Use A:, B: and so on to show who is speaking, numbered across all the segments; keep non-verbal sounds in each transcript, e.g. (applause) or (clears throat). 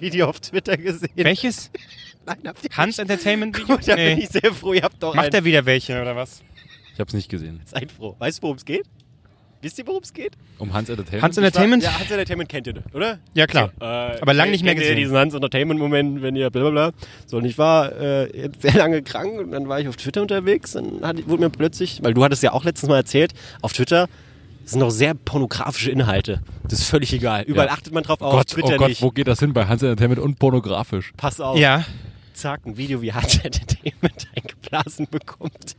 A: Video auf Twitter gesehen.
B: Welches?
A: Nein, habt ihr (laughs)
B: Hans Entertainment Video?
A: Gut, da bin
B: Nee.
A: ich sehr froh. Ihr habt doch
B: Macht
A: einen.
B: er wieder welche oder was?
C: Ich hab's nicht gesehen.
A: Seid froh. Weißt du, worum es geht? Wisst ihr, worum es geht?
C: Um Hans Entertainment?
B: Hans Entertainment?
A: Ja, Hans Entertainment kennt ihr, oder?
B: Ja, klar.
A: So, äh,
B: Aber lang nicht mehr
A: kennt
B: gesehen.
A: Ihr diesen Hans Entertainment-Moment, wenn ihr blablabla. So, und ich war äh, jetzt sehr lange krank und dann war ich auf Twitter unterwegs und hatte, wurde mir plötzlich, weil du hattest ja auch letztens mal erzählt, auf Twitter sind noch sehr pornografische Inhalte. Das ist völlig egal. Überall achtet man drauf, aber auf
C: Gott,
A: Twitter
C: oh Gott,
A: nicht.
C: wo geht das hin bei Hans Entertainment und pornografisch?
A: Pass auf.
B: Ja.
A: zack, ein Video wie Hans (laughs) Entertainment eingeblasen bekommt.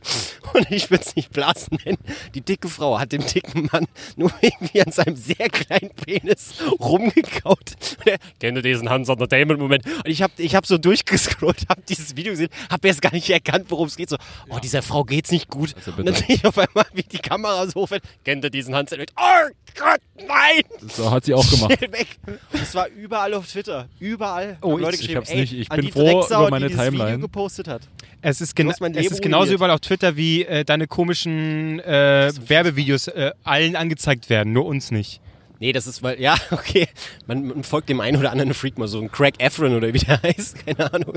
A: Und ich würde es nicht blasen nennen. Die dicke Frau hat dem dicken Mann nur irgendwie an seinem sehr kleinen Penis rumgekaut. Und er, kennt ihr diesen Hans Entertainment-Moment? Und ich habe ich hab so durchgescrollt, habe dieses Video gesehen, habe erst gar nicht erkannt, worum es geht. So, oh, dieser Frau geht's nicht gut.
C: Also bitte.
A: Und dann sehe ich auf einmal, wie die Kamera so hochfährt. Kennt ihr diesen Hans Entertainment? Oh Gott, nein!
C: So hat sie auch (laughs) gemacht.
A: Schnell weg. Das war überall auf Twitter. Überall.
B: Oh,
A: Haben Leute
B: ich-
C: ich
A: geschrieben,
C: hab's
A: ey,
C: nicht. Ich
A: an
C: bin
A: die
C: froh
A: Drecksau,
C: über meine
A: die dieses
C: Timeline.
A: Video gepostet hat.
B: Es ist, gena
A: hast mein
B: es
A: Leben
B: ist genauso
A: ruiniert.
B: überall auf Twitter, wie äh, deine komischen äh, Werbevideos äh, allen angezeigt werden, nur uns nicht.
A: Nee, das ist, weil, ja, (laughs) okay. Man, man folgt dem einen oder anderen Freak mal, so ein Craig Efron oder wie der (laughs) heißt, keine Ahnung.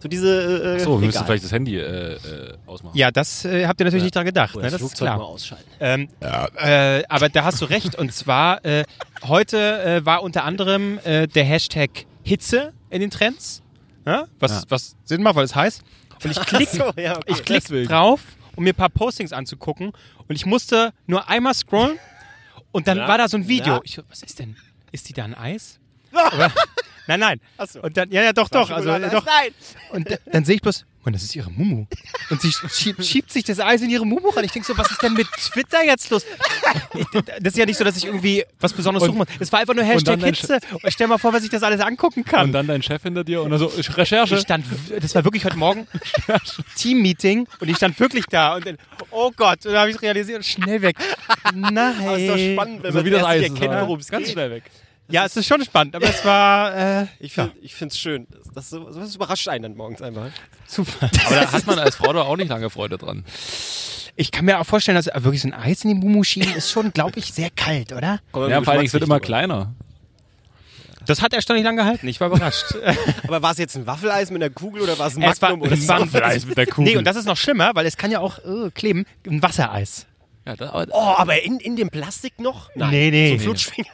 A: So diese. Äh,
C: So, wir müssen
A: egal.
C: vielleicht das Handy äh, äh, ausmachen.
B: Ja, das äh, habt ihr natürlich nicht dran gedacht.
A: Oder
B: Ne?
A: Oh, das
B: Das ist
A: Flugzeug mal
B: klar.
A: ausschalten.
B: Ähm, äh, aber da hast du recht. Und zwar, äh, heute äh, war unter anderem äh, der Hashtag Hitze in den Trends. Ja? Was,
C: Ja.
B: was Sinn macht, weil es heiß. Und ich
A: (laughs)
B: klicke
A: So, ja, okay.
B: Ich klicke drauf, um mir ein paar Postings anzugucken. Und ich musste nur einmal scrollen und dann
A: Ja.
B: war da so ein Video.
A: Ja.
B: Ich, so, was ist denn? Ist die da ein Eis? Aber, nein, nein.
A: Ach so.
B: Und dann, ja, ja, doch, doch. Also,
A: Schokolade
B: ja, doch.
A: Nein!
B: Und da- dann sehe ich bloß, Mann, das ist ihre Mumu. Und sie schiebt, schiebt sich das Eis in ihre Mumu rein. Ich denke so, was ist denn mit Twitter jetzt los? (laughs) Ich, das ist ja nicht so, dass ich irgendwie was Besonderes suchen muss. Es war einfach nur Hashtag
C: dann ein
B: Hitze. Und stell mal vor, was ich das alles angucken kann.
C: Und dann dein Chef hinter dir und dann so, ähm, ich Recherche.
B: Ich stand, w- das war wirklich heute Morgen Team-Meeting und ich stand wirklich da und dann, oh Gott, und dann habe ich realisiert, schnell weg. Nein.
A: Aber ist doch spannend, wenn
C: so
A: man
C: wie das
A: erst
C: Eis. halt.
A: nicht erkennt,
C: war.
A: worum es
C: Ganz
A: geht.
C: schnell weg.
B: Ja, es ist schon spannend, aber es war äh,
A: Ich finde es schön. Das, das, so- sowas überrascht einen dann morgens einfach.
B: (laughs) super.
C: Aber (laughs) da hat man als Frau doch auch nicht lange Freude dran.
B: Ich kann mir auch vorstellen, dass äh, wirklich so ein Eis in die Mumu schieben ist schon, glaube ich, sehr kalt, oder?
A: Kommt
C: Ja,
A: mit
C: vor allen Dingen, es wird immer
A: Geschmacksrichtung.
C: kleiner.
B: Das hat erstaunlich lange gehalten, ich war (laughs) überrascht.
A: Aber war es jetzt ein Waffeleis mit einer Kugel oder war es ein
B: Es war-
A: Magnum oder
C: (laughs)
B: es war ein
C: Waffeleis mit der Kugel.
B: nee, und das ist noch schlimmer, weil es kann ja auch äh, kleben, ein Wassereis.
C: Ja, das, aber,
A: Oh, aber in, in dem Plastik noch?
B: Nee, nee.
A: So ein Flutschfinger.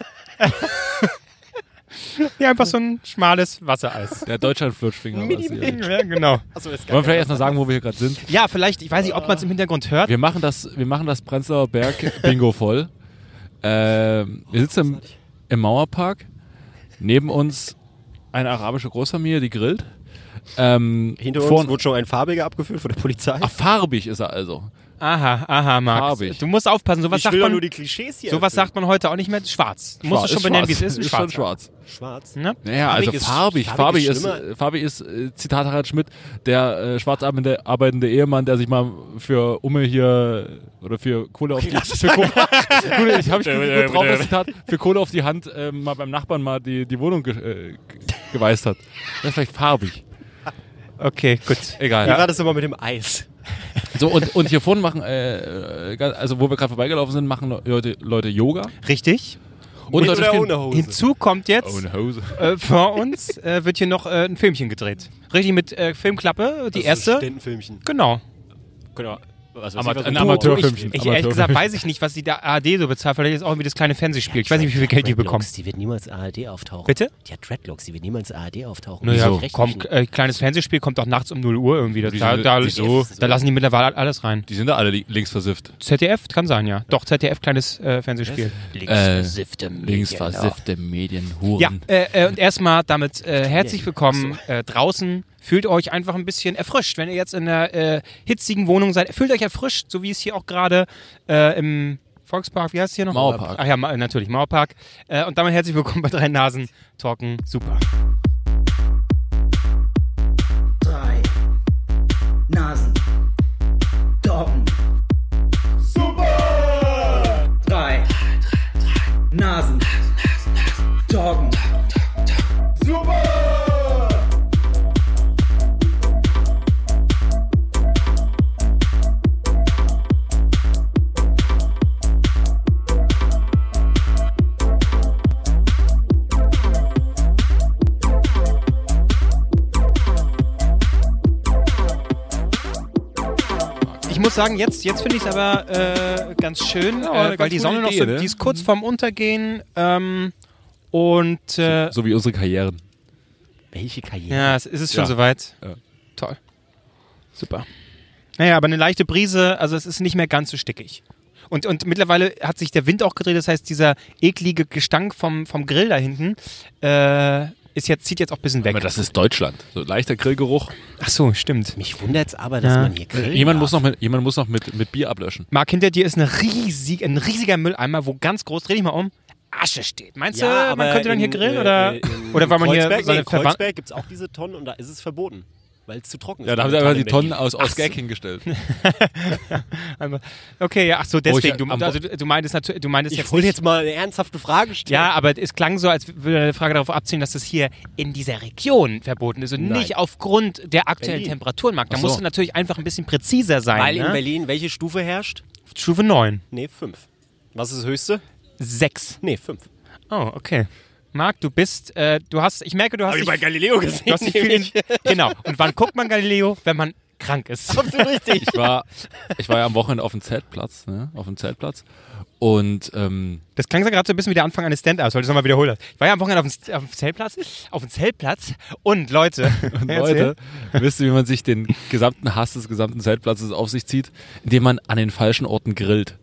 B: Ja, einfach so ein schmales Wassereis.
C: der Deutschland-Flutschfinger. war's hier.
B: (laughs)
C: Wollen
B: ja, genau.
A: Achso, das ist
C: wir
A: gar
C: vielleicht
A: kein
C: erst mal sagen, wo wir hier gerade sind?
B: Ja, vielleicht, ich weiß nicht, ob man es im Hintergrund hört.
C: Wir machen das, wir machen das Prenzlauer Berg
A: (laughs)
C: Bingo voll. Ähm, wir sitzen im, im Mauerpark. Neben uns eine arabische Großfamilie, die grillt. Ähm,
A: Hinter uns
C: vor-
A: wurde schon ein Farbiger abgeführt von der Polizei.
C: Ach, farbig ist er also.
B: Aha, aha, Max.
C: Farbig.
B: Du musst aufpassen, sowas
A: ich will
B: sagt
A: doch
B: man.
A: nur die Klischees hier.
B: Sowas sagt man heute auch nicht mehr. Schwarz. Musst du schon benennen, wie es ist. Ein
C: (laughs) Ist
B: schwarzer.
C: schon schwarz.
A: Schwarz.
B: Ne?
C: Naja,
A: Farbig
C: also
A: ist-
C: farbig.
A: farbig
C: Farbig
A: ist
C: ist,
A: schlimmer.
C: äh, farbig ist äh, Zitat Harald Schmidt, der äh, schwarz arbeitende, arbeitende Ehemann, der sich mal für Umme hier oder für Kohle auf die für Kohle,
A: (laughs)
C: Kohle, ich habe ich drauf das Zitat, für Kohle auf die Hand äh, mal beim Nachbarn mal die, die Wohnung ge äh, ge- geweist hat. Das ist vielleicht farbig.
B: Okay, gut.
C: Egal.
A: Wie war das immer mit dem Eis?
C: So und, und hier vorne machen, äh, äh, ganz- also wo wir gerade vorbeigelaufen sind, machen Leute, Leute Yoga.
B: Richtig.
C: Und Leute
A: oder
C: spielen-
A: ohne Hose?
B: Hinzu kommt jetzt,
C: Ohne Hose.
B: äh, vor uns äh, wird hier noch äh, ein Filmchen gedreht. Richtig mit äh, Filmklappe, die erste.
A: Studentenfilmchen.
B: Genau.
A: Genau. Was weiß
C: Ama-
A: ich, was
C: ein
A: du-
C: Amateurfilmchen.
B: Ich
C: Aber
B: ehrlich
C: Türme.
B: gesagt weiß ich nicht, was die da ARD so bezahlt. Vielleicht ist auch irgendwie das kleine Fernsehspiel. Ich weiß nicht, wie viel Geld die bekommen.
A: Die wird niemals ARD auftauchen.
B: Bitte?
A: Die hat Dreadlocks, die wird niemals ARD auftauchen.
B: Naja,
A: Wieso?
B: komm, äh, kleines Fernsehspiel kommt auch nachts um 0 Uhr irgendwie. Das,
C: Wieso-
B: da, da,
C: wieso?
B: da lassen die mittlerweile alles rein.
C: Die sind da alle li- links versifft.
B: ZDF, kann sein, ja. Doch, ZDF, kleines äh, Fernsehspiel.
A: Linksversiffte
C: Links
A: Medien,
C: versiffte Medien,
B: Ja,
C: Huren.
B: äh, äh, und erstmal damit äh, herzlich willkommen äh, draußen. Fühlt euch einfach ein bisschen erfrischt, wenn ihr jetzt in einer äh, hitzigen Wohnung seid. Fühlt euch erfrischt, so wie es hier auch gerade äh, im Volkspark, wie heißt es hier noch?
C: Mauerpark.
B: Ach ja, Ma natürlich, Mauerpark. Äh, und damit herzlich willkommen bei Drei Nasen Talken. Super.
D: drei Nasen. Doggen. Super! Drei Nasen. Doggen.
B: sagen, jetzt, jetzt finde ich es aber äh, ganz schön,
C: aber eine
B: äh, weil
C: ganz
B: die
C: gute
B: Sonne noch
C: Idee,
B: so,
C: ne?
B: die ist kurz vorm Untergehen. Ähm, und äh,
C: So wie unsere Karrieren.
A: genau. Welche Karriere?
B: ja, es ist es schon
C: Ja.
B: soweit.
C: Ja.
B: Toll. Super. Naja, aber eine leichte Brise, also es ist nicht mehr ganz so stickig. Und, und mittlerweile hat sich der Wind auch gedreht, das heißt, dieser eklige Gestank vom, vom Grill da hinten äh, ist jetzt, zieht jetzt auch ein bisschen weg.
C: Aber das ist Deutschland. So leichter Grillgeruch.
B: Ach so, stimmt.
A: Mich wundert es aber, dass
B: Ja. Äh,
A: man hier grillen
C: Jemand
A: darf.
C: muss noch mit, jemand muss noch mit, mit Bier ablöschen.
B: Marc, hinter dir ist eine riesig, ein riesiger Mülleimer, wo ganz groß, dreh dich mal um, Asche steht. Meinst du, man könnte dann hier grillen? Oder, oder weil man hier
A: äh, Kreuzberg,
B: seine
A: nee, in
B: Verwand-
A: Kreuzberg gibt es auch diese Tonnen und da ist es verboten, weil es zu trocken ist.
C: Ja, da haben sie einfach die Tonnen aus Ostgag hingestellt.
B: Einmal- Okay, ja, ach so, deswegen.
C: ich- am
B: du, also, du du meintest natürlich, du meintest
A: Ich
B: jetzt.
A: wollte
B: nicht-
A: jetzt mal eine ernsthafte Frage stellen.
B: ja, aber es klang so, als würde deine Frage darauf abzielen, dass das hier in dieser Region verboten ist und
A: Nein.
B: nicht aufgrund der aktuellen
A: Berlin.
B: Temperaturen mag. Da
C: Ach so.
B: musst du natürlich einfach ein bisschen präziser sein.
A: weil
B: ne?
A: in Berlin welche Stufe herrscht?
B: Stufe 9.
A: Nee, fünf. Was ist das höchste?
B: 6.
A: Nee, fünf.
B: Oh, okay. Marc, du bist, äh, du hast, ich merke, du hast.
A: Hab ich
B: dich-
A: bei Galileo gesehen,
B: (laughs) Du hast dich
A: (laughs)
B: viel
A: nämlich.
B: in, genau. Und wann guckt man Galileo? Wenn man krank ist.
A: Absolut richtig.
C: Ich war, ich war ja am Wochenende auf dem Zeltplatz, ne? Auf dem Zeltplatz. Und ähm,
B: Das klang ja gerade so ein bisschen wie der Anfang eines Stand-Ups, weil du es nochmal wiederholt hast. Ich war ja am Wochenende auf dem, auf dem Zeltplatz, auf dem Zeltplatz
A: (laughs)
B: und Leute. Erzähl.
C: und (laughs) Leute, wisst ihr, wie man sich den gesamten Hass des gesamten Zeltplatzes auf sich zieht, indem man an den falschen Orten grillt.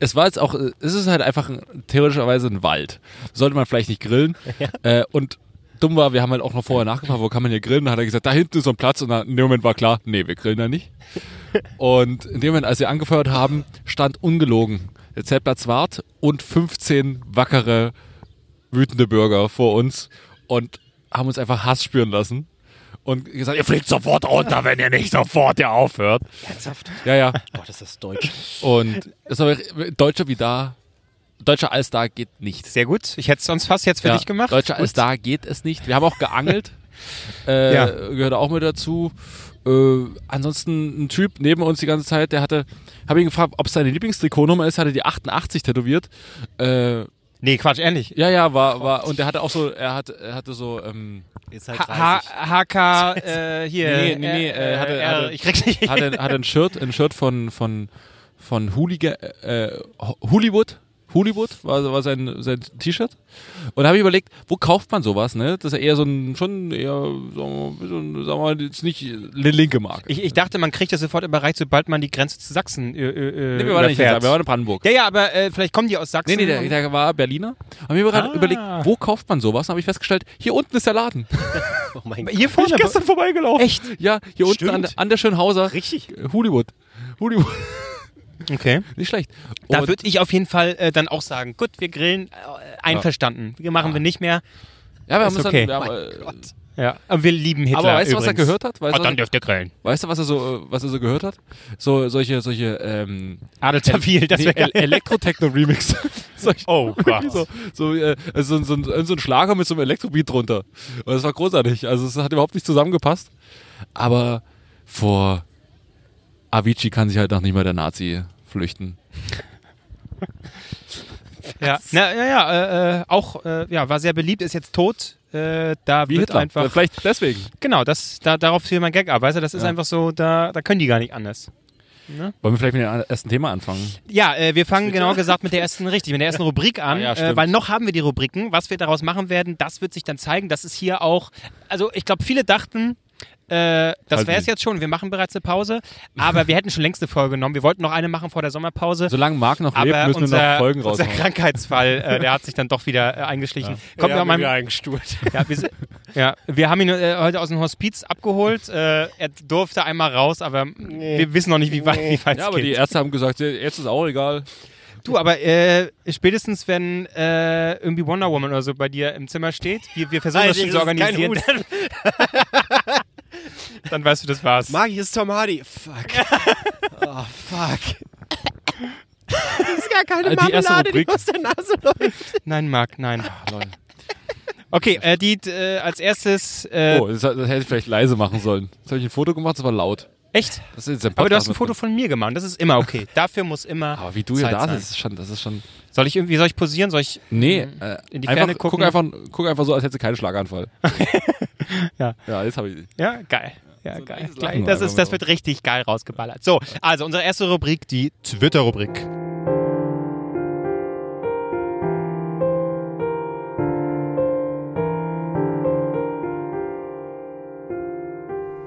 C: Es war jetzt auch, äh, es ist halt einfach ein, theoretischerweise ein Wald. Sollte man vielleicht nicht grillen. Äh, und dumm war, wir haben halt auch noch vorher nachgefragt, wo kann man hier grillen? Da hat er gesagt, da hinten ist so ein Platz. Und dann, in dem Moment war klar, nee, wir grillen da nicht. Und in dem Moment, als wir angefeuert haben, stand ungelogen der Zeltplatz Wart und 15 wackere, wütende Bürger vor uns und haben uns einfach Hass spüren lassen und gesagt, ihr fliegt sofort runter, wenn ihr nicht sofort hier aufhört.
A: Ernsthaft?
C: Ja, ja.
B: Oh,
A: Boah, das ist deutsch.
C: Und das ist aber deutscher wie da, deutscher als da geht nicht.
B: Sehr gut. Ich hätte es sonst fast jetzt für
C: ja,
B: dich gemacht.
C: Deutscher als
B: Gut.
C: da geht es nicht. Wir haben
B: (laughs)
C: auch geangelt. äh,
B: Ja.
C: Gehört auch mit dazu. Äh, ansonsten ein Typ neben uns die ganze Zeit, der hatte, habe ihn gefragt, ob es seine Lieblingstrikotnummer ist, hatte die 88 tätowiert. Äh,
B: Nee, Quatsch, ehrlich.
C: ja, ja, war, war, und er hatte auch so, er hatte, er hatte so, ähm,
A: Ist halt 30.
B: H H HK, äh, hier.
C: Nee, nee, nee, äh, hatte-
B: R-
C: hatte-
B: ich krieg's nicht.
C: hatte, hatte ein Shirt, ein Shirt von von von Hooligan, äh, Ho- Hollywood. Hollywood war, war sein, sein T-Shirt. Und da habe ich überlegt, wo kauft man sowas, ne? Das ist ja eher so ein, schon eher, sagen wir mal, so ein- sagen wir mal, jetzt nicht eine linke Marke.
B: ich, ich dachte, man kriegt das sofort überreicht, sobald man die Grenze zu Sachsen äh, äh,
C: Nee, wir waren nicht in
B: überfährt.
C: Sachsen, wir waren in Brandenburg.
B: Ja, ja, aber äh, vielleicht kommen die aus Sachsen.
C: Nee, nee, der,
B: und-
C: der war Berliner. Haben wir gerade
B: Ah.
C: überlegt, wo kauft man sowas? Dann habe ich festgestellt, hier unten ist der Laden. (laughs)
A: Oh mein Gott.
B: hier vorne.
C: vorbeigelaufen. Echt? Ja, hier unten
A: Stimmt.
C: an, der- an der Schönhauser.
A: Richtig.
C: Hollywood. Hollywood. (laughs)
B: Okay.
C: Nicht schlecht.
B: Da
C: Und-
B: würde ich auf jeden Fall äh, dann auch sagen, gut, wir grillen, äh, einverstanden. Wir machen wir nicht mehr.
C: ja, wir haben
B: ist
C: uns
B: okay.
C: dann, wir haben,
A: Mein
C: äh,
A: Gott.
B: Ja. Aber wir lieben Hitler
C: Aber weißt du, was er
B: übrigens.
C: gehört hat? Weißt, du, was,
B: dürft ihr grillen.
C: weißt du, was er so, äh, was er so gehört hat? So solche, solche ähm,
B: Adel Tawil, das
C: nee,
B: wäre...
C: El- (laughs) Elektrotechno-Remix. Solche-
B: Oh Gott.
C: so, so, äh, also so, ein- so, ein- so ein Schlager mit so einem Elektrobeat drunter. Und das war großartig. Also es hat überhaupt nicht zusammengepasst. Aber vor Avicii kann sich halt noch nicht mal der Nazi flüchten.
B: Ja, na, ja, ja äh, äh, auch, äh, ja, war sehr beliebt, ist jetzt tot. Äh, da
C: Wie
B: wird
C: Hitler.
B: einfach...
C: Vielleicht deswegen.
B: Genau, das, da, darauf fiel mein Gag ab. Weißt du, das ist
C: Ja.
B: einfach so, da, da können die gar nicht anders.
C: Wollen wir vielleicht mit dem ersten Thema anfangen?
B: Ja, äh, wir fangen genau gesagt mit der ersten richtig, mit der ersten Rubrik an,
C: (laughs) Ah ja,
B: äh,
C: stimmt.
B: weil noch haben wir die Rubriken. Was wir daraus machen werden, das wird sich dann zeigen. Das ist hier auch, also ich glaube, viele dachten, äh, das
C: Halt
B: wäre es
C: nicht.
B: jetzt schon. Wir machen bereits eine Pause, aber wir hätten schon längst eine Folge genommen. Wir wollten noch eine machen vor der Sommerpause.
C: Solange Marc noch lebt,
B: aber
C: müssen
B: unser,
C: wir noch Folgen
B: unser
C: raushauen.
B: Krankheitsfall, äh, der hat sich dann doch wieder äh, eingeschlichen. Kommt noch mal im-
A: eingestuhlt.
B: Ja, wir, si-
C: (laughs)
B: ja, wir haben ihn äh, heute aus dem Hospiz abgeholt. Äh, er durfte einmal raus, aber wir wissen noch nicht, wie weit wie weit
C: Ja,
B: es
C: aber die
B: geht.
C: Ärzte haben gesagt, jetzt ist auch egal.
B: Du, aber äh, spätestens, wenn äh, irgendwie Wonder Woman oder so bei dir im Zimmer steht, wir, wir
A: Ah,
B: versuchen das schon zu organisieren, (laughs) dann weißt du, das war's.
A: Magi ist Tom Hardy. Fuck. Oh, fuck. Das (laughs) ist gar keine
C: Äh, die erste
A: Marmelade, die
C: Rubrik.
A: aus der Nase läuft.
B: Nein, Marc, nein. Okay, äh, die äh, als erstes. Äh,
C: Oh, das, das hätte ich vielleicht leise machen sollen. Jetzt habe ich ein Foto gemacht, das war laut.
B: Echt?
C: Das ist jetzt ein
B: Aber du
C: Podcast
B: hast ein
C: mit
B: Foto
C: drin.
B: von mir gemacht. Das ist immer
C: (laughs)
B: okay. Dafür muss immer.
C: Aber wie du hier
B: Zeit
C: da
B: sein.
C: sitzt, ist schon, das ist schon.
B: Soll ich irgendwie soll ich posieren? Soll ich?
C: Nee, äh,
B: In die
C: einfach,
B: Ferne
C: guck,
B: gucken.
C: einfach, guck einfach so, als hätte sie keinen Schlaganfall.
B: (laughs) Ja.
C: Ja, jetzt habe ich.
B: Ja, geil. Ja, geil. Gleich. Das, ist, das wird richtig geil rausgeballert. So, also unsere erste Rubrik, die Twitter-Rubrik.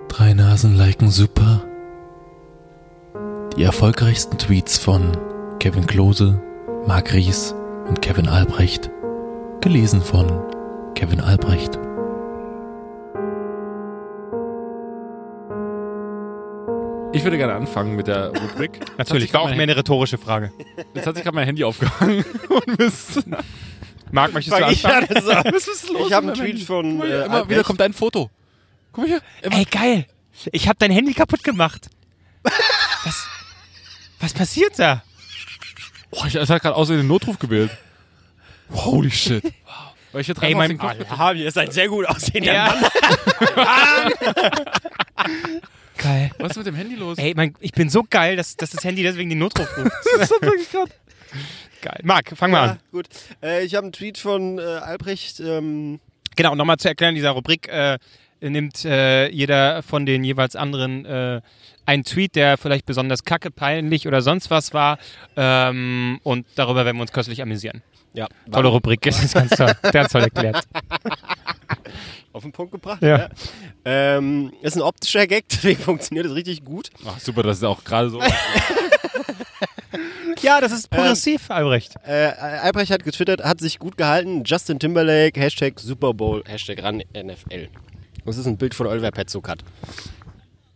E: Drei Nasen liken super. Die erfolgreichsten Tweets von Kevin Klose, Marc Ries und Kevin Albrecht. Gelesen von Kevin Albrecht.
C: Ich würde gerne anfangen mit der Rubrik.
B: Natürlich, war auch
C: mein-
B: mehr eine rhetorische Frage.
C: Jetzt hat sich gerade mein
B: (laughs)
C: Handy
B: Äh,
C: aufgehangen. Und Mist.
A: (laughs)
B: Marc, möchtest du
A: Fang ich
B: anfangen?
A: an, das war-
C: Was ist los?
A: Ich habe einen
C: mit meinem
A: Tweet
C: Handy?
A: von,
C: Guck mal
A: äh,
C: hier, Immer
A: Albrecht.
C: wieder kommt ein Foto. Guck mal hier. Immer-
B: Ey, geil. Ich habe dein Handy kaputt gemacht. Was, was passiert da?
C: Oh, ich, es hat gerade aus den Notruf gewählt. Holy shit. Weil ich hier
B: Ey,
C: dreimal
B: mein-
C: auf den Knopf-
A: Alhabi ist ein sehr gut aussehender
B: Ja.
A: Mann.
B: (laughs) Geil.
C: Was ist mit dem Handy los?
B: Ey, mein, ich bin so geil, dass, dass das Handy deswegen den Notruf
A: (laughs)
B: ruft. geil. Marc, fang mal an.
A: Ja, gut. Äh, ich habe einen Tweet von äh, Albrecht. Ähm,
B: Genau, nochmal zu erklären, dieser Rubrik äh, nimmt äh, jeder von den jeweils anderen äh, einen Tweet, der vielleicht besonders kacke, peinlich oder sonst was war. Ähm, und darüber werden wir uns köstlich amüsieren.
A: ja,
B: Tolle (laughs) Rubrik, das ist ganz toll. Ganz toll erklärt.
A: auf den Punkt gebracht.
B: Ja. (laughs)
A: Ja. Ähm, ist ein optischer Gag, (laughs) deswegen funktioniert es richtig gut.
C: Ach, super, das ist auch gerade so.
B: Ja, das ist progressiv, Albrecht.
A: Äh, Albrecht hat getwittert, hat sich gut gehalten. Justin Timberlake, Hashtag Super Bowl, Hashtag ran NFL. Das ist ein Bild von Oliver Petzokat.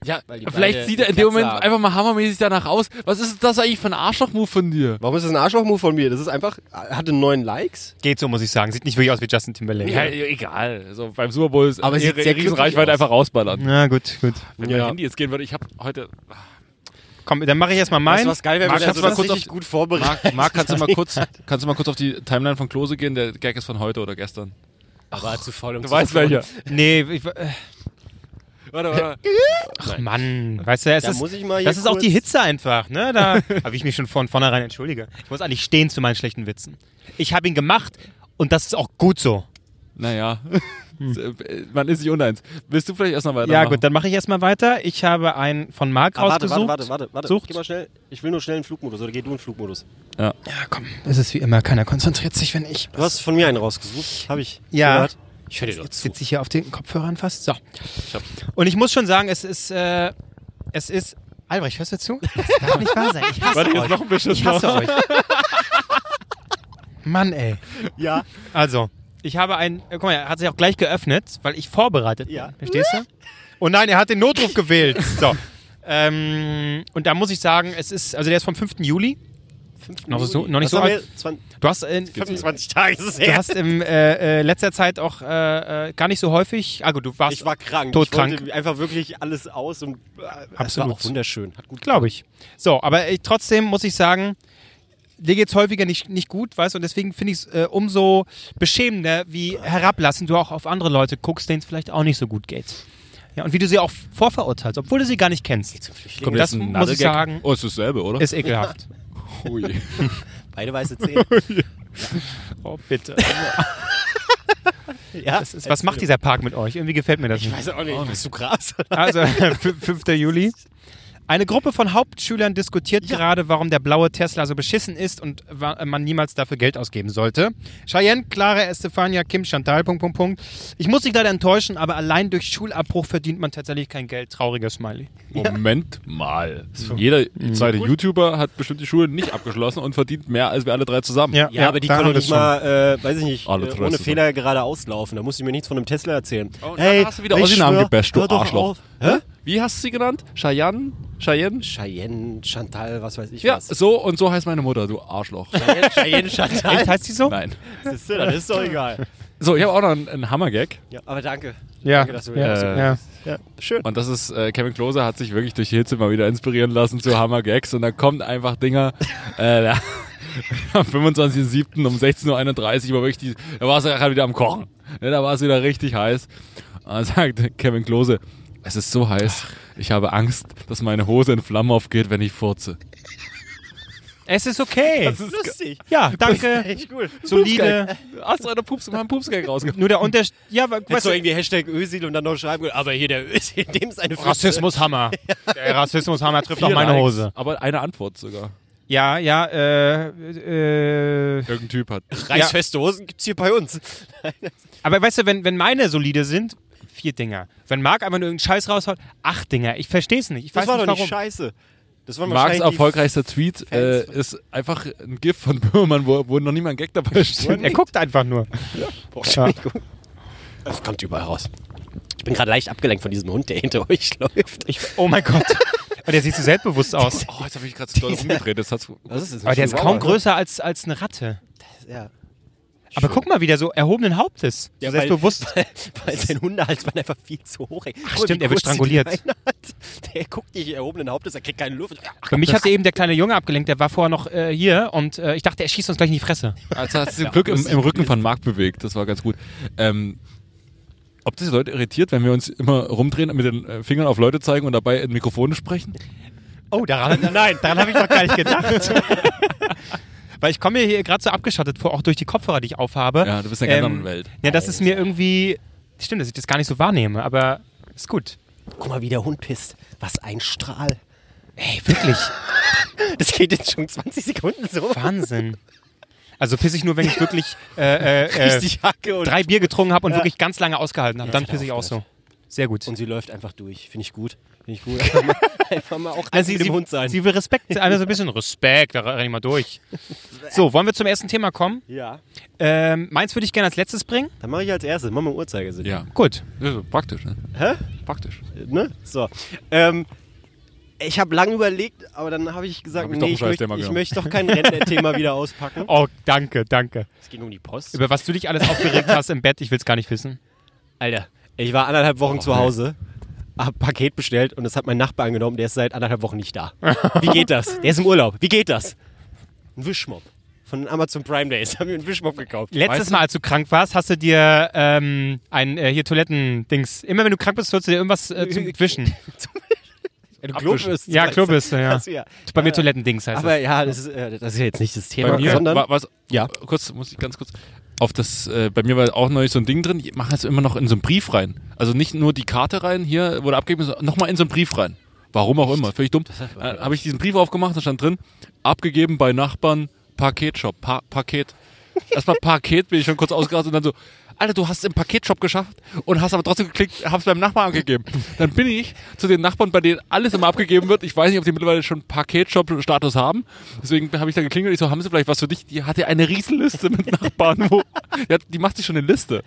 C: Ja,
A: Weil die
C: vielleicht
A: beide
C: sieht er in
A: die
C: dem Moment
A: Katze haben.
C: einfach mal hammermäßig danach aus. Was ist das eigentlich für ein Arschloch-Move von dir?
A: Warum ist das ein Arschloch-Move von mir? Das ist einfach, hatte neun Likes.
B: Geht so, muss ich sagen. Sieht nicht wirklich aus wie Justin Timberlake.
C: Ja, egal. Also beim Super Bowl ist
A: Aber es sieht
C: ihre
A: sehr glücklich
C: Riesenreichweite
A: aus.
C: einfach rausballern.
B: Na gut, gut.
C: Wenn
A: Ja.
C: mein Handy jetzt gehen würde, ich habe heute...
B: Komm, dann mache ich erstmal meinen.
A: Weißt du, was geil wäre,
C: Marc,
A: wenn er so
C: kannst du mal kurz
A: richtig
C: auf-
A: gut vorbereitet
C: (laughs) Marc, Marc kannst, du mal kurz, kannst du mal kurz auf die Timeline von Klose gehen? Der Gag ist von heute oder gestern.
A: war zu voll und
C: Du weißt welcher. (laughs)
B: Nee, ich, äh,
C: Warte, warte.
B: ach Mann, weißt du, es
A: Da
B: ist,
A: muss ich mal hier
B: das ist auch
A: kurz-
B: die Hitze einfach, ne? Da (laughs) habe ich mich schon von vornherein entschuldige. Ich muss eigentlich stehen zu meinen schlechten Witzen. Ich habe ihn gemacht und das ist auch gut so.
C: Naja. (laughs) Man ist sich uneins. Willst du vielleicht erst noch weiter?
B: Ja, gut, dann mache ich erstmal weiter. Ich habe einen von Marc
A: Ah, warte, warte,
B: rausgesucht.
A: warte, warte, warte.
B: Sucht.
A: Geh mal schnell. Ich will nur schnell in den Flugmodus oder geh du in den Flugmodus.
B: Ja, komm, es ist wie immer, keiner konzentriert sich, wenn ich.
A: Du hast von mir einen rausgesucht, habe ich
B: Ja.
A: gehört. Ich höre dir doch
B: Jetzt
A: zu.
B: sitze ich hier auf den Kopfhörern fast. So. Und ich muss schon sagen, es ist, äh, es ist. Albrecht, hörst du zu? Das darf nicht wahr sein. Ich hasse
C: Warte,
A: Oh,
B: euch.
C: jetzt noch ein bisschen
B: Ich
A: (laughs)
B: hasse
C: schneller.
B: euch. Mann, ey.
A: Ja,
B: Also, ich habe einen. Guck mal, er hat sich auch gleich geöffnet, weil ich vorbereitet
A: Ja.
B: bin. Verstehst du? Oh nein, er hat den
A: (laughs)
B: Notruf gewählt. So. Ähm, und da muss ich sagen, es ist, also der ist vom 5. Juli. Noch so- noch nicht
A: Was
B: so
A: haben
B: alt.
A: wir? Zwan-
B: Du hast, in,
A: 25 Tage ist es
B: du
A: her.
B: hast in äh, äh, letzter Zeit auch äh, äh, gar nicht so häufig. Ah gut, du warst.
A: Ich war krank.
B: Todkrank.
A: Ich wollte einfach wirklich alles aus und äh, es war
B: Absolut.
A: auch wunderschön. Hat gut
B: Glaube ich. So, aber ich, trotzdem muss ich sagen, dir geht's häufiger nicht, nicht gut, weißt du, und deswegen finde ich es äh, umso beschämender, wie herablassend du auch auf andere Leute guckst, denen es vielleicht auch nicht so gut geht. Ja, und wie du sie auch vorverurteilst, obwohl du sie gar nicht kennst.
A: Flüchtlinge.
B: Kommt Das jetzt ein muss ich Nadelgag? sagen.
C: Oh, ist dasselbe, oder? Oh
B: Ist (laughs) ekelhaft.
C: Hui.
A: Beide weiße (laughs) Zähne.
B: Oh, bitte.
A: (laughs) ja.
B: Das ist, was macht dieser Park mit euch? Irgendwie gefällt mir das nicht.
A: Weiß auch nicht. Bist du krass?
B: Also, (laughs) f- 5. Juli. Eine Gruppe von Hauptschülern diskutiert gerade, warum der blaue Tesla so beschissen ist und wa- man niemals dafür Geld ausgeben sollte. Cheyenne, Clara, Estefania, Kim, Chantal, Punkt, Punkt, Punkt. Ich muss dich leider enttäuschen, aber allein durch Schulabbruch verdient man tatsächlich kein Geld. Trauriger Smiley.
C: Moment mal. Jeder
A: Mhm.
C: zweite YouTuber hat bestimmt die Schule nicht abgeschlossen und verdient mehr als wir alle drei zusammen.
A: Ja, aber die
B: da
A: können
B: haben
A: doch nicht
B: wir's schon.
A: mal, äh, weiß ich nicht,
C: Alle
A: äh,
C: drei
A: ohne
C: zusammen.
A: Fehler geradeaus laufen. Da musst du mir nichts von einem Tesla erzählen.
C: Oh, ja,
A: Ey,
C: da hast du wieder
A: ich
C: Ossi-Namen
A: schwör,
C: gebasht, du
A: hör doch
C: Arschloch.
A: auf. Hä?
C: Wie hast du sie genannt? Cheyenne? Cheyenne?
A: Cheyenne, Chantal, was weiß ich
C: Ja,
A: was.
C: so und so heißt meine Mutter, du Arschloch.
A: Cheyenne, Cheyenne, Chantal.
B: Echt, heißt sie so?
C: Nein.
A: Siehst du, das ist doch egal.
C: So, ich habe auch noch einen, einen Hammergag.
A: Ja, aber danke.
B: Ja. Äh.
A: Danke, dass du mir das
B: ja.
C: gesagt
B: ja.
A: Ja, schön.
C: Und das ist, äh, Kevin Klose hat sich wirklich durch die Hitze mal wieder inspirieren lassen zu Hammergags. Und da kommen einfach Dinger. Äh, da, (laughs) am 25.07. um 16.31 Uhr war wirklich die, da war es gerade wieder am Kochen. Ne, da war es wieder richtig heiß. Und dann sagt (laughs) Kevin Klose, es ist so heiß, ich habe Angst, dass meine Hose in Flammen aufgeht, wenn ich furze.
B: Es ist okay.
A: Das ist lustig.
B: Ja,
A: (laughs)
B: danke.
A: Echt cool.
B: Solide.
C: Hast du einen Pups, einen Pupsgag rausgehauen?
B: Nur der Unterschied. Ja, wa-
A: Weißt
B: weißt
A: du
B: du,
A: irgendwie Hashtag Ösil und dann noch schreiben, können, aber hier der (laughs) Ösil, dem ist eine Fresse.
B: (laughs) Rassismushammer. Der Rassismushammer trifft auch
C: Vier
B: meine
C: Likes,
B: Hose.
C: Aber eine Antwort sogar.
B: Ja, ja, äh, äh.
C: Irgendein Typ hat.
A: Reißfeste Hosen gibt's hier bei uns.
B: Aber weißt du, wenn, wenn meine solide sind, vier Dinger. Wenn Marc einfach nur irgendeinen Scheiß raushaut, acht Dinger. Ich verstehe es nicht. Ich
A: Das
B: weiß
A: war
B: nicht
A: doch
B: warum.
A: nicht scheiße. Das waren
C: Marks
A: wahrscheinlich die-
C: erfolgreichster Tweet äh, ist einfach ein GIF von (laughs) Böhmermann, wo, wo noch nie mal ein Gag dabei
B: (laughs)
C: steht.
B: er guckt einfach nur.
A: Boah, Entschuldigung. Das kommt überall raus. Ich bin gerade leicht abgelenkt von diesem Hund, der hinter (laughs) euch läuft.
B: Ich, oh mein Gott. Und der sieht
A: (laughs)
B: so selbstbewusst aus.
C: (laughs) Oh, jetzt habe ich gerade so (laughs) doll rumgedreht. Das hat's,
A: Das ist
B: Aber der ist
A: ne?
B: kaum größer als, als eine Ratte.
A: Ja.
B: Aber guck mal, wie der so erhobenen Hauptes.
A: Ja,
B: Ja,
A: weil- (laughs)
B: selbstbewusst.
A: Weil, weil sein Hundehals war einfach viel zu hoch. Ach,
B: stimmt, er wird stranguliert.
A: Der guckt nicht erhobenen Hauptes, er kriegt keine Luft. Ach,
B: Bei mich hatte eben der kleine Junge abgelenkt, der war vorher noch äh, hier und äh, ich dachte, er schießt uns gleich in die Fresse.
C: also hat zum Glück im, im Rücken von Marc bewegt. Das war ganz gut. Ähm, ob das die Leute irritiert, wenn wir uns immer rumdrehen, mit den äh, Fingern auf Leute zeigen und dabei in Mikrofone sprechen?
B: Oh, daran, nein, daran habe ich noch gar nicht gedacht. (laughs) Weil ich komme mir hier gerade so abgeschottet vor, auch durch die Kopfhörer, die ich aufhabe. Ähm,
C: Ja, du bist in einer anderen Welt.
B: Ja, das ist mir irgendwie. Stimmt, dass ich das gar nicht so wahrnehme, aber ist gut.
A: guck mal, wie der Hund pisst. Was ein Strahl.
B: Ey, (laughs) wirklich.
A: Das geht jetzt schon 20 Sekunden so.
B: Wahnsinn. Also pisse ich nur, wenn ich wirklich äh, äh, äh,
A: Richtig Hacke und,
B: drei Bier getrunken habe und wirklich ganz lange ausgehalten habe. Dann
A: hat er
B: pisse ich auch so.
A: aufgehört.
B: Sehr gut.
A: und sie läuft einfach durch. Finde ich gut. Finde ich (laughs) gut. Einfach mal, einfach mal auch
B: Also
A: mit dem Hund sein.
B: Sie will Respekt, (laughs) also ein bisschen Respekt, da renn ich mal durch. So, wollen wir zum ersten Thema kommen?
A: ja.
B: Ähm, meins würde ich gerne als letztes bringen.
A: Dann mache ich als erstes. Mach mal einen Uhrzeigersinn.
C: Ja.
B: Gut.
C: Also, praktisch, ne?
A: Hä?
C: Praktisch.
A: Ne? So. Ähm, ich habe lange überlegt, aber dann habe ich gesagt,
C: Hab ich doch
A: nee,
C: ein
A: ich, möcht,
C: Scheißthema
A: ich
C: gehabt.
A: möchte doch kein Rentnerthema
C: (laughs)
A: wieder auspacken.
B: Oh, danke, danke.
A: Es ging um die Post.
B: Über was du dich alles aufgeregt hast im Bett, ich will es gar nicht wissen.
A: Alter, ich war anderthalb
C: Oh,
A: Wochen zu Hause, hab Paket bestellt und das hat mein Nachbar angenommen, der ist seit anderthalb Wochen nicht da. Wie geht
C: (laughs)
A: das? Der ist im Urlaub. Wie geht das? Ein Wischmob. Von Amazon Prime Days (laughs) haben wir einen Wischmob gekauft.
B: Letztes
C: Weißt du-
B: Mal, als du krank warst, hast du dir ähm, ein äh, hier Toilettendings. Immer wenn du krank bist, sollst du dir irgendwas äh, (laughs) zum Wischen.
A: Ein
C: Abwischen.
A: Klobürste.
B: Ja, Klobürste, ja.
A: (laughs) Das, ja.
B: Bei mir Toilettendings heißt
A: Aber ja, das ist, äh, das ist ja jetzt nicht das Thema,
C: Bei mir,
A: sondern
C: war, was,
A: Ja.
C: ja. kurz, muss ich ganz kurz, auf das, äh, bei mir war auch neulich so ein Ding drin, ich mache es immer noch in so einen Brief rein. Also nicht nur die Karte rein, hier wurde abgegeben, sondern nochmal in so einen Brief rein. Warum auch immer, völlig dumm. Äh, Habe ich diesen Brief aufgemacht, da stand drin, abgegeben bei Nachbarn, Paketshop, pa Paket. Erstmal Paket, bin ich schon kurz ausgerastet und dann so, Alter, du hast es im Paketshop geschafft und hast aber trotzdem geklickt, hab's beim Nachbarn abgegeben. Dann bin ich zu den Nachbarn, bei denen alles immer abgegeben wird. Ich weiß nicht, ob die mittlerweile schon Paketshop-Status haben. Deswegen habe ich da geklingelt. Ich so, haben sie vielleicht was für dich? Die hatte eine Riesenliste mit Nachbarn. Wo, die, hat, die macht sich schon eine Liste.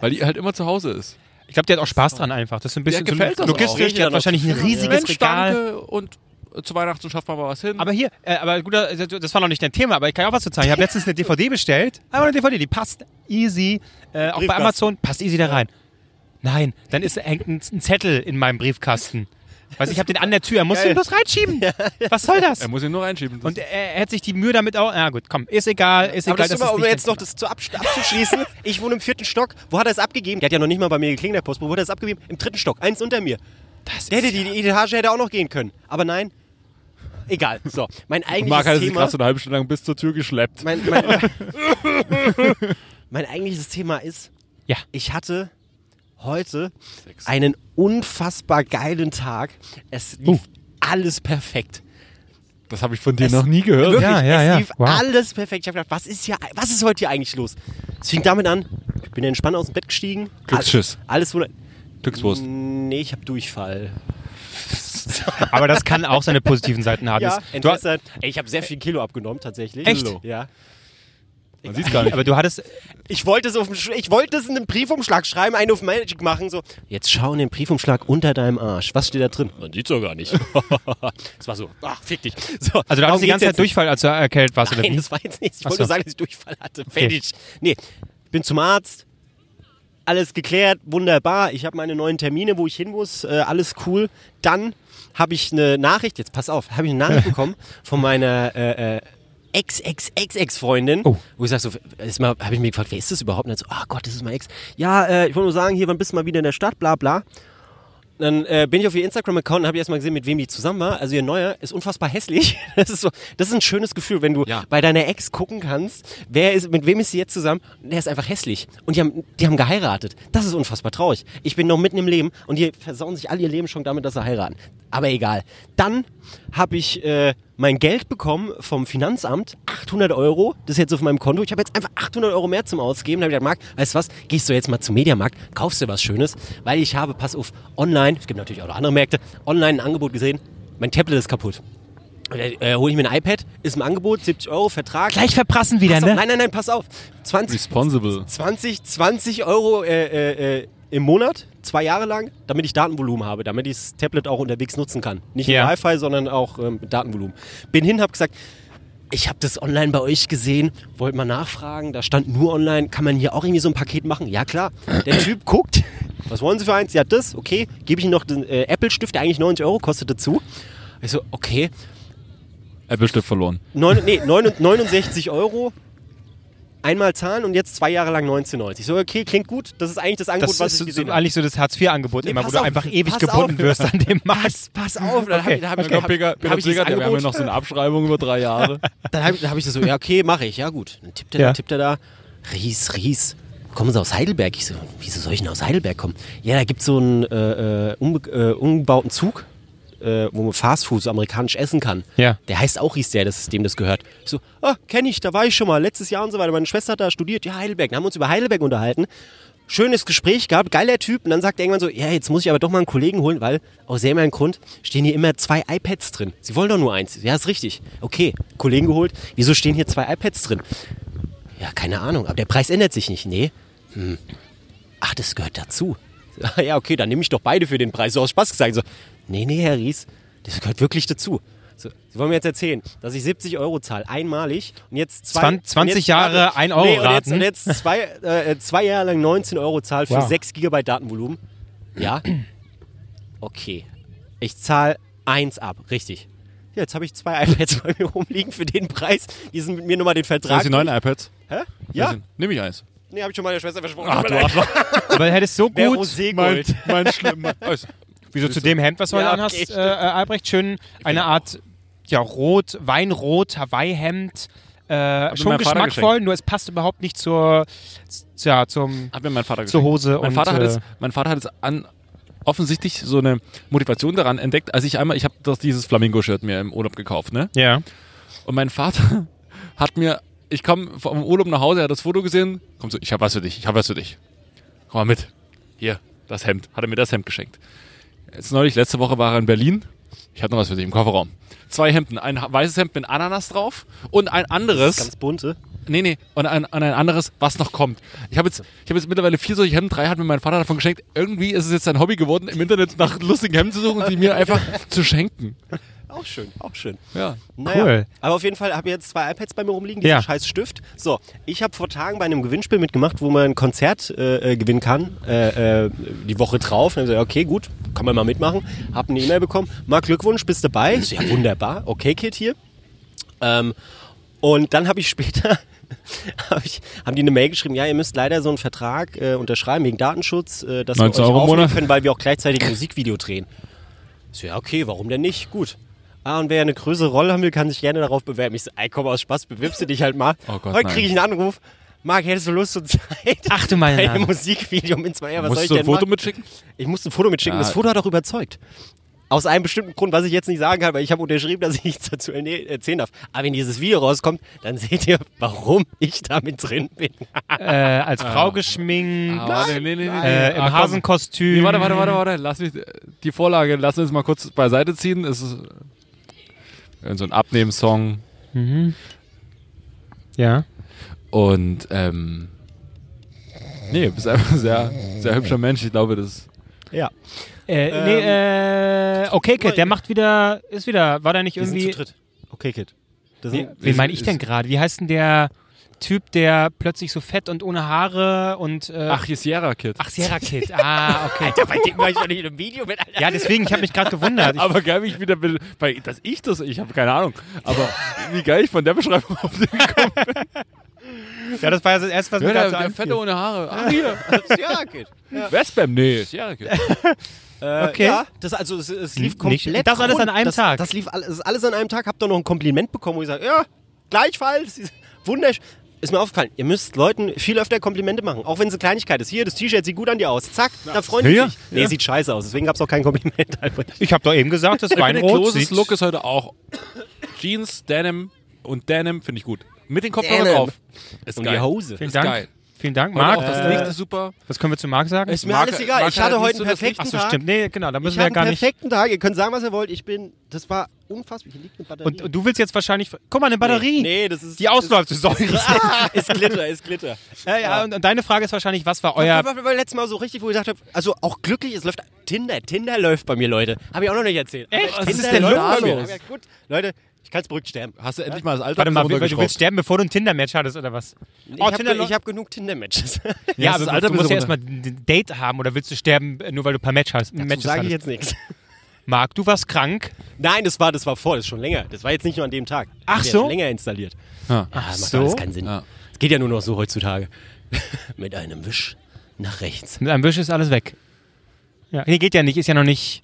C: Weil die halt immer zu Hause
B: das.
C: ist.
B: Ich glaube, die hat auch Spaß dran einfach. Das ist so ein bisschen
C: Der gefällt
B: so
C: das
B: logistisch.
A: auch.
B: Die hat wahrscheinlich ein riesiges
C: Mensch,
B: Regal.
C: danke und äh, zu Weihnachten schafft man mal was hin.
B: Aber hier, äh, aber gut, äh, das war noch nicht dein Thema, aber ich kann ja auch was zu zeigen. Ich habe letztens eine DVD bestellt. (laughs) Aber eine DVD, die passt easy. Äh, auch bei
A: Briefkasten.
B: Amazon passt easy da rein. Nein, dann ist, hängt ein, ein Zettel in meinem Briefkasten. Weißt du, ich habe den an der Tür. Er muss
A: Geil. Ähm.
B: den bloß reinschieben. Was soll das?
C: er muss ihn nur reinschieben. Das-
B: Und er, er hat sich die Mühe damit auch. Na gut, komm, ist egal, ist
A: Aber
B: egal.
A: das ist immer,
B: ist
A: um
B: nicht
A: jetzt
B: dein
A: noch das zu absch- (laughs) abzuschließen. ich wohne im vierten Stock. Wo hat er es abgegeben? Der hat ja noch nicht mal bei mir geklingelt, der Postbote. Wo hat er es abgegeben? Im dritten Stock, eins unter mir. der hätte die, die Etage hätte auch noch gehen können. Aber nein. Egal. So, mein eigentliches
C: Marc hatte sie
A: Thema.
C: gerade so eine halbe Stunde lang bis zur Tür geschleppt.
A: Mein, mein, mein (laughs) eigentliches Thema ist,
B: Ja.
A: ich hatte heute einen unfassbar geilen Tag. Es lief alles perfekt.
C: Das habe ich von dir
A: Es-
C: noch nie gehört.
A: Wirklich,
B: Ja, ja,
A: es
B: ja.
A: lief
B: Wow.
A: alles perfekt. Ich habe gedacht, was ist, hier, was ist heute hier eigentlich los? Es fing damit an, ich bin entspannt aus dem Bett gestiegen.
C: Glücksschiss.
A: Alles, alles wurde...
C: Glückswurst.
A: Nee, ich habe Durchfall.
B: Thema. Aber das kann auch seine positiven Seiten haben.
A: Ja,
B: du, hast-
A: Entwässert. Ey, ich habe sehr viel Kilo abgenommen, tatsächlich.
B: Echt?
A: Ja.
C: Man sieht's gar nicht.
B: aber du hattest.
A: Ich wollte, es auf, dem Sch- ich wollte es in einem Briefumschlag schreiben, einen auf Magic machen, so. Jetzt schau in den Briefumschlag unter deinem Arsch. Was steht da drin? Man sieht's doch gar nicht. (laughs) Es war so, ach, fick dich. So,
B: Also, du
A: darum
B: hattest die
A: geht's
B: ganze
A: jetzt
B: Zeit Durchfall, als du erkältet warst. oder
A: Nein,
B: wie?
A: das war jetzt nichts. Ich
B: Ach
A: wollte nur
B: so.
A: sagen, dass ich Durchfall hatte. Fertig. Nee, ich bin zum Arzt. Alles geklärt, wunderbar. Ich habe meine neuen Termine, wo ich hin muss. Äh, alles cool. Dann habe ich eine Nachricht, jetzt pass auf, habe ich eine
B: (laughs)
A: Nachricht bekommen von meiner äh, äh, Ex-Ex-Ex-Ex-Freundin,
B: Oh.
A: wo ich sage, so, erstmal habe ich mir gefragt, wer ist das überhaupt? Und dann so, ah Gott, das ist mein Ex. Ja, äh, ich wollte nur sagen, hier, wann bist du mal wieder in der Stadt, bla bla. dann äh, bin ich auf ihr Instagram-Account und habe erstmal gesehen, mit wem die zusammen war. Also ihr neuer ist unfassbar hässlich. (laughs) Das ist so, das ist ein schönes Gefühl, wenn du
C: Ja.
A: bei deiner Ex gucken kannst, wer ist, mit wem ist sie jetzt zusammen? Und Der ist einfach hässlich. Und die haben, die haben geheiratet. Das ist unfassbar traurig. Ich bin noch mitten im Leben und die versauen sich all ihr Leben schon damit, dass sie heiraten. Aber egal. Dann habe ich äh, mein Geld bekommen vom Finanzamt, 800 Euro, das ist jetzt auf meinem Konto. Ich habe jetzt einfach 800 Euro mehr zum Ausgeben. Da habe ich gesagt, Marc, weißt du was, gehst du jetzt mal zum Mediamarkt, kaufst dir was Schönes, weil ich habe, pass auf, online, es gibt natürlich auch noch andere Märkte, online ein Angebot gesehen, mein Tablet ist kaputt. Und dann, Äh, hole ich mir ein iPad, ist im Angebot, 70 Euro, Vertrag.
B: Gleich verprassen wieder,
A: pass auf,
B: ne?
A: Nein, nein, nein, pass auf. 20,
C: Responsible.
A: 20, 20 Euro äh, äh, äh, im Monat, zwei Jahre lang, damit ich Datenvolumen habe, damit ich das Tablet auch unterwegs nutzen kann. Nicht nur
B: Ja.
A: Wi-Fi, sondern auch ähm, mit Datenvolumen. Bin hin, hab gesagt, ich habe das online bei euch gesehen, wollte mal nachfragen, da stand nur online, kann man hier auch irgendwie so ein Paket machen? Ja klar, der Typ guckt, was wollen Sie für eins? Ja, das, okay, gebe ich Ihnen noch den äh, Apple-Stift, der eigentlich 90 Euro kostet, dazu. Ich so, okay,
C: Apple-Stift verloren.
A: Neun, nee, neun- 69 Euro. Einmal zahlen und jetzt zwei Jahre lang 19,90. So, okay, klingt gut. Das ist eigentlich das Angebot,
B: Das
A: was
B: ist
A: ich
B: so,
A: gesehen
B: so,
A: habe.
B: eigentlich so das Hartz-IV-Angebot
A: Nee,
B: immer, wo
A: pass
B: du
A: auf,
B: einfach ewig
A: pass
B: gebunden
A: auf.
B: wirst an dem
A: (laughs)
B: Markt.
A: Pass auf, dann habe
B: Okay.
A: ich, dann hab
C: Dann
A: ich, dann
C: kommt
A: hab,
C: Peter,
A: dann hab
C: Peter
A: ich dieses
C: Zwicker, der- wir haben ja
A: Angebot,
C: noch so eine Abschreibung über drei (laughs) Jahre.
A: dann habe hab ich das so, ja, okay, mache ich, ja gut. Dann tippt er da,
B: Ja.
A: tippt er da, Ries, Ries, kommen Sie aus Heidelberg? Ich so, wieso soll ich denn aus Heidelberg kommen? Ja, da gibt es so einen äh, äh, umbe- äh, umgebauten Zug, äh, wo man Fastfood, so amerikanisch essen kann.
B: Ja.
A: Der heißt auch Ries, der, das ist dem das gehört. Ich so, ah, kenne ich, da war ich schon mal, letztes Jahr und so weiter. Meine Schwester hat da studiert, ja, Heidelberg. Dann haben wir uns über Heidelberg unterhalten. Schönes Gespräch gehabt, geiler Typ. Und dann sagt er irgendwann so, ja, jetzt muss ich aber doch mal einen Kollegen holen, weil aus irgendeinem Grund stehen hier immer zwei iPads drin. Sie wollen doch nur eins. Ja, ist richtig. Okay, Kollegen geholt. Wieso stehen hier zwei iPads drin? Ja, keine Ahnung, aber der Preis ändert sich nicht. Nee. Hm. Ach, das gehört dazu. (laughs) Ah, Ja, okay, dann nehme ich doch beide für den Preis. So aus Spaß gesagt. So, nee, nee, Herr Ries, das gehört wirklich dazu. So, Sie wollen mir jetzt erzählen, dass ich 70 Euro zahle, einmalig, und jetzt zwei,
B: Zwan- 20
A: und jetzt,
B: Jahre, ein Euro
A: nee, und jetzt,
B: raten.
A: und jetzt zwei, äh, zwei Jahre lang 19 Euro zahle für
B: Wow.
A: 6 GB Datenvolumen. Ja? Okay. Ich zahle eins ab, richtig. Ja, jetzt habe ich zwei iPads (laughs) bei mir rumliegen für den Preis. Die sind mit mir nochmal den Vertrag.
C: 39 iPads.
A: Hä? Ja?
C: Nehme ich eins.
A: Nee, hab ich schon meiner Schwester versprochen.
C: Ach, du Arschloch.
B: Aber du hättest so
A: Wer
B: gut
A: Roségold.
C: mein (laughs) schlimmer. Also,
B: Wieso zu dem Hemd, was du
A: Ja,
B: heute anhast,
A: okay,
B: äh, äh, Albrecht, schön eine Art ja, rot, Weinrot, Hawaii-Hemd.
A: Also
B: Äh, schon
C: meinem Vater
B: geschmackvoll, nur es passt überhaupt nicht zur, z- ja, zum,
C: Hat mir mein Vater
B: zur
C: geschenkt.
B: Hose.
C: Mein
B: und,
C: Vater, hat
B: äh,
C: es, mein Vater hat es an offensichtlich so eine Motivation daran entdeckt, als ich einmal, ich habe das dieses Flamingo-Shirt mir im Urlaub gekauft, ne?
B: ja.
C: Und mein Vater (laughs) hat mir, ich komme vom Urlaub nach Hause, er hat das Foto gesehen, kommt so, ich habe was für dich, ich habe was für dich. Komm mal mit. Hier, das Hemd. Hat er mir das Hemd geschenkt. Jetzt neulich, letzte Woche war er in Berlin. Ich habe noch was für dich im Kofferraum. Zwei Hemden, ein ha- weißes Hemd mit Ananas drauf und ein anderes.
A: Ganz bunte.
C: Nee, nee, und ein, und ein anderes, was noch kommt. Ich habe jetzt, ich hab jetzt mittlerweile vier solche Hemden, drei hat mir mein Vater davon geschenkt. Irgendwie ist es jetzt ein Hobby geworden, im Internet nach lustigen Hemden zu suchen und sie mir
A: (laughs)
C: einfach zu schenken.
A: Auch schön, auch schön.
C: Ja.
A: Naja,
B: Cool.
A: Aber auf jeden Fall habe ich jetzt zwei iPads bei mir rumliegen, diesen
B: Ja.
A: scheiß Stift. So, ich habe vor Tagen bei einem Gewinnspiel mitgemacht, wo man ein Konzert äh, äh, gewinnen kann, äh, äh, die Woche drauf. Und dann hab ich gesagt, okay, gut, kann man mal mitmachen. Hab eine E-Mail bekommen. Marc, Glückwunsch, bist dabei. Ich so, ja, wunderbar. Okay, Kid hier. Ähm, und dann habe ich später, (laughs) hab ich, haben die eine Mail geschrieben, ja, ihr müsst leider so einen Vertrag äh, unterschreiben wegen Datenschutz, äh, dass wir euch
C: 19 Euro im
A: aufnehmen
C: Monat.
A: können, weil wir auch gleichzeitig ein Musikvideo drehen. Ich So, ja, okay, warum denn nicht? Gut. Ah, und wer eine größere Rolle haben will, kann sich gerne darauf bewerben. Ich so, ey, komm, aus Spaß, bewirbst du dich halt mal.
C: Oh Gott,
A: Heute
C: nein.
A: kriege ich einen Anruf. Marc, hättest du Lust und Zeit?
B: Ach du meine
A: bei einem
B: Nase.
A: Musikvideo mit zwei Jahren, was soll ich
C: Musst du
A: denn
C: ein Foto
A: machen?
C: mitschicken?
A: Ich musste ein Foto mitschicken.
C: Ja.
A: Das Foto hat auch überzeugt. Aus einem bestimmten Grund, was ich jetzt nicht sagen kann, weil ich habe unterschrieben, dass ich nichts dazu erne- erzählen darf. Aber wenn dieses Video rauskommt, dann seht ihr, warum ich damit drin
B: (laughs)
A: bin.
B: äh, als Frau geschminkt,
C: Ah, warte, nee, nee, nee, nee.
B: äh, im
C: Ah, komm.
B: Hasenkostüm.
C: Nee, warte, warte, warte, warte. Lass mich die Vorlage, lass uns mal kurz beiseite ziehen. Es ist äh, so ein Abnehmsong.
B: Ja.
C: Und ähm. Nee, bist einfach ein sehr, sehr hübscher Mensch. Ich glaube, das.
A: Ja,
B: Äh, nee, äh, okay, Kid, der macht wieder, ist wieder, war da nicht
A: Ähm, wir sind
B: irgendwie.
A: zu dritt. Okay, Kid. Das
C: Nee.
A: sind,
B: Wen
C: Ist-
B: meine ich denn
C: ist-
B: gerade? Wie heißt denn der Typ, der plötzlich so fett und ohne Haare und. Äh,
C: Ach, hier ist Sierra Kid.
B: Ach, Sierra Kid. Ah, okay.
A: Alter, bei dem war ich doch nicht in einem Video mit. Alter.
B: Ja, deswegen, ich habe mich gerade gewundert. Ich,
C: Aber geil, wie ich wieder bin, weil dass ich das, ich habe keine Ahnung, aber wie geil ich von der Beschreibung auf den gekommen bin.
B: Ja, das war ja das Erste, was mir
C: der,
B: dazu
C: der
B: einfiel.
C: Fette ohne Haare. Ach, hier.
A: Jacket.
C: Westbam? Nee, ist Jarek.
A: Äh,
B: Okay.
A: Ja, das, also, es, es lief
B: Nicht-
A: komplett.
B: das alles
A: rund.
B: an einem
A: das,
B: Tag.
A: Das lief alles, alles an einem Tag. Hab da noch ein Kompliment bekommen, wo ich sage, ja, gleichfalls. Wunderschön. Ist mir aufgefallen, ihr müsst Leuten viel öfter Komplimente machen. Auch wenn es eine Kleinigkeit ist. Hier, das T-Shirt sieht gut an dir aus. Zack, da freuen die
C: Ja,
A: sich. Nee, sieht scheiße aus. Deswegen gab es auch kein
C: (laughs)
A: Kompliment. Albrecht.
B: Ich habe doch eben gesagt, das
C: Meine
B: Weinrot
C: Kloses
B: sieht...
C: Look ist heute auch Jeans, Denim und Denim finde ich gut. Mit den Kopfhörern
A: Denim.
C: drauf. Ist
A: Und die Hose.
B: Vielen
C: Ist
B: Dank.
C: geil.
B: Vielen Dank,
C: Heute
B: Marc.
C: auch das Licht ist super.
B: was können wir zu Marc sagen?
A: Ist mir
C: Marc-
A: alles egal.
C: Marc
A: ich hatte
C: hat
A: heute einen
C: nicht so das Licht.
A: perfekten
B: Achso,
A: Tag.
B: stimmt. Nee, genau, da müssen
A: Ich
B: wir ja
A: hatte
B: gar
A: einen
B: nicht...
A: perfekten Tag. Ihr könnt sagen, was ihr wollt. Ich bin, das war unfassbar. Hier liegt eine Batterie.
B: Und und du willst jetzt wahrscheinlich... Guck mal, eine Batterie.
A: Nee, das ist. Ah, (laughs)
B: Die ausläuft, du säugst.
A: ist Glitter, ist
C: (laughs)
A: Glitter.
B: (laughs) Ja, ja, und, und deine Frage ist wahrscheinlich, was war
A: Ja.
B: euer...
A: War, war, war letztes Mal so richtig, wo ich gesagt habe, also auch glücklich, es läuft Tinder, Tinder läuft bei mir, Leute. Habe ich auch noch nicht erzählt.
B: Echt?
A: Aber
B: Was
A: Tinder
B: ist denn
A: läuft
B: da
A: bei mir.
B: los?
A: Ja, gut, Leute, ich kann es berückstellen.
C: Hast du endlich mal das Alter
B: Warte mal, du willst sterben, bevor du ein Tinder-Match hattest, oder was?
A: Ich
B: Oh,
A: habe
B: Tinder-
A: ge hab genug Tinder-Matches. (laughs)
B: Ja,
C: das
B: aber
C: ist Alter
B: du musst ja
C: bis
B: erstmal ein Date haben oder willst du sterben, äh, nur weil du ein paar Match hast, Matches
A: sage ich jetzt
B: hattest?
A: nichts.
B: Marc, du warst krank.
A: Nein, das war, das war vor, das ist schon länger. Das war jetzt nicht nur an dem Tag.
B: Ach
A: Das ist
B: so?
A: ja länger installiert.
C: Ja.
A: Ah, das macht
B: so?
A: alles keinen Sinn.
C: Ja.
A: Es geht ja nur noch so heutzutage. (laughs) Mit einem Wisch nach rechts.
B: Mit einem Wisch ist alles weg. Ja, nee, geht ja nicht, ist ja noch nicht.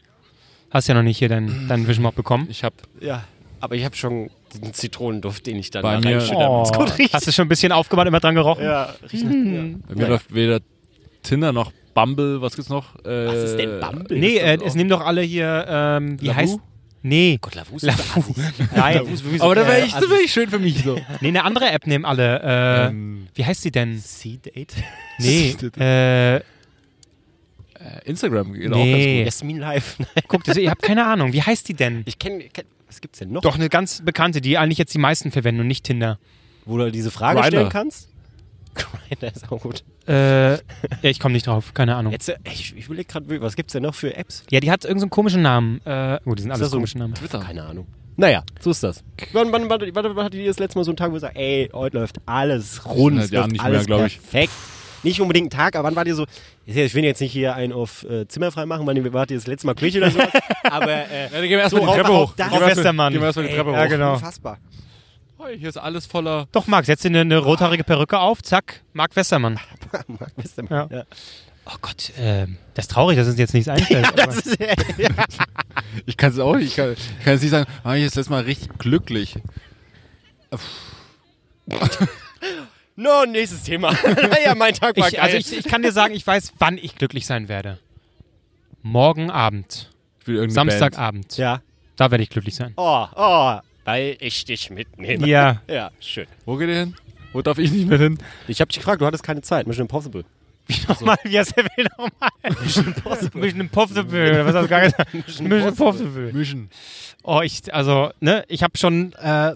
B: Hast ja noch nicht hier deinen, deinen Wischmob bekommen.
C: Ich habe
A: Ja, aber ich habe schon den Zitronenduft, den ich da
C: Bei mir-
A: reinschütte. damit es gut riecht.
B: Oh. hast du schon ein bisschen aufgebaut, immer dran gerochen?
A: Ja, riecht.
C: Bei mir läuft weder Tinder noch Bumble, was gibt's noch? Äh,
A: Was ist denn Bumble?
B: Nee, äh, es nehmen doch alle hier, ähm, wie
C: Lavu?
B: heißt. Nee.
A: Gott, Lavus.
B: Lavu. Nein.
C: Aber da wäre ich,
B: Äh,
A: also
C: da wär ich schön für mich so.
A: (laughs)
B: nee, eine andere App nehmen alle. Äh, Wie heißt
A: (laughs)
B: sie denn?
A: C-Date?
B: Nee. äh,
C: Instagram geht
B: nee.
A: Jasmin Live. (laughs)
B: Guck, das, ich habe keine Ahnung. Wie heißt die denn?
A: Ich kenne, kenn, was gibt's denn noch?
B: Doch eine ganz bekannte, die eigentlich jetzt die meisten verwenden und nicht Tinder.
A: Wo du diese Frage
C: Grindr.
A: stellen kannst? (laughs) Grindr ist auch gut.
B: Äh, ja, ich komme nicht drauf, keine Ahnung.
A: Jetzt, äh, ich, ich überlege gerade, was gibt's denn noch für Apps?
B: Ja, die hat irgendeinen so einen komischen Namen. Äh, gut, die sind
A: Ist
B: alles
A: das so
B: komische Namen.
C: Twitter.
A: Keine Ahnung. Naja, so ist das. Wann, wann, wann, wann, wann hattet ihr das letzte Mal so einen Tag, wo ihr sagt, ey, heute läuft alles rund, es
C: Jahren
A: läuft
C: nicht mehr,
A: alles
C: glaub ich.
A: perfekt. Nicht unbedingt einen Tag, aber wann wart ihr so, ich will jetzt nicht hier einen auf äh, Zimmer frei machen, wann wart ihr das letzte Mal Küche oder sowas, aber äh,
C: Ja, dann gehen wir
B: Oh,
C: erstmal
A: So,
C: die Treppe
A: auch- auch
C: hoch.
A: da-
C: Gehen wir erst-
B: Westermann.
C: Gehen wir erstmal die Treppe
B: Ja,
C: hoch.
B: genau.
A: unfassbar. (laughs)
C: Hoi, Hier ist alles voller.
B: Doch, Marc, setz dir eine, eine rothaarige Perücke auf, zack, Marc Westermann.
A: Marc Westermann, (laughs)
B: Ja.
A: ja.
B: Oh Gott, ähm, das ist traurig, dass uns jetzt nichts (laughs) einfällt. aber-
A: Das ist,
C: Ich kann es auch nicht. Ich kann, ich kann jetzt nicht sagen, ah, ich ist letztes Mal richtig glücklich.
A: no, nächstes Thema. (laughs) naja, mein Tag war
B: ich,
A: geil.
B: also ich, ich kann dir sagen, ich weiß, wann ich glücklich sein werde. Morgen Abend,
C: Ich will irgendeine Band.
B: Samstagabend,
A: ja.
B: da werde ich glücklich sein.
A: Oh, oh, weil ich dich mitnehme.
B: Ja,
A: Ja, schön.
C: Wo geht ihr hin? Wo darf ich nicht mehr (laughs) hin?
A: Ich habe dich gefragt, du hattest keine Zeit. Mission Impossible.
B: nochmal, wie heißt der Film nochmal? (laughs) Mission Impossible, oder was hast du gar gesagt? Mission Impossible.
C: Mischen.
B: Oh, ich, also, ne, ich habe schon äh,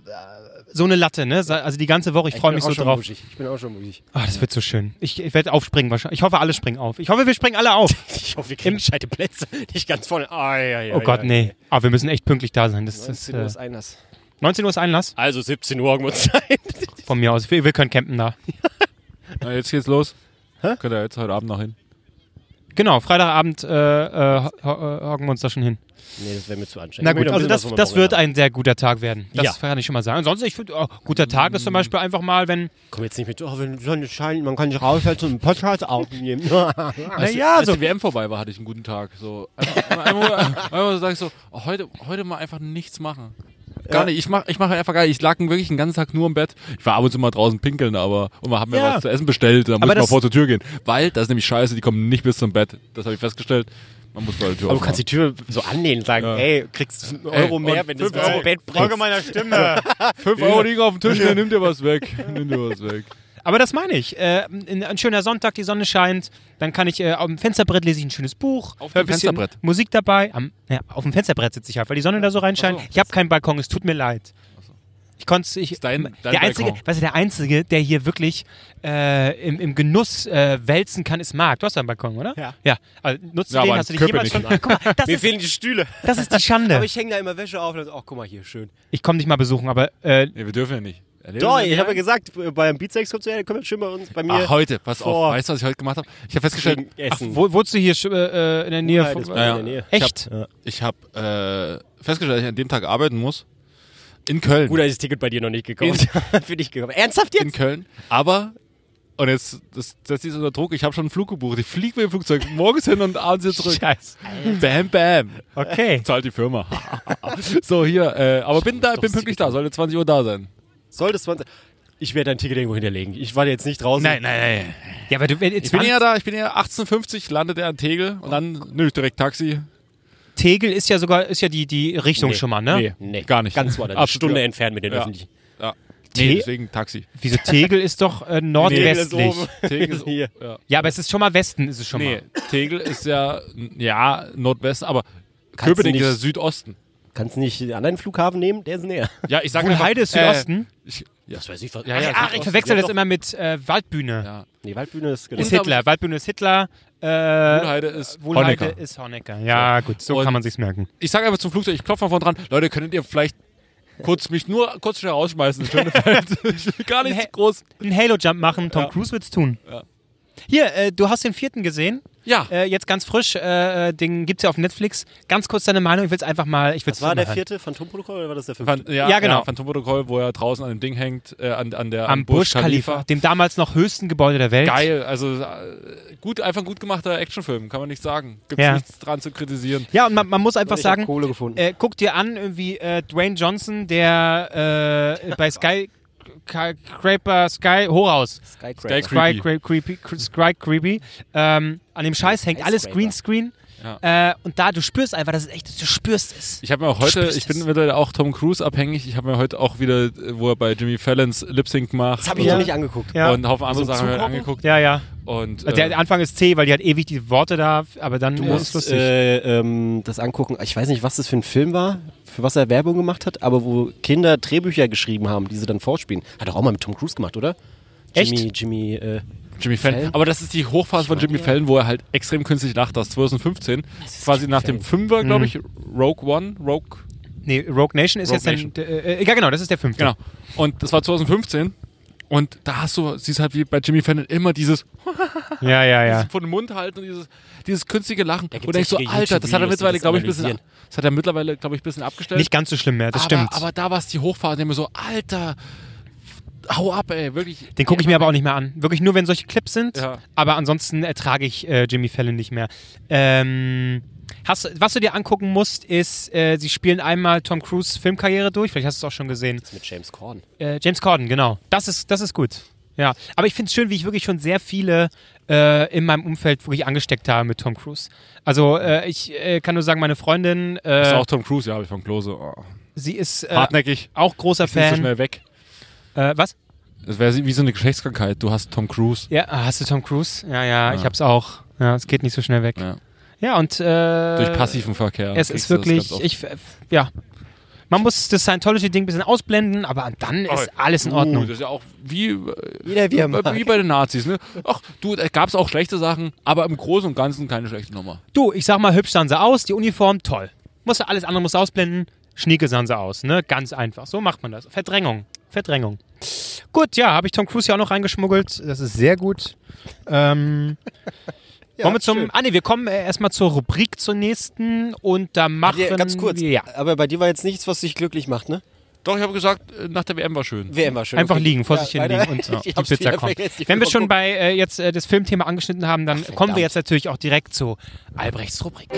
B: so eine Latte, ne? Also die ganze Woche, ich freue mich so drauf.
A: Ich bin auch schon mutig.
B: Ah, das wird so schön. Ich, ich werde aufspringen wahrscheinlich. Ich hoffe, alle springen auf. Ich hoffe, wir springen alle (laughs) auf.
A: (laughs) Ich hoffe, wir kriegen gescheite Plätze. Nicht ganz vorne. Ah, Ai, ai,
B: Oh
A: ai,
B: Gott,
A: ai.
B: nee. Aber wir müssen echt pünktlich da sein. Das, das,
A: 19 Uhr
B: äh,
A: ist Einlass.
B: 19 Uhr ist Einlass.
A: Also 17 Uhr haben wir Zeit.
B: Von mir aus. Wir, wir können campen (laughs) da.
C: Na, jetzt geht's los. Hä? Könnt ihr jetzt heute Abend noch hin?
B: Genau, Freitagabend äh, äh, ho- ho- hocken wir uns da schon hin.
A: (laughs) Nee, das wäre mir zu anstrengend.
B: Na gut, also das, das wird ein sehr guter Tag werden. Das
A: Ja.
B: kann ich schon mal sagen. Ansonsten, ich finde, oh, guter Tag ist zum Beispiel einfach mal, wenn.
A: Komm jetzt nicht mit, oh, wenn die Sonne scheint, man kann sich raushalten und einen Podcast aufnehmen. (laughs)
B: Naja,
C: Als die WM vorbei war, hatte ich einen guten Tag. So,
A: (laughs)
C: einmal, einmal, einmal so sag ich so, oh, heute, heute mal einfach nichts machen. Gar nicht, ich mache ich mach einfach gar nicht. Ich lag wirklich den ganzen Tag nur im Bett. Ich war ab und zu mal draußen pinkeln, aber und wir haben mir
B: Ja.
C: was zu essen bestellt, dann muss
B: Aber
C: ich mal
B: das-
C: vor zur Tür gehen. Weil, das ist nämlich scheiße, die kommen nicht bis zum Bett. Das habe ich festgestellt. Man muss vor der Tür
A: Aber du
C: aufmachen.
A: kannst die Tür so anlehnen und sagen,
C: Ja.
A: ey, kriegst einen Euro
C: und
A: mehr, wenn du es
C: fünf
A: mir zum
C: Euro.
A: Bett bringst.
B: Stimme.
C: 5 Euro liegen auf
A: (laughs)
C: dem Tisch, dann nimm dir was weg. Nimm dir was weg.
B: (laughs) Aber das meine ich. Äh, ein, ein schöner Sonntag, die Sonne scheint. Dann kann ich äh, auf dem Fensterbrett lese ich ein schönes Buch.
C: Auf
B: hör
C: dem
B: ein bisschen
C: Fensterbrett?
B: Musik dabei. Am, ja, auf dem Fensterbrett sitze ich halt, weil die Sonne da so reinscheint.
C: Ach so.
B: Ich habe keinen Balkon, es tut mir leid. Ich konnte ich,
C: Ist dein- dein
B: der einzige,
C: Balkon.
B: weißt du, der einzige, der hier wirklich äh, im, im Genuss äh, wälzen kann, ist Marc. Du hast ja einen Balkon, oder?
A: Ja.
B: Ja. Also, nutzt
C: Ja,
B: du den?
C: aber
B: Hast du dich
C: Köppe
B: jemals schon?
C: nicht.
B: Guck mal, das,
A: Mir
B: ist,
A: fehlen die Stühle.
B: das ist die Schande. (laughs)
A: Aber
B: Ich,
A: ich hänge da immer Wäsche auf und dann, oh, guck mal hier, schön.
B: komme dich mal besuchen, aber äh,
C: Nee, wir dürfen ja nicht. Erleben
A: Doch,
C: wir
A: ich
C: nicht?
A: habe ja gesagt, äh, beim Beatsex kommt ja, kommt schön bei uns, bei mir.
C: Ach, heute, pass
A: vor-
C: auf. Weißt du, was ich heute gemacht habe? Ich habe festgestellt,
A: wegen
B: ach,
A: Essen.
B: wo, wohnst du hier sch- äh, äh, in der Nähe?
A: Nein,
B: von-
A: das war
C: Ja,
A: in der Nähe.
B: Echt?
C: ich habe äh, festgestellt, dass ich an dem Tag arbeiten muss. In Köln.
A: Gut, dass ich das Ticket bei dir noch nicht gekauft (laughs) Mhm. habe. Für dich gekauft. Ernsthaft
C: in
A: jetzt?
C: Köln. Aber, und jetzt, das, das ist unter Druck, ich habe schon einen Flug gebucht. Ich fliege mit dem Flugzeug morgens hin und abends hier zurück.
B: Scheiße.
C: Bam, bam.
B: Okay.
C: Zahlt die Firma. (laughs) so, hier. Äh, aber bin da, bin pünktlich da. Sollte 20 Uhr da sein.
A: Solltest 20. Ich werde dein Ticket irgendwo hinterlegen. Ich war jetzt nicht draußen.
C: nein, nein.
B: Äh. Ja, aber du, wenn
C: Ich
B: jetzt
C: bin eher da. Ich bin eher 18.50 landet er an Tegel. Und dann, nö, direkt Taxi.
B: Tegel ist ja sogar ist ja die, die Richtung
A: Nee.
B: schon mal, ne?
C: Nee.
A: Nee,
C: Gar nicht.
A: Ganz woanders. Eine
C: Absolut.
A: Stunde entfernt mit den
C: Ja.
A: öffentlichen.
C: Ja.
B: Te-
C: Nee, deswegen Taxi.
B: Wieso Tegel ist doch (laughs) äh, nordwestlich.
C: Tegel ist
A: Hier.
C: Ja.
B: ja, aber es ist schon mal Westen, ist es schon
C: Nee,
B: mal.
C: Tegel ist ja, n- ja, Nordwest, aber
A: Kannst
C: Köpenick
A: du
C: ist
A: nicht-
C: ja Südosten.
A: Kannst nicht einen anderen Flughafen nehmen? Der ist (laughs) näher.
C: Ja, ich sag äh,
B: Wohlheide ist Südosten?
C: ich,
A: Das weiß ich.
C: Ja, ja,
B: Ach, ich verwechsel das immer mit äh, Waldbühne.
C: Ja.
A: Nee, Waldbühne ist genau.
B: Ist Hitler. Waldbühne ist Hitler. Äh, Wohlheide,
C: Wohlheide ist Honecker.
B: ist Honecker. Ja, gut, so
C: Und-
B: kann man sich's merken.
C: Ich sag einfach zum Flugzeug, ich klopfe mal vorne dran. Leute, könntet ihr vielleicht kurz mich nur kurz schnell rausschmeißen?
B: (laughs)
C: Schönefeld. ich will gar nichts
B: Nee.
C: groß.
B: Einen Halo-Jump machen, Tom Cruise wird's tun. Hier, äh, du hast den vierten gesehen.
C: Ja,
B: Äh, jetzt ganz frisch, äh, äh, den gibt's ja auf Netflix. Ganz kurz deine Meinung, ich will's einfach mal. Ich will's
A: Das war der
B: mal hören.
A: vierte Phantomprotokoll oder war das der
C: Phan-
A: fünfte?
B: Ja, genau.
C: Phantomprotokoll, wo er draußen an dem Ding hängt, äh, an, an der
B: Am Burj Khalifa, dem damals noch höchsten Gebäude der Welt.
C: Geil, also äh, gut, einfach ein gut gemachter Actionfilm, kann man nicht sagen. Gibt's
B: Ja.
C: nichts dran zu kritisieren.
B: Ja, und man, man muss einfach
A: Ich hab
B: sagen,
A: Kohle gefunden.
B: äh, guck dir an, irgendwie äh, Dwayne Johnson, der äh, bei Sky Ka- Craper Sky Horaus.
A: Skycracker.
C: Skycracker.
B: Sky
C: Creepy.
B: Cra- Creepy, Cr- Sky Creepy. Ähm, an dem Scheiß hängt alles
A: Skyscraper.
B: Greenscreen. Äh, und da, du spürst einfach, dass es echt ist. Du spürst es.
C: Ich habe mir auch heute,
B: spürst
C: ich
B: es.
C: bin wieder auch Tom Cruise abhängig. Ich habe mir heute auch wieder, äh, wo er bei Jimmy Fallons Lip Sync macht
A: Das habe ich noch
C: und
B: Ja.
A: nicht angeguckt.
B: Ja.
C: einen Haufen andere
A: So ein
C: Sachen mir
A: Zugucken?
C: angeguckt.
B: Ja, ja.
C: Und
B: Also
C: äh,
B: der Anfang ist zäh, weil die hat ewig die Worte da, aber dann
A: Du
B: äh, ist
A: musst
B: lustig.
A: äh, ähm, das angucken. Ich weiß nicht, was das für ein Film war, für was er Werbung gemacht hat, aber wo Kinder Drehbücher geschrieben haben, die sie dann vorspielen. Hat er auch mal mit Tom Cruise gemacht, oder?
B: Echt?
A: Jimmy, Jimmy, äh,
C: Jimmy Fallon.
A: Fallon?
C: Aber das ist die Hochphase von Jimmy Fallon, wo er halt extrem künstlich lacht. Das 2015, quasi nach dem Fünfer,
B: Mhm.
C: glaube ich, Rogue One, Rogue,
B: nee, Rogue Nation ist
C: Rogue
B: jetzt
C: Nation.
B: dann. Äh, äh, ja, genau, das ist der fünfte.
C: genau. Und das war 2015. Und da hast du, siehst halt wie bei Jimmy Fallon immer dieses
B: Ja, ja, ja.
C: von dem Mund halten und dieses, dieses künstliche Lachen.
A: gibt's
C: Und denkst so,
A: richtige
C: Alter, das hat er
A: YouTube-Videos,
C: mittlerweile,
A: die das
C: glaube ich, ein bisschen,
A: analysieren.
C: das hat er mittlerweile, glaube ich, ein bisschen abgestellt.
B: Nicht ganz so schlimm mehr, das
C: aber,
B: stimmt.
C: Aber da war es die Hochphase, der mir so, Alter, hau ab, ey, wirklich.
B: Den gucke ich mir aber auch nicht mehr an. Wirklich nur, wenn solche Clips sind.
C: Ja.
B: Aber ansonsten ertrage ich äh, Jimmy Fallon nicht mehr. Ähm, hast, was du dir angucken musst, ist, äh, sie spielen einmal Tom Cruise Filmkarriere durch. Vielleicht hast du es auch schon gesehen.
A: mit James Corden.
B: Äh, James Corden, genau. Das ist, das ist gut. Ja, aber ich finde es schön, wie ich wirklich schon sehr viele äh, in meinem Umfeld wirklich angesteckt habe mit Tom Cruise. Also äh, ich äh, kann nur sagen, meine Freundin,
C: Das ist
B: äh,
C: auch Tom Cruise, ja, habe ich von Klose. Oh.
B: sie ist äh,
C: Hartnäckig,
B: auch großer
C: nicht so
B: Fan.
C: schnell weg.
B: Äh, was?
C: Das wäre wie so eine Geschlechtskrankheit. Du hast Tom Cruise.
B: Ja, ah, hast du Tom Cruise? Ja, ja, ich hab's auch. Ja, es geht nicht so schnell weg.
C: Ja.
B: Ja, und äh,
C: ne? Durch passiven Verkehr.
B: Es
C: kriegst
B: ist
C: du das
B: wirklich,
C: ganz oft.
B: ich, ja. Man muss das Scientology-Ding ein bisschen ausblenden, aber dann ist alles in Ordnung.
C: Uh, das ist ja auch wie, äh,
A: Jeder wie er mag.
C: wie bei den Nazis, ne? Ach, du, da gab es auch schlechte Sachen, aber im Großen und Ganzen keine schlechte Nummer.
B: Du, ich sag mal, hübsch sahen sie aus, die Uniform, toll. Muss alles andere muss ausblenden, schnieke sahen sie aus, ne? Ganz einfach. So macht man das. Verdrängung. Verdrängung. Gut, ja, habe ich Tom Cruise ja auch noch reingeschmuggelt. Das ist sehr gut.
A: (laughs)
B: Ähm, wollen wir zum. Ah, nee, wir kommen äh, erstmal zur Rubrik zur nächsten und da machen
A: Ja, ganz kurz. Äh,
B: wir. Ja,
A: Aber bei dir war jetzt nichts, was dich glücklich macht, ne?
C: Doch, ich habe gesagt, äh, nach der WM war schön.
A: Wer immer schön.
B: einfach
A: okay.
B: liegen, vor
A: Ja,
B: sich hin
A: leider. (laughs)
B: liegen und
A: Ich
B: die
A: hab's
B: Pizza
A: wieder
B: kommt.
A: vergessen. Ich
B: Wenn wir
A: wollte
B: schon
A: mal
B: bei äh, jetzt äh, das Filmthema angeschnitten haben, dann kommen wir jetzt natürlich auch direkt zu Albrechts Rubrik.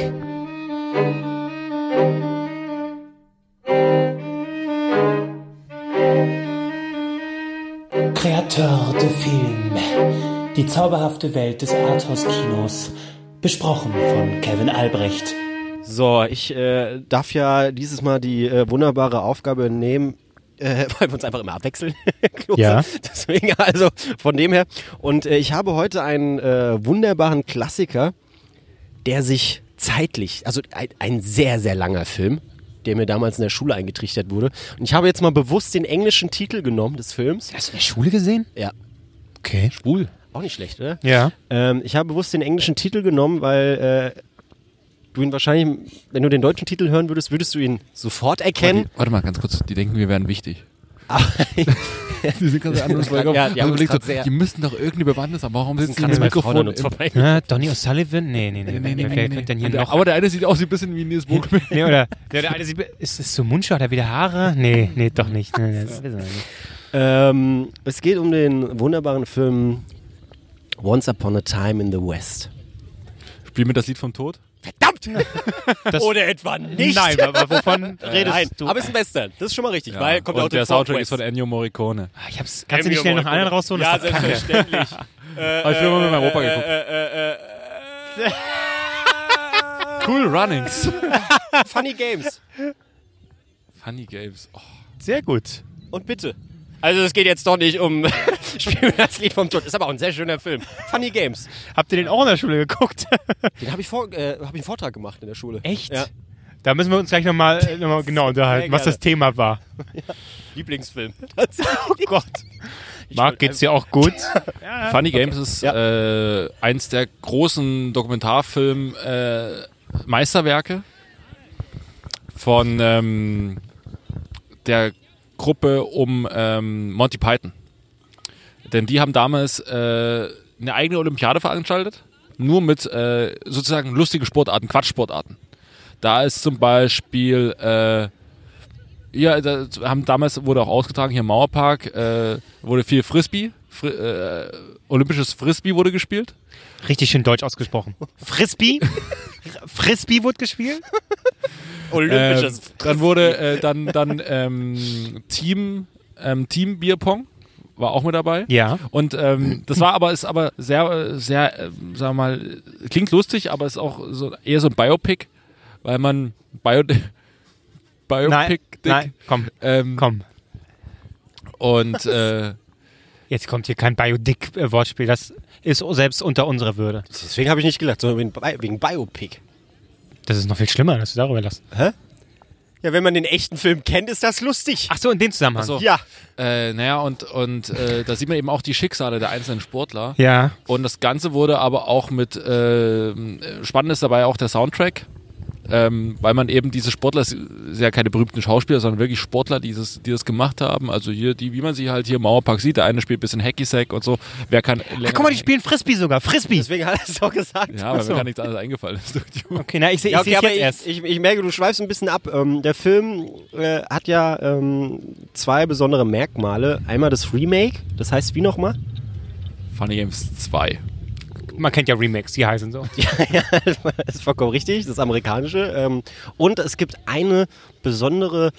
F: Kreateur de Film. Die zauberhafte Welt des Arthouse-Kinos. Besprochen von Kevin Albrecht.
A: gucken. So, ich äh, darf ja dieses Mal die äh, wunderbare Aufgabe nehmen, äh, (laughs) weil wir uns einfach immer abwechseln. (laughs) Klose.
B: Ja.
A: Deswegen, also von dem her. Und äh, ich habe heute einen äh, wunderbaren Klassiker, der sich zeitlich, also ein, ein sehr, sehr langer Film, der mir damals in der Schule eingetrichtert wurde. Und ich habe jetzt mal bewusst den englischen Titel genommen des Films.
B: Hast du in der Schule gesehen?
A: Ja,
B: Okay.
C: Schwul.
A: auch nicht schlecht, oder?
B: Ja.
A: Ähm, ich habe bewusst den englischen Titel genommen, weil äh, du ihn wahrscheinlich, wenn du den deutschen Titel hören
B: Hm?
A: würdest, würdest du ihn sofort erkennen.
B: Ah.
C: Warte, warte mal ganz kurz, die denken, wir wären wichtig.
A: Aber
C: (laughs) Die sind gerade anders vorbeigekommen.
A: Ja, die haben
C: Und überlegt
A: uns grad
C: so,
A: sehr-
C: die müssen doch irgendwie bewandt sein. Warum
A: Das
C: sitzen
A: ist
C: die mit
A: gerade
C: dem
A: meine Frau
C: Mikrofon?
A: an uns
C: im-
A: vorbei.
C: (laughs)
B: Na, Donny O'Sullivan? Nee, nee, nee.
C: nee, nee,
B: Wer
C: nee,
B: könnte denn hier
C: Und der-
B: noch?
C: Aber der eine sieht auch so ein bisschen wie Nils Bogelberg.
B: nee, oder? Der, der eine sieht, ist das so Mundschau? Hat er wieder Haare? Nee, nee, doch nicht. Nee, das wissen wir nicht.
A: Ähm, es geht um den wunderbaren Film Once Upon a Time in the West.
C: Spiel mir das Lied vom Tod.
A: Verdammt!
B: Das-
A: Oder etwa nicht.
B: Nein, aber (laughs) wovon äh,
A: Redest
B: redest
A: Äh, Nein,
B: du?
A: aber es ist ein Western. Das ist schon mal richtig,
C: Ja.
A: weil kommt ja auch
C: Und der
A: Fort
C: Soundtrack
A: West.
C: ist von Ennio Morricone.
B: Ah, Ich hab's, kannst du nicht schnell noch einen anderen rausholen?
A: Ja,
B: Das ist doch Kacke.
A: selbstverständlich.
C: Hab ich früher mal mit meinem Opa geguckt. äh, Cool Runnings.
A: Funny Games.
C: Funny Games. Oh.
B: Sehr gut.
A: Und bitte. Also es geht jetzt doch nicht um (laughs) Spiel mir das Lied vom Tod. Ist aber auch ein sehr schöner Film. Funny Games.
B: Habt ihr den auch in der Schule geguckt?
A: Den habe ich, vor, äh, hab ich einen Vortrag gemacht in der Schule.
B: (laughs) Echt?
A: Ja.
B: Da müssen wir uns gleich nochmal noch mal genau unterhalten, was das Thema war. (laughs)
A: Lieblingsfilm. Oh Gott.
B: Marc, geht's dir auch gut?
C: Funny Games ist äh, eins der großen äh, Dokumentarfilm-Meisterwerke von ähm, der Gruppe um ähm, Monty Python. Denn die haben damals äh, eine eigene Olympiade veranstaltet, nur mit äh, sozusagen lustigen Sportarten, Quatschsportarten. Da ist zum Beispiel, äh, ja, da haben damals wurde auch ausgetragen hier im Mauerpark, äh, wurde viel Frisbee, Fri äh, olympisches Frisbee wurde gespielt.
B: Richtig schön deutsch ausgesprochen. (laughs) Frisbee? Frisbee wurde gespielt?
A: Olympisches.
C: Ähm, dann wurde äh, dann dann ähm, Team ähm, Team Bierpong war auch mit dabei.
B: Ja.
C: Und ähm, das war aber, ist aber sehr, äh, sehr, äh, sagen wir mal, äh, klingt lustig, aber ist auch so, eher so ein Biopic, weil man Bio, (laughs)
B: Nein,
C: Biopic,
B: nein, komm,
C: Ähm,
B: komm. (laughs)
C: Und äh,
B: Jetzt kommt hier kein Biodick-Wortspiel. Das ist selbst unter unserer Würde.
A: Deswegen habe ich nicht gelacht, sondern wegen, Bi wegen Biopic.
B: Das ist noch viel schlimmer, dass du darüber lachst.
A: Ja, wenn man den echten Film kennt, ist das lustig.
B: Ach so, in dem Zusammenhang.
C: Ach so.
A: Ja.
C: äh, naja, und, und äh, da sieht man eben auch die Schicksale der einzelnen Sportler.
B: Ja.
C: Und das Ganze wurde aber auch mit äh, spannend ist dabei auch der Soundtrack. Ähm, weil man eben diese Sportler, es sind ja keine berühmten Schauspieler, sondern wirklich Sportler, die das, die das gemacht haben. Also hier, die, wie man sie halt hier im Mauerpark sieht, der eine spielt ein bisschen Hacky-Sack und so. Wer kann länger,
B: Ach, guck mal, die spielen Frisbee sogar. Frisbee.
A: Deswegen hat er es auch gesagt.
C: Ja, weil
B: Ach so.
C: mir kann nichts anderes eingefallen ist.
B: Okay, na, ich sehe
A: Ja,
B: ich
A: okay,
B: seh's
A: aber
B: jetzt
A: ich,
B: erst.
A: Ich, ich merke, du schweifst ein bisschen ab. Ähm, der Film äh, hat ja ähm, zwei besondere Merkmale. Einmal das Remake, das heißt wie nochmal?
C: Funny Games 2.
B: Man kennt ja Remakes, die heißen so.
A: ja, das (laughs) ist vollkommen richtig, das amerikanische. Ähm, und es gibt eine besondere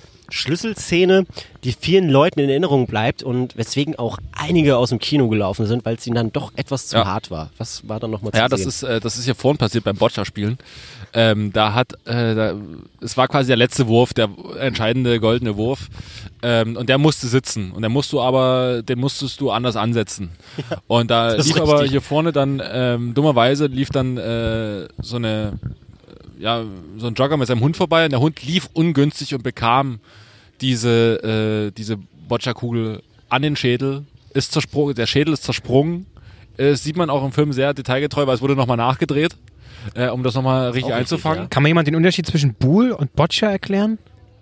A: Schlüsselszene, die vielen Leuten in Erinnerung bleibt und weswegen auch einige aus dem Kino gelaufen sind, weil es ihnen dann doch etwas zu
C: Ja.
A: hart war. Was war da nochmal zu
C: Ja, das
A: sehen?
C: ist, äh, das ist ja vorhin passiert beim Boccia-Spielen. Ähm, da hat, äh, da, es war quasi der letzte Wurf, der entscheidende goldene Wurf. Ähm, und der musste sitzen. Und der musst du aber, den musstest du anders ansetzen. und da lief
A: das ist
C: aber
A: richtig.
C: hier vorne dann, ähm, dummerweise lief dann äh, so eine, äh, ja, so ein Jogger mit seinem Hund vorbei und der Hund lief ungünstig und bekam diese, äh, diese Boccia-Kugel an den Schädel. Ist zersprungen, der Schädel ist zersprungen. Äh, Das sieht man auch im Film sehr detailgetreu, weil es wurde nochmal nachgedreht, äh, um das nochmal richtig
A: auch richtig,
C: einzufangen.
B: Kann mir jemand den Unterschied zwischen Buhl und Boccia erklären?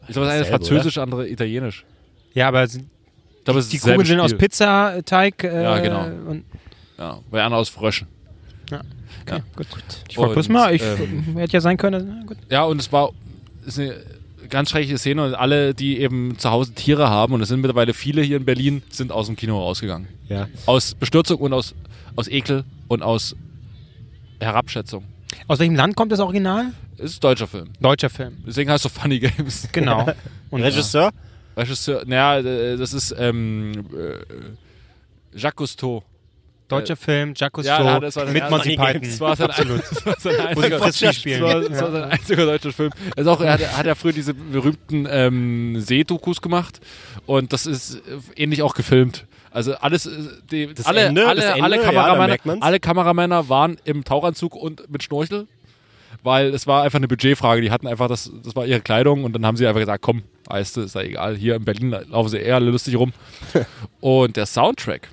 C: Ich glaube, das eine ist
A: Dasselbe,
C: französisch, andere italienisch.
B: Ja, aber sind-
C: Ich glaube, es ist
B: die
C: dasselbe
B: Kugeln sind aus
C: Spiel.
B: Pizzateig. Äh,
C: Ja, genau.
B: Und,
C: Ja, weil andere aus Fröschen.
B: okay, gut. Ich
C: Und,
B: wollte bloß mal, ich
C: ähm,
B: hätte ja sein können. dass- na gut.
C: Ja, und es war ist eine ganz schreckliche Szene und alle, die eben zu Hause Tiere haben, und es sind mittlerweile viele hier in Berlin, sind aus dem Kino rausgegangen.
A: ja.
C: Aus Bestürzung und aus, aus Ekel und aus Herabschätzung.
B: Aus welchem Land kommt das Original?
C: Es ist ein deutscher Film.
B: Deutscher Film.
C: Deswegen heißt es so Funny Games.
B: Genau. Und
A: Regisseur?
C: Regisseur, naja, äh, das ist ähm, äh, Jacques Cousteau.
B: äh, Deutscher Film, Jacques
C: Ja,
B: Cousteau
C: ja, das war der
B: mit
C: erste
B: Monty
A: Money
B: (laughs) Python.
A: Games.
C: Das war sein, ein, (laughs) das war sein einziger,
B: Frisbee
C: das war,
B: spielen.
C: (laughs) das war sein einziger deutscher Film. Also auch, er hat, hat ja früher diese berühmten ähm, Seedokus gemacht und das ist äh, ähnlich auch gefilmt. Also alles, äh, die, alle,
A: Ende, das
C: alle,
A: Ende,
C: alle,
A: ja, da
C: Kameramänner,
A: merkt man's.
C: alle Kameramänner waren im Tauchanzug und mit Schnorchel, weil es war einfach eine Budgetfrage. Die hatten einfach, das, das war ihre Kleidung und dann haben sie einfach gesagt, komm, weißt du, ist ja egal, hier in Berlin laufen sie eher alle
A: (laughs)
C: lustig rum. und der Soundtrack,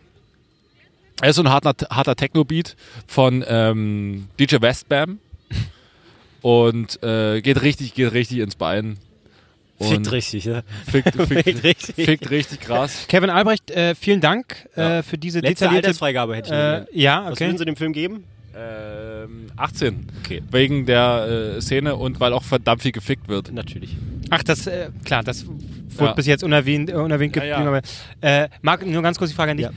C: er ist so ein harter, harter Techno-Beat von ähm, DJ Westbam und äh, geht richtig, geht richtig ins Bein.
A: Fickt
C: Und
A: richtig, ne? (laughs)
C: Fickt,
A: Fickt
C: fickt,
A: richtig.
C: fickt richtig krass.
B: Kevin Albrecht, äh, vielen Dank äh, für diese
A: Letzte
B: detaillierte.
A: Altersfreigabe hätte ich noch
B: Äh,
A: gerne.
B: ja,
A: Was
B: okay.
A: würden Sie dem Film geben?
C: Ähm, 18. Okay. Wegen der äh, Szene und weil auch verdammt viel gefickt wird.
A: Natürlich.
B: Ach, das, äh, klar, das wurde
C: Ja.
B: bis jetzt unerwähnt, äh, unerwähnt
C: Ja, ja.
B: geblieben. aber, Äh, Marc, nur ganz kurz die Frage an dich.
A: Ja.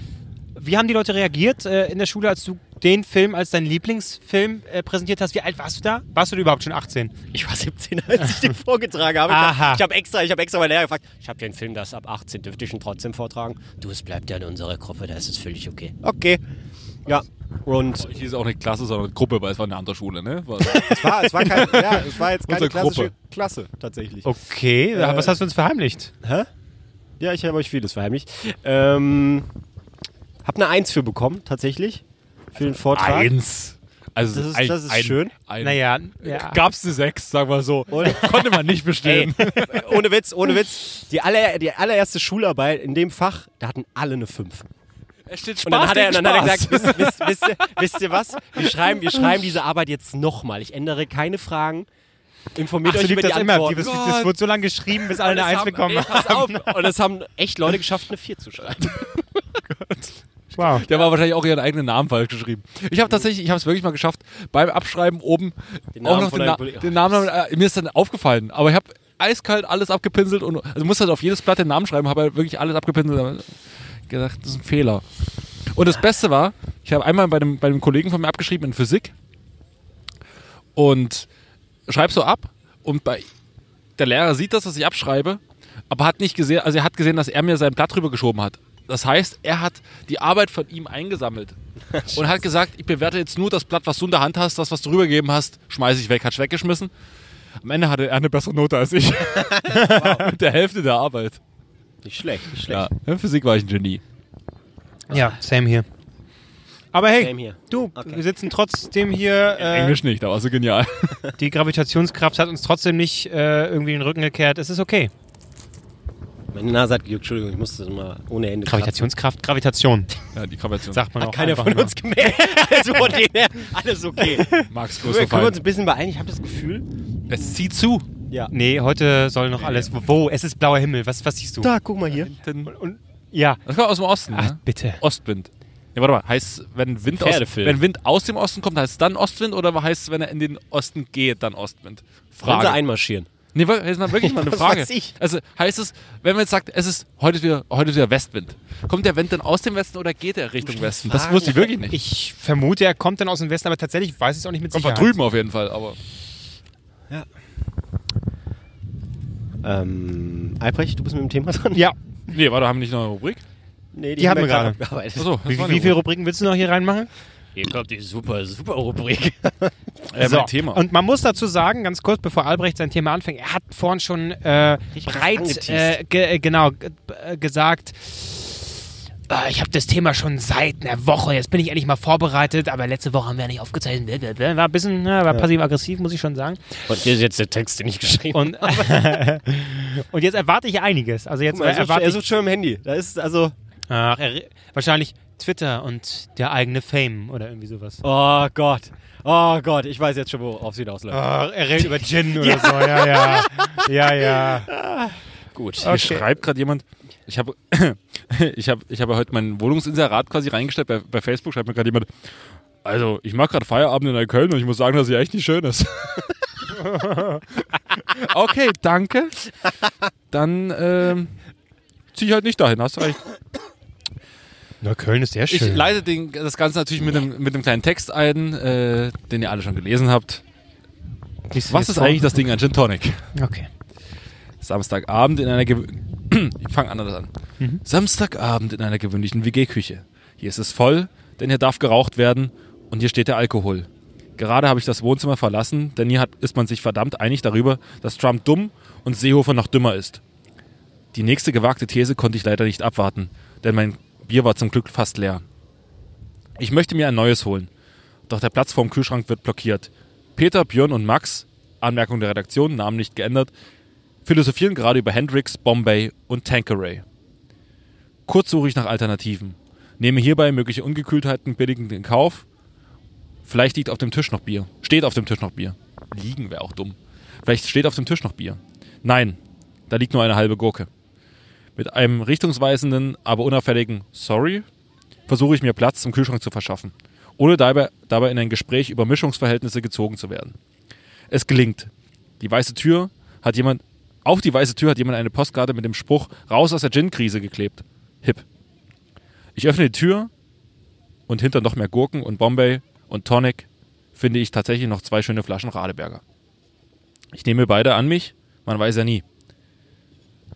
B: Wie haben die Leute reagiert äh, in der Schule, als du den Film als deinen Lieblingsfilm äh, präsentiert hast? Wie alt warst du da? Warst du da überhaupt schon 18?
A: Ich war 17, als ich (laughs) den vorgetragen habe. Ich
B: Aha.
A: habe hab extra, ich hab extra meinen Lehrer gefragt, ich habe den Film, das ab 18 dürfte ich ihn trotzdem vortragen. Du, es bleibt ja in unserer Gruppe, da ist es völlig okay. Okay. Ja. Und
C: Ich hieß auch nicht Klasse, sondern Gruppe, weil es war eine andere Schule, ne?
A: (laughs)
C: War,
A: es war, es war, (laughs) kein, ja, es war jetzt keine
C: Unsere Gruppe.
A: klassische Klasse tatsächlich.
B: Okay,
C: Äh,
B: äh, was hast du uns verheimlicht?
A: Hä? Ja, ich habe euch vieles verheimlicht. Ähm, hab eine Eins für bekommen, tatsächlich. Für den Vortrag.
C: eins. Also
A: Das ist-
C: ein,
A: das ist
C: ein,
A: schön.
C: Ein,
B: Naja, ja.
C: Äh, Gab's eine 6, sagen wir so. (laughs) Konnte man nicht bestehen.
A: Ey, ohne Witz, ohne Witz. Die, aller, die allererste Schularbeit in dem Fach, da hatten alle eine 5.
C: Es steht
A: Und dann hat, er,
C: gegen
A: dann hat er
C: Spaß.
A: gesagt, wisst, wisst, wisst, ihr- wisst ihr was? Wir schreiben, wir schreiben diese Arbeit jetzt nochmal. Ich ändere keine Fragen. Informiert
B: Ach, so
A: euch über
B: lief
A: die
B: das immer.
A: Antworten.
B: Das, das wurde so lange geschrieben, bis alle eine Eins bekommen
A: ey,
B: haben.
A: pass (laughs) auf. Und es haben echt Leute geschafft, eine 4 zu schreiben.
B: Wow.
C: (laughs) Der war wahrscheinlich auch ihren eigenen Namen falsch geschrieben. Ich habe tatsächlich, ich habe es wirklich mal geschafft, beim Abschreiben oben
A: Den
C: auch
A: Namen
C: noch
A: von
C: den,
A: deinem
C: Na
A: Kollegen.
C: den Namen, äh, mir ist dann aufgefallen, aber ich habe eiskalt alles abgepinselt und also musste halt auf jedes Blatt den Namen schreiben, habe halt wirklich alles abgepinselt. Aber gedacht, das ist ein Fehler. Und das Beste war, ich habe einmal bei einem, bei einem Kollegen von mir abgeschrieben in Physik und schreib so ab und bei der Lehrer sieht das, dass ich abschreibe, aber hat nicht gesehen, also er hat gesehen, dass er mir sein Blatt rübergeschoben hat. Das heißt, er hat die Arbeit von ihm (laughs) eingesammelt und hat gesagt, ich bewerte jetzt nur das Blatt, was du in der Hand hast, das, was du rübergegeben hast, schmeiße ich weg, hat's weggeschmissen. Am Ende hatte er eine bessere Note als (laughs) ich. Mit der Hälfte der Arbeit.
A: Nicht schlecht, nicht schlecht.
C: Ja, in Physik war ich ein Genie.
B: Ja, same hier. Aber hey,
A: Same here.
B: du,
A: Okay.
B: wir sitzen trotzdem hier. Äh,
C: Englisch nicht, aber so genial.
B: die Gravitationskraft hat uns trotzdem nicht äh, irgendwie den Rücken gekehrt. Es ist okay.
A: Meine Nase hat gejuckt, Entschuldigung, ich musste mal ohne Hände
B: Gravitationskraft, Gravitation,
C: Ja, die Kombination.
B: sagt man
A: Hat
B: auch.
A: keiner
B: einfach
A: von
B: nur.
A: uns gemerkt. (laughs) Also von dem her, alles (laughs) okay.
C: Max
A: Wir
C: größter
A: können wir uns
C: Feind.
A: ein bisschen beeilen. Ich habe das Gefühl.
C: Es zieht zu.
A: Ja.
B: Nee, heute soll noch alles. Wo? Es ist blauer Himmel. Was, was siehst du?
A: Da, guck mal hier.
B: Und, ja.
C: Das kommt aus dem Osten.
B: Ach,
C: ne?
B: bitte.
C: Ostwind. Ja, warte mal, heißt, wenn Wind, aus,
A: Pferdefilm.
C: wenn Wind aus dem Osten kommt, heißt es dann Ostwind oder heißt es, wenn er in den Osten geht, dann Ostwind?
A: Wollen Sie
C: Frage.
A: einmarschieren?
C: Nee, wa- jetzt mal wirklich mal
A: (laughs)
C: eine
A: Was
C: Frage.
A: weiß ich?
C: Also heißt es, wenn man jetzt sagt, es ist heute ist wieder, heute ist wieder Westwind, kommt der Wind dann aus dem Westen oder geht er Richtung Westen? Das
A: Fragen.
C: wusste ich wirklich nicht.
B: Ich vermute, er kommt dann aus dem Westen, aber tatsächlich weiß ich es auch nicht mit
C: Kommt von
B: Sicherheit.
C: drüben auf jeden Fall, aber.
A: Ähm, Albrecht, du bist mit dem Thema dran?
B: Ja.
C: Nee, warte, haben wir nicht noch eine Rubrik?
A: Nee,
B: Die haben wir gerade.
A: abgearbeitet.
C: Achso, das
B: Wie,
C: war
B: wie
C: eine
B: viele
C: Rubrik.
B: Rubriken willst du noch hier reinmachen?
A: Hier kommt Also, die super, super Rubrik.
C: äh, mein Thema.
B: Und man muss dazu sagen, ganz kurz, bevor Albrecht sein Thema anfängt, er hat vorhin schon äh, breit
A: angeteased.
B: äh, ge äh, genau g- äh, gesagt, äh, ich habe das Thema schon seit einer Woche, jetzt bin ich endlich mal vorbereitet, aber letzte Woche haben wir ja nicht aufgezeichnet. Blablabla. War ein bisschen äh, war passiv-aggressiv, muss ich schon sagen.
A: Und hier ist jetzt der Text, den ich geschrieben
B: Und, (laughs) und jetzt erwarte ich einiges. Also jetzt
A: habe.
B: äh, erwarte ich,
A: schon im Handy. Da ist also.
B: ach, er, wahrscheinlich Twitter und der eigene Fame oder irgendwie sowas.
A: Oh Gott. Oh Gott, ich weiß jetzt schon, worauf es hinausläuft.
B: Ach, er redet über Gin oder so, (laughs) ja, ja. Ja, ja.
A: Gut.
C: Hier schreibt gerade jemand, ich habe (coughs) ich hab, ich hab ja heute mein Wohnungsinserat quasi reingestellt bei, bei Facebook, schreibt mir gerade jemand, also ich mache gerade Feierabend in Neukölln und ich muss sagen, dass sie echt nicht schön ist. okay, danke. Dann ähm, ziehe ich halt nicht dahin, hast du recht.
B: Na, Köln ist sehr
C: Ich leite den, das Ganze natürlich mit einem, mit einem kleinen Text ein, äh, den ihr alle schon gelesen habt. Was ist eigentlich das Ding an Gin Tonic?
B: Okay.
C: Samstagabend in einer gew- (clears throat) ich fange anders an. Samstagabend in einer gewöhnlichen WG-Küche. Hier ist es voll, denn hier darf geraucht werden und hier steht der Alkohol. Gerade habe ich das Wohnzimmer verlassen, denn hier hat, ist man sich verdammt einig darüber, dass Trump dumm und Seehofer noch dümmer ist. Die nächste gewagte These konnte ich leider nicht abwarten, denn mein Bier war zum Glück fast leer. Ich möchte mir ein neues holen, doch der Platz vorm Kühlschrank wird blockiert. Peter, Björn und Max, Anmerkung der Redaktion, Namen nicht geändert, philosophieren gerade über Hendrix, Bombay und Tanqueray. Kurz suche ich nach Alternativen, nehme hierbei mögliche Ungekühltheiten billigend in Kauf. Vielleicht liegt auf dem Tisch noch Bier. Steht auf dem Tisch noch Bier. Liegen wäre auch dumm. Vielleicht steht auf dem Tisch noch Bier. Nein, da liegt nur eine halbe Gurke. Mit einem richtungsweisenden, aber unauffälligen Sorry versuche ich mir Platz zum Kühlschrank zu verschaffen, ohne dabei, dabei in ein Gespräch über Mischungsverhältnisse gezogen zu werden. Es gelingt. Die weiße Tür hat jemand, auf die weiße Tür hat jemand eine Postkarte mit dem Spruch raus aus der Gin-Krise geklebt. Hip. Ich öffne die Tür und hinter noch mehr Gurken und Bombay und Tonic finde ich tatsächlich noch zwei schöne Flaschen Radeberger. Ich nehme beide an mich, man weiß ja nie.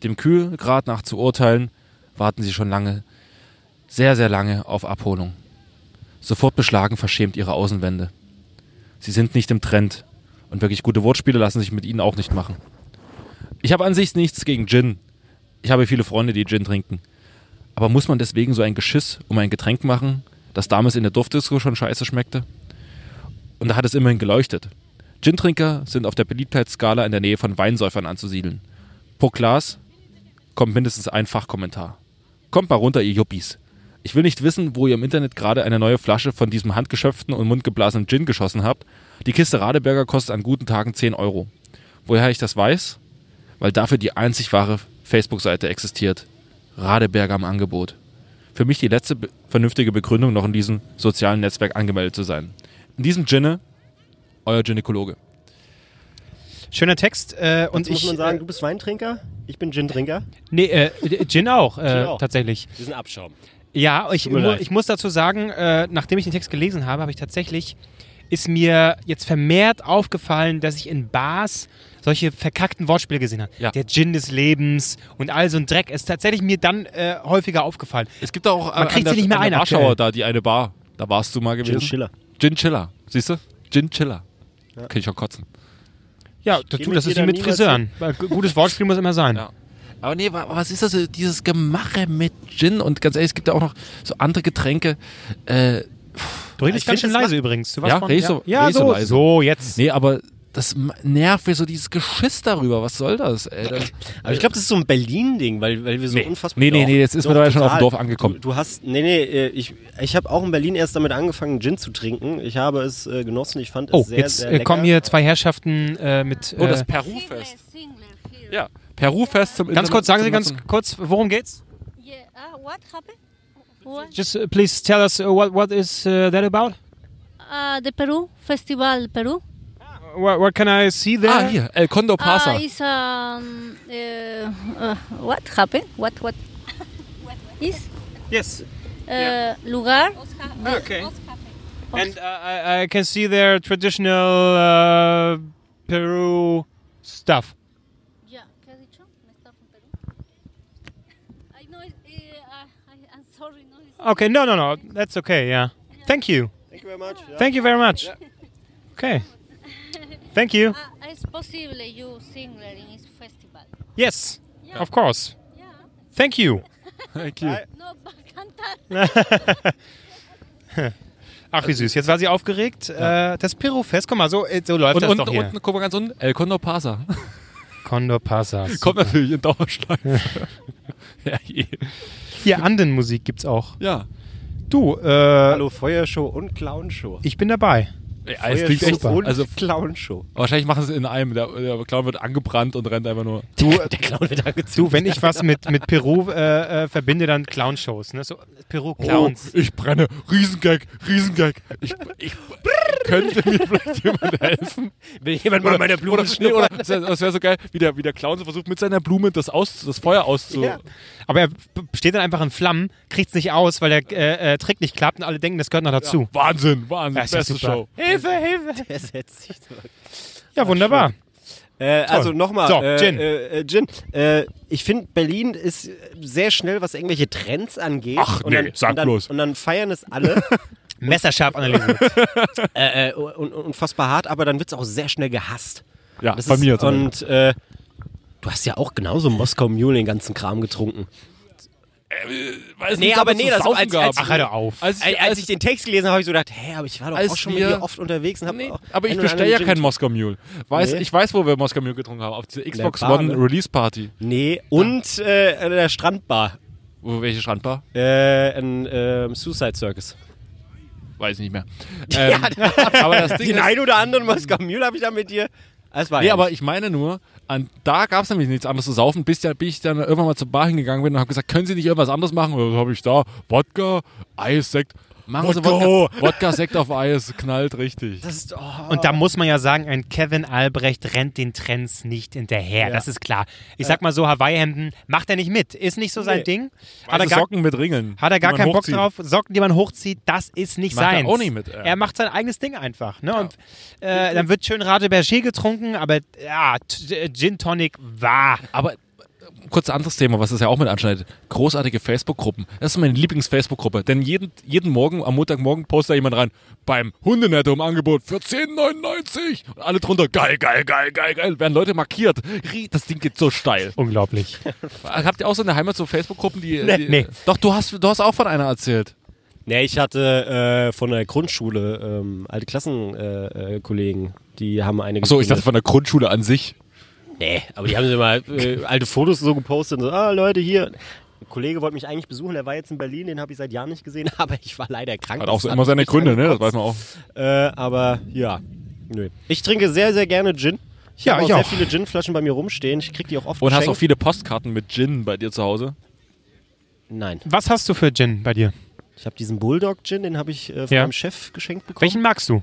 C: Dem Kühlgrad nach zu urteilen, warten sie schon lange, sehr, sehr lange auf Abholung. Sofort beschlagen verschämt ihre Außenwände. Sie sind nicht im Trend und wirklich gute Wortspiele lassen sich mit ihnen auch nicht machen. Ich habe an sich nichts gegen Gin. Ich habe viele Freunde, die Gin trinken. Aber muss man deswegen so ein Geschiss um ein Getränk machen, das damals in der Duftdisco schon scheiße schmeckte? Und da hat es immerhin geleuchtet. Gin-Trinker sind auf der Beliebtheitsskala in der Nähe von Weinsäufern anzusiedeln. Pro Glas kommt mindestens ein Fachkommentar. Kommt mal runter, ihr Juppies. Ich will nicht wissen, wo ihr im Internet gerade eine neue Flasche von diesem handgeschöpften und mundgeblasenen Gin geschossen habt. Die Kiste Radeberger kostet an guten Tagen 10 Euro. Woher ich das weiß? Weil dafür die einzig wahre Facebook-Seite existiert. Radeberger im Angebot. Für mich die letzte be- vernünftige Begründung, noch in diesem sozialen Netzwerk angemeldet zu sein. In diesem Ginne, euer Gynäkologe.
B: Schöner Text. Äh, und
A: Jetzt muss
B: ich,
A: man sagen,
B: äh,
A: du bist Weintrinker, ich bin Gin-Trinker.
B: nee, äh, Gin auch,
A: (laughs)
B: äh,
A: Gin auch.
B: tatsächlich.
A: Wir sind Abschaum.
B: Ja, ich,
A: Tut mir
B: mu
A: leid.
B: ich muss dazu sagen, äh, nachdem ich den Text gelesen habe, habe ich tatsächlich, ist mir jetzt vermehrt aufgefallen, dass ich in Bars solche verkackten Wortspiele gesehen habe.
C: Ja.
B: Der Gin des Lebens und all so ein Dreck ist tatsächlich mir dann äh, häufiger aufgefallen.
C: Es gibt auch äh,
B: Man kriegt sie nicht mehr ein aktuell.
C: Warschauer da, die eine Bar. Da warst du mal gewesen.
A: Gin Schiller.
C: Gin Chiller. Siehst du? Gin Chiller. Kann ich schon kotzen.
B: Ja, das,
A: Geh
B: tut,
A: mit
B: das ist
A: dir
B: wie
A: da
B: mit
A: niemals
B: Friseuren. Weil gu- Gutes Wortspiel muss immer sein.
C: Ja. Aber nee, wa- was ist das, äh, dieses Gemache mit Gin? Und ganz ehrlich, es gibt ja auch noch so andere Getränke. Äh,
B: Du redest
A: Ich
B: ganz
A: find,
B: schön
A: das
B: leise übrigens. Du warst
C: Ja,
B: vorhin-
C: red ich so-
B: ja,
C: red ich so
B: so,
C: leise?
B: so jetzt.
C: nee, aber das m- nervt mir so dieses Geschiss darüber. Was soll das, ey? Das,
A: Aber ich glaube, das ist so ein Berlin-Ding, weil, weil wir so
C: Nee.
A: unfassbar.
C: Nee, nee, nee, jetzt ist man dabei schon auf dem
A: total.
C: Dorf angekommen.
A: Du, du hast. Nee, nee, äh, ich, ich habe auch in Berlin erst damit angefangen, Gin zu trinken. Ich habe es äh, genossen, ich fand es
B: Oh,
A: sehr,
B: jetzt
A: sehr
B: äh,
A: lecker.
B: kommen hier zwei Herrschaften äh, mit.
C: oh, das
B: Äh,
C: Peru-Fest. Ja, Peru-Fest zum
B: ganz kurz, sagen Sie ganz kurz,
C: kurz.
B: worum geht's?
G: Yeah, uh, what happened? What?
B: Just uh, please tell us uh, what what is uh, that about?
G: Uh, the Peru Festival Peru.
B: What, what can I see there?
C: Ah, hier, El Condo Pasa.
G: Uh, is um uh, uh, what happened? What what? is
B: Yes. Ah,
G: uh, lugar?
B: Okay. And uh, I, I can see their traditional uh, Peru stuff.
G: Yeah, ¿qué has dicho? ¿Me está from Peru? I know. It, uh, I, I'm sorry. No, it's
B: Okay, no, no, no, that's okay. Yeah. Thank you.
A: Thank you very much. Ja.
B: Thank you very much. Okay. Thank you.
G: uh, it's possible you sing in this festival.
B: Yes. Of course.
G: Yeah.
B: Thank you.
C: Thank you.
G: No, (laughs) pa cantar.
B: Ach, wie süß. Jetzt war sie aufgeregt. Äh, das Peru-Fest, guck mal, so, äh, so läuft
C: Und
B: das
C: unten,
B: doch hier.
C: unten, guck mal ganz unten, El Condo Pasa.
B: Condor Passas.
C: (laughs) Kommt natürlich in Dauerschleife. (laughs) ja, je.
B: Hier, Andenmusik gibt's auch.
C: ja.
B: Du, äh,
A: Hallo, Feuershow und Clownshow.
B: ich bin dabei.
C: Ey, es klingt echt,
A: und
C: also
A: Clownshow.
C: Wahrscheinlich machen sie es in einem. Der, der Clown wird angebrannt und rennt einfach nur.
B: Du,
A: (laughs)
B: äh,
A: Der Clown wird angezogen.
B: du wenn ich was mit, mit Peru äh, äh, verbinde, dann Clown-Shows. Ne? So,
A: Oh.
B: Peru-Clowns.
C: Oh, ich brenne. Riesengag, Riesengag. Ich, ich
A: (laughs)
C: könnte mir vielleicht jemand helfen.
A: Will jemand mal meine Blume
C: Nee,
A: schnuppern?
C: oder das wäre wär so geil, wie der, wie der Clown so versucht, mit seiner Blume das, aus, das Feuer auszu.
A: Ja.
B: Aber er b- steht dann einfach in Flammen, kriegt's nicht aus, weil der äh, äh, Trick nicht klappt und alle denken, das gehört noch dazu.
C: Wahnsinn, Wahnsinn.
B: Das ist
C: Beste
B: ja
C: Show.
B: super. Hilfe, Hilfe.
A: Der setzt sich zurück.
B: Ja, wunderbar.
A: Äh, also nochmal,
B: So,
A: äh,
B: Gin.
A: Äh, äh, Gin. Äh, ich finde, Berlin ist äh, sehr schnell, was irgendwelche Trends angeht.
C: Ach,
A: und
C: nee,
A: dann,
C: sag
A: und dann,
C: bloß.
A: Und dann feiern es
C: (laughs)
A: alle.
B: Messerscharf analysiert.
A: (laughs) äh, äh, un, un, unfassbar hart, aber dann wird es auch sehr schnell gehasst.
C: Ja,
A: Das
C: bei
A: ist,
C: mir. zumindest.
A: Und äh, du hast ja auch genauso Moskau Mule den ganzen Kram getrunken.
C: Weil es
A: nee,
C: nichts
A: aber
C: anderes
A: nee,
C: zu
A: das-
C: saufen
A: als-
C: gab.
A: als-
B: Ach, hör doch auf.
C: als,
A: Als, als ich den Text gelesen habe, habe ich so gedacht, hä, aber ich war doch
C: Also Als
A: auch schon
C: wir-
A: mit dir oft unterwegs. Und hab
C: Nee,
A: auch
C: aber ich
A: einen oder
C: bestelle ja
A: anderen
C: keinen
A: Gin-
C: Moskau Mule. Weiß,
A: Nee.
C: Ich weiß, wo wir Moskau Mule getrunken haben. Auf dieser Xbox
A: Bar,
C: One
A: ne?
C: Release Party.
A: Nee, und äh, an der Strandbar.
C: Wo, welche Strandbar?
A: Äh, in ähm, Suicide Circus. (laughs)
C: Weiß ich nicht mehr. Ähm, aber das Ding
A: Den
C: ist,
A: (laughs) einen oder anderen Moskau Mule habe ich da mit dir Das war
C: Nee,
A: ja
C: aber
A: nicht.
C: ich meine nur, an, da gab es nämlich nichts anderes zu saufen, bis, ja, bis ich dann irgendwann mal zur Bar hingegangen bin und habe gesagt, können Sie nicht irgendwas anderes machen? Und dann habe ich da Wodka, Eis, Sekt. Machen Sie Wodka, (laughs) Wodka, Sekt auf Eis, knallt richtig.
A: Das ist, oh.
B: Und da muss man ja sagen, ein Kevin Albrecht rennt den Trends nicht hinterher. Das ist klar. Ich sag mal so, Hawaii-Hemden macht er nicht mit. Ist nicht so sein
A: Nee.
B: Ding. Hat
C: Weiße
B: er, gar,
C: also Socken mit Ringeln.
B: hat er gar
C: die man
B: keinen
C: hochzieht.
B: Bock drauf. Socken, die man hochzieht, das ist nicht
C: Macht er
B: seins.
C: auch nicht mit, ja.
B: Er macht sein eigenes Ding einfach. Ne? Und, äh, dann wird schön Rade Berger getrunken, aber ja, T- äh, Gin Tonic war.
C: Aber äh, kurz ein anderes Thema, was es ja auch mit anschneidet. Großartige Facebook-Gruppen. Das ist meine Lieblings-Facebook-Gruppe. Denn jeden, jeden Morgen, am Montagmorgen, postet da jemand rein, beim Hundenetto im Angebot für 10,99. Und alle drunter, geil, geil, geil, geil, geil, werden Leute markiert. Rie- Das Ding geht so steil.
B: Unglaublich.
C: Habt ihr auch so eine Heimat, so Facebook-Gruppen, die,
B: Nee,
C: die...
B: nee.
C: Doch, du hast, du hast auch von einer erzählt.
A: Nee, ich hatte äh, von der Grundschule ähm, alte Klassenkollegen, äh, äh, Kollegen, die haben eine
C: Achso, ich
A: gegründet.
C: dachte von der Grundschule an sich.
A: Nee, aber die haben immer äh, alte Fotos so gepostet und so, ah Leute, hier. Ein Kollege wollte mich eigentlich besuchen, der war jetzt in Berlin, den habe ich seit Jahren nicht gesehen, (laughs) aber ich war leider krank.
C: Hat auch so
A: Das
C: immer seine
A: mich
C: Gründe, ne? Das
A: angekotzt.
C: weiß man auch.
A: Äh, aber ja, nö. Ich trinke sehr, sehr gerne Gin. Ich
B: Ja,
A: habe auch
B: ich
A: sehr
B: auch.
A: viele Ginflaschen bei mir rumstehen. Ich kriege die auch oft
C: Und hast auch
A: geschenkt.
C: viele Postkarten mit Gin bei dir zu Hause?
A: Nein,
B: Was hast du für Gin bei dir?
A: ich habe diesen Bulldog-Gin, den habe ich äh, von
B: Ja.
A: meinem Chef geschenkt bekommen.
B: Welchen magst du?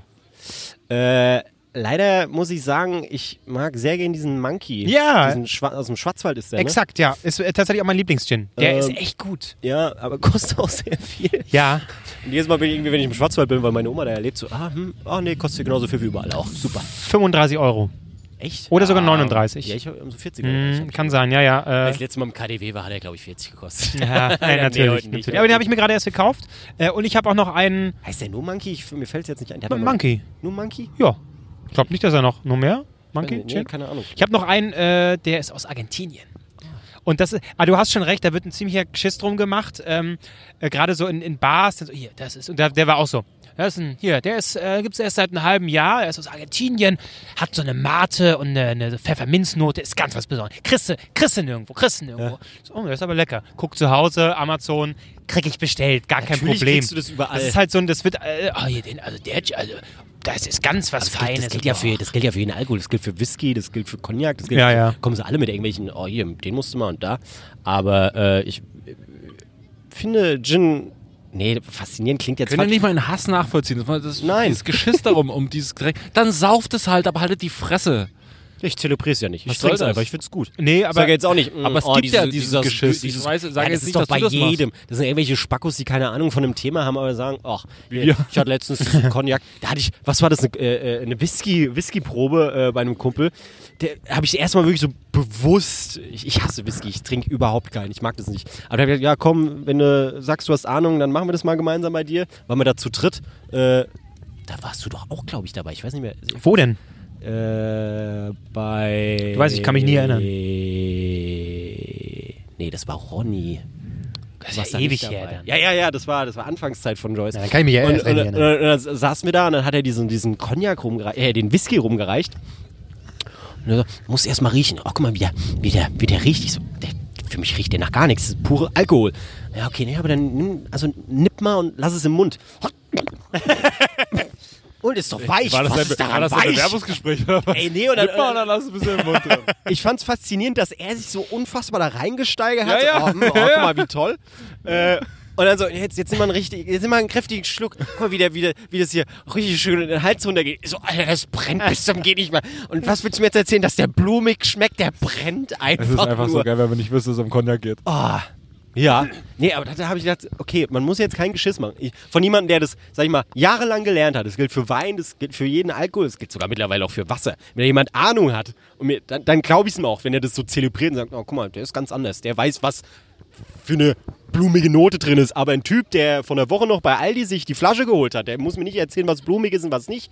A: Äh, leider muss ich sagen, ich mag sehr gern diesen Monkey.
B: Ja.
A: Diesen Schwa aus dem Schwarzwald ist der, ne?
B: Exakt, ja. Ist äh, tatsächlich auch mein Lieblingsgin. Der
A: Ähm,
B: ist echt gut.
A: Ja, aber (laughs) kostet auch sehr viel.
B: Ja.
A: Und jedes Mal bin ich irgendwie, wenn ich im Schwarzwald bin, weil meine Oma da erlebt, so, ah, hm, oh nee, kostet hier genauso viel wie überall auch. Super.
B: 35 Euro.
A: Echt?
B: Oder sogar
A: Ah,
B: 39.
A: Ja, ich habe so 40
B: Hm, kann sein, ja, ja. Äh,
A: Als letztes Mal im KDW war, hat er, glaube ich, 40 gekostet. (laughs)
B: Ja, nein, natürlich.
A: heute nicht.
B: natürlich. Aber den habe ich mir gerade erst gekauft. Äh, und ich habe auch noch einen
A: Heißt der nur Monkey? Ich, mir fällt es jetzt nicht ein. Der hat aber noch-
B: Monkey.
A: Nur Monkey?
B: Ja. Ich glaube nicht, dass er noch. Nur mehr? Monkey?
A: Nee,
B: Gin?
A: keine Ahnung.
B: Ich habe noch einen, äh, der ist aus Argentinien. Und das, ist- ah, du hast schon recht, da wird ein ziemlicher Schiss drum gemacht. Ähm, äh, Gerade so in, in Bars, dann so, hier, das ist, und der, der war auch so. Das ist ein, hier, der ist, äh, gibt's erst seit einem halben Jahr, er ist aus Argentinien, hat so eine Mate und eine, eine Pfefferminznote, ist ganz was Besonderes. Christe, Christe nirgendwo, Christe nirgendwo. So, oh, das ist aber lecker. Guck zu Hause, Amazon, krieg ich bestellt, gar kein
A: Natürlich
B: Problem.
A: kriegst du das überall.
B: ist halt so ein, das wird, äh, oh, hier, den, also der, also, das ist ganz was
A: Also, Das gilt,
B: Feines.
A: das, gilt ja für, das gilt ja für jeden Alkohol, das gilt für Whisky, das gilt für Cognac, das gilt
B: Ja,
A: für,
B: ja.
A: kommen sie alle mit irgendwelchen, oh hier, den musst du mal und da. Aber äh, ich äh, finde Gin, nee, faszinierend klingt jetzt
C: Könnt ihr
A: falsch.
C: nicht mal einen Hass nachvollziehen? Das war das,
A: Nein.
C: Dieses Geschiss darum, um dieses Getränk. Dann sauft es halt, aber haltet die Fresse.
A: Ich zelebriere es ja nicht. Ich
C: soll
A: trinke es
C: das?
A: einfach, ich finde es gut.
B: Nee, aber-
A: Ich sage jetzt auch nicht, mm,
C: Aber es
A: oh,
C: gibt
A: diese,
C: ja dieses
A: dieser-
C: Geschiss.
A: dieses-
C: Ich weiß- sage
A: ja, das
C: jetzt
A: ist
C: nicht,
A: doch
C: dass
A: bei
C: du das machst.
A: jedem. Das sind irgendwelche Spackos, die keine Ahnung von einem Thema haben, aber sagen, ach, äh,
C: wir.
A: ich hatte letztens
C: (laughs)
A: diesen Cognac, da hatte ich, was war das, eine, äh, äh, eine Whisky, Whisky-Probe äh, bei einem Kumpel. Der habe ich erstmal wirklich so bewusst, ich, ich hasse Whisky, ich trinke überhaupt keinen, ich mag das nicht. Aber der hat gesagt, ja komm, wenn du sagst, du hast Ahnung, dann machen wir das mal gemeinsam bei dir, weil man dazu tritt. Äh, da warst du doch auch, glaube ich, dabei. Ich weiß nicht mehr.
B: Wo denn?
A: Äh, bei.
B: Du weißt, ich kann mich nie erinnern.
A: Nee, das war Ronny. Das
B: ist ja ewig her dann.
A: Ja, ja, ja, das war, das war Anfangszeit von Joyce.
B: dann kann ich mich ja
A: und,
B: erst
A: und, und,
B: erinnern.
A: und dann saßen wir da und dann hat er diesen, diesen Cognac rumgereicht, äh, den Whisky rumgereicht. Und er so, muss erst mal riechen. Oh, guck mal, wie der, wie der, wie der riecht. Ich so, der, für mich riecht der nach gar nichts. Das ist pure Alkohol. Ja, okay, nee, aber dann nimm, also nipp mal und lass es im (laughs) Mund. Und ist doch weich. Was ist daran weich?
C: Werbungsgespräch?
A: (laughs) Ey, nee, und dann, äh,
C: Nimm mal, dann lass es ein bisschen im Mund drin.
A: ich fand's faszinierend, dass er sich so unfassbar da reingesteigert hat.
C: Ja, ja.
A: Oh, hm, oh, guck mal, wie toll. Äh, und dann so, jetzt, jetzt nimm mal einen richtig, jetzt nimm mal einen kräftigen Schluck. Guck mal, wie, der, wie, der, wie das hier richtig schön in den Hals runtergeht. Ich So, Alter, das brennt bis zum geht nicht mehr. Und was willst du mir jetzt erzählen, dass der blumig schmeckt? Der brennt einfach.
C: Es ist einfach
A: nur.
C: so geil, wenn man nicht wüsste, dass es um Cognac geht.
A: Ah, ja. Nee, aber da habe ich gedacht, okay, man muss jetzt keinen Geschiss machen. Ich, von jemandem, der das, sag ich mal, jahrelang gelernt hat. Das gilt für Wein, das gilt für jeden Alkohol, das gilt sogar mittlerweile auch für Wasser. Wenn da jemand Ahnung hat, und mir, dann, dann glaube ich es ihm auch, wenn er das so zelebriert und sagt, oh, guck mal, der ist ganz anders. Der weiß, was für eine blumige Note drin ist. Aber ein Typ, der von der Woche noch bei Aldi sich die Flasche geholt hat, der muss mir nicht erzählen, was blumig ist und was nicht.